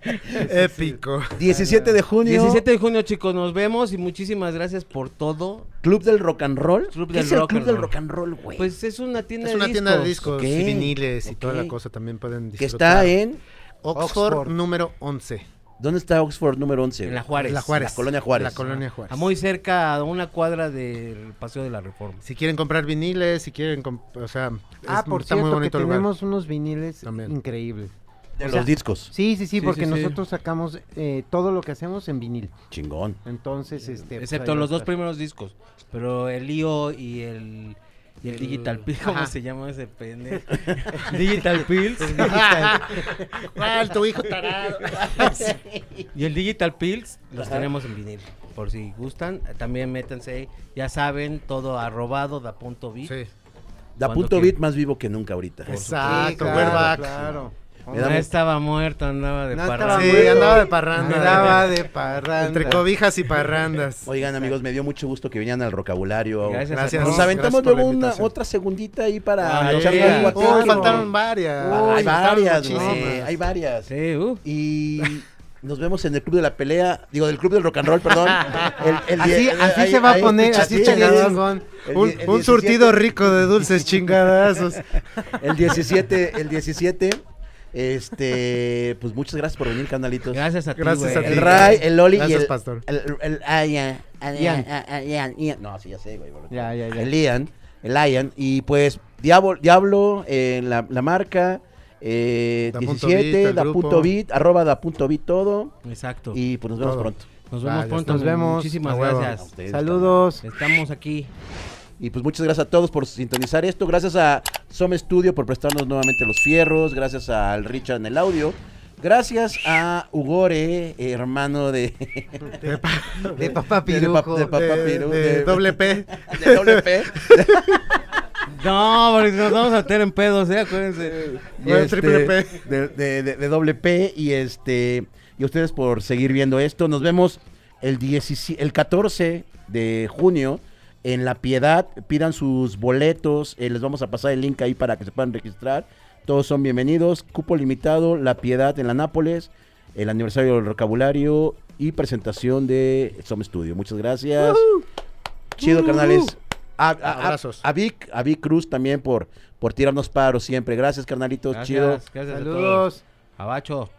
Speaker 4: Épico.
Speaker 1: 17 de junio.
Speaker 3: 17 de junio, chicos, nos vemos y muchísimas gracias por todo.
Speaker 1: Club del Rock and Roll.
Speaker 3: Club
Speaker 1: ¿Qué
Speaker 3: del
Speaker 1: es el
Speaker 3: Rock
Speaker 1: Club
Speaker 3: and
Speaker 1: del
Speaker 3: Roll?
Speaker 1: Rock and Roll, güey?
Speaker 3: Pues es una tienda
Speaker 4: Es una
Speaker 3: de discos.
Speaker 4: tienda de discos
Speaker 1: Ok,
Speaker 4: y viniles y toda
Speaker 1: ok.
Speaker 4: la cosa. También pueden
Speaker 1: que
Speaker 4: disfrutar.
Speaker 1: está en.
Speaker 4: Oxford,
Speaker 2: Oxford.
Speaker 4: número 11.
Speaker 1: ¿Dónde está Oxford número 11?
Speaker 3: En la Juárez.
Speaker 4: La Juárez.
Speaker 1: La colonia Juárez.
Speaker 4: La colonia
Speaker 2: Ah,
Speaker 4: Juárez.
Speaker 3: A muy cerca, a una cuadra del Paseo de la Reforma.
Speaker 4: Si quieren comprar viniles, si quieren, comp- o sea,
Speaker 2: Ah,
Speaker 4: es-
Speaker 2: por
Speaker 4: está
Speaker 2: cierto,
Speaker 4: muy
Speaker 2: que
Speaker 4: bonito el lugar.
Speaker 2: tenemos unos viniles
Speaker 4: También.
Speaker 2: increíbles.
Speaker 1: De
Speaker 2: O
Speaker 1: los
Speaker 2: sea,
Speaker 1: discos.
Speaker 2: Sí, sí, sí,
Speaker 3: Sí,
Speaker 2: porque
Speaker 3: sí, sí.
Speaker 2: nosotros sacamos eh, todo lo que hacemos en vinil.
Speaker 1: Chingón.
Speaker 2: Entonces, este... pues,
Speaker 3: Excepto
Speaker 2: ahí va
Speaker 3: los
Speaker 2: a
Speaker 3: dos
Speaker 2: estar.
Speaker 3: primeros discos. Pero el IO y el, y el Digital Pills. ¿Cómo
Speaker 4: Ajá.
Speaker 3: se llama ese pendejo? Digital Pills.
Speaker 4: ¿Cuál? Tu hijo tarado.
Speaker 3: [LAUGHS] Y el Digital Pills los tenemos en vinil. Por si gustan, también métanse. Ya saben, todo arrobado da punto bit.
Speaker 4: Sí.
Speaker 1: Da
Speaker 3: Cuando
Speaker 1: punto
Speaker 3: quiera.
Speaker 1: bit más vivo que nunca ahorita.
Speaker 2: Sí,
Speaker 4: Exacto, we're
Speaker 2: claro,
Speaker 4: back.
Speaker 2: claro.
Speaker 1: Me da
Speaker 3: No
Speaker 1: mu-
Speaker 3: estaba muerto, andaba de
Speaker 2: No estaba
Speaker 3: parranda.
Speaker 4: Sí,
Speaker 2: muerto.
Speaker 4: andaba de parranda.
Speaker 2: Andaba de parranda.
Speaker 4: Entre cobijas y parrandas.
Speaker 1: Oigan, amigos, me dio mucho gusto que vinieran al vocabulario.
Speaker 3: Gracias.
Speaker 4: Gracias.
Speaker 1: Nos
Speaker 3: No,
Speaker 1: aventamos
Speaker 4: gracias por la
Speaker 1: luego una,
Speaker 4: invitación.
Speaker 1: otra segundita ahí para
Speaker 3: Ah,
Speaker 1: echarle
Speaker 3: sí.
Speaker 1: algo a
Speaker 4: Uy,
Speaker 1: Carlos.
Speaker 4: faltaron varias.
Speaker 1: Ah, hay
Speaker 4: Uy, faltaron
Speaker 1: varias, güey.
Speaker 4: muchísimas.
Speaker 1: Hay varias.
Speaker 3: Sí, uh.
Speaker 1: Y nos vemos en el club de la pelea. Digo, del club del rock and roll,
Speaker 4: [LAUGHS]
Speaker 1: perdón. El- el
Speaker 2: Así,
Speaker 1: die-
Speaker 2: así
Speaker 1: ahí-
Speaker 2: se va a
Speaker 1: ahí-
Speaker 2: poner,
Speaker 1: ahí-
Speaker 2: así
Speaker 1: ahí-
Speaker 2: estaría
Speaker 1: ahí-
Speaker 2: chingón.
Speaker 1: el
Speaker 4: Un,
Speaker 1: die- el
Speaker 4: un
Speaker 1: 17,
Speaker 4: surtido rico de dulces chingadazos.
Speaker 1: El 17, el 17. Este, pues muchas gracias por venir, canalitos.
Speaker 3: Gracias a ti,
Speaker 4: Gracias
Speaker 3: güey.
Speaker 4: a ti.
Speaker 1: El Ray, el Loli
Speaker 4: Gracias,
Speaker 1: y el,
Speaker 4: pastor.
Speaker 1: el, el ah, Ian, Ian,
Speaker 2: Ian.
Speaker 1: Ian, Ian, Ian. No, sí, ah, ya sé, güey. porque-
Speaker 2: Ya, ya, ya.
Speaker 1: El Ian, el Ian. Y pues Diablo, Diablo eh, la, la marca, eh,
Speaker 4: Da punto
Speaker 1: 17,
Speaker 4: bit, el
Speaker 1: da
Speaker 4: grupo.
Speaker 1: punto bit, arroba da punto bit todo.
Speaker 3: Exacto.
Speaker 1: Y pues nos vemos
Speaker 4: Todo.
Speaker 1: pronto.
Speaker 3: Nos vemos
Speaker 4: Vale,
Speaker 3: pronto.
Speaker 2: nos
Speaker 3: güey.
Speaker 2: vemos.
Speaker 3: Muchísimas
Speaker 4: A huevo.
Speaker 1: A
Speaker 3: gracias.
Speaker 1: ustedes
Speaker 2: Saludos.
Speaker 3: Estamos aquí.
Speaker 1: Y pues muchas gracias a todos por sintonizar esto. Gracias a Som Studio por prestarnos nuevamente los fierros. Gracias al Richard en el audio. Gracias a Ugore, hermano de,
Speaker 2: De papá
Speaker 1: [LAUGHS] de pap-
Speaker 2: pirujo.
Speaker 1: de papá
Speaker 4: De-
Speaker 1: Piru,
Speaker 4: de
Speaker 1: de-
Speaker 4: doble P.
Speaker 1: [LAUGHS] de WP.
Speaker 3: No, porque nos vamos a meter en pedos, ¿eh? Acuérdense. Este,
Speaker 1: Y
Speaker 4: O de triple P.
Speaker 1: este, De, de- de- de doble P. Y este. Y a ustedes por seguir viendo esto. Nos vemos el, 17 el 14 de junio en La Piedad. Pidan sus boletos. eh, les vamos a pasar el link ahí para que se puedan registrar. Todos son bienvenidos. Cupo limitado, La Piedad en la Nápoles. El aniversario del vocabulario y presentación de Some Studio. Muchas gracias. Chido, carnales. A, a- a-
Speaker 4: Abrazos.
Speaker 1: a Vic, a Vic Cruz también por, por tirarnos paros siempre. Gracias, carnalitos.
Speaker 3: Gracias,
Speaker 1: Chido.
Speaker 3: gracias a todos.
Speaker 2: Saludos.
Speaker 3: Abacho.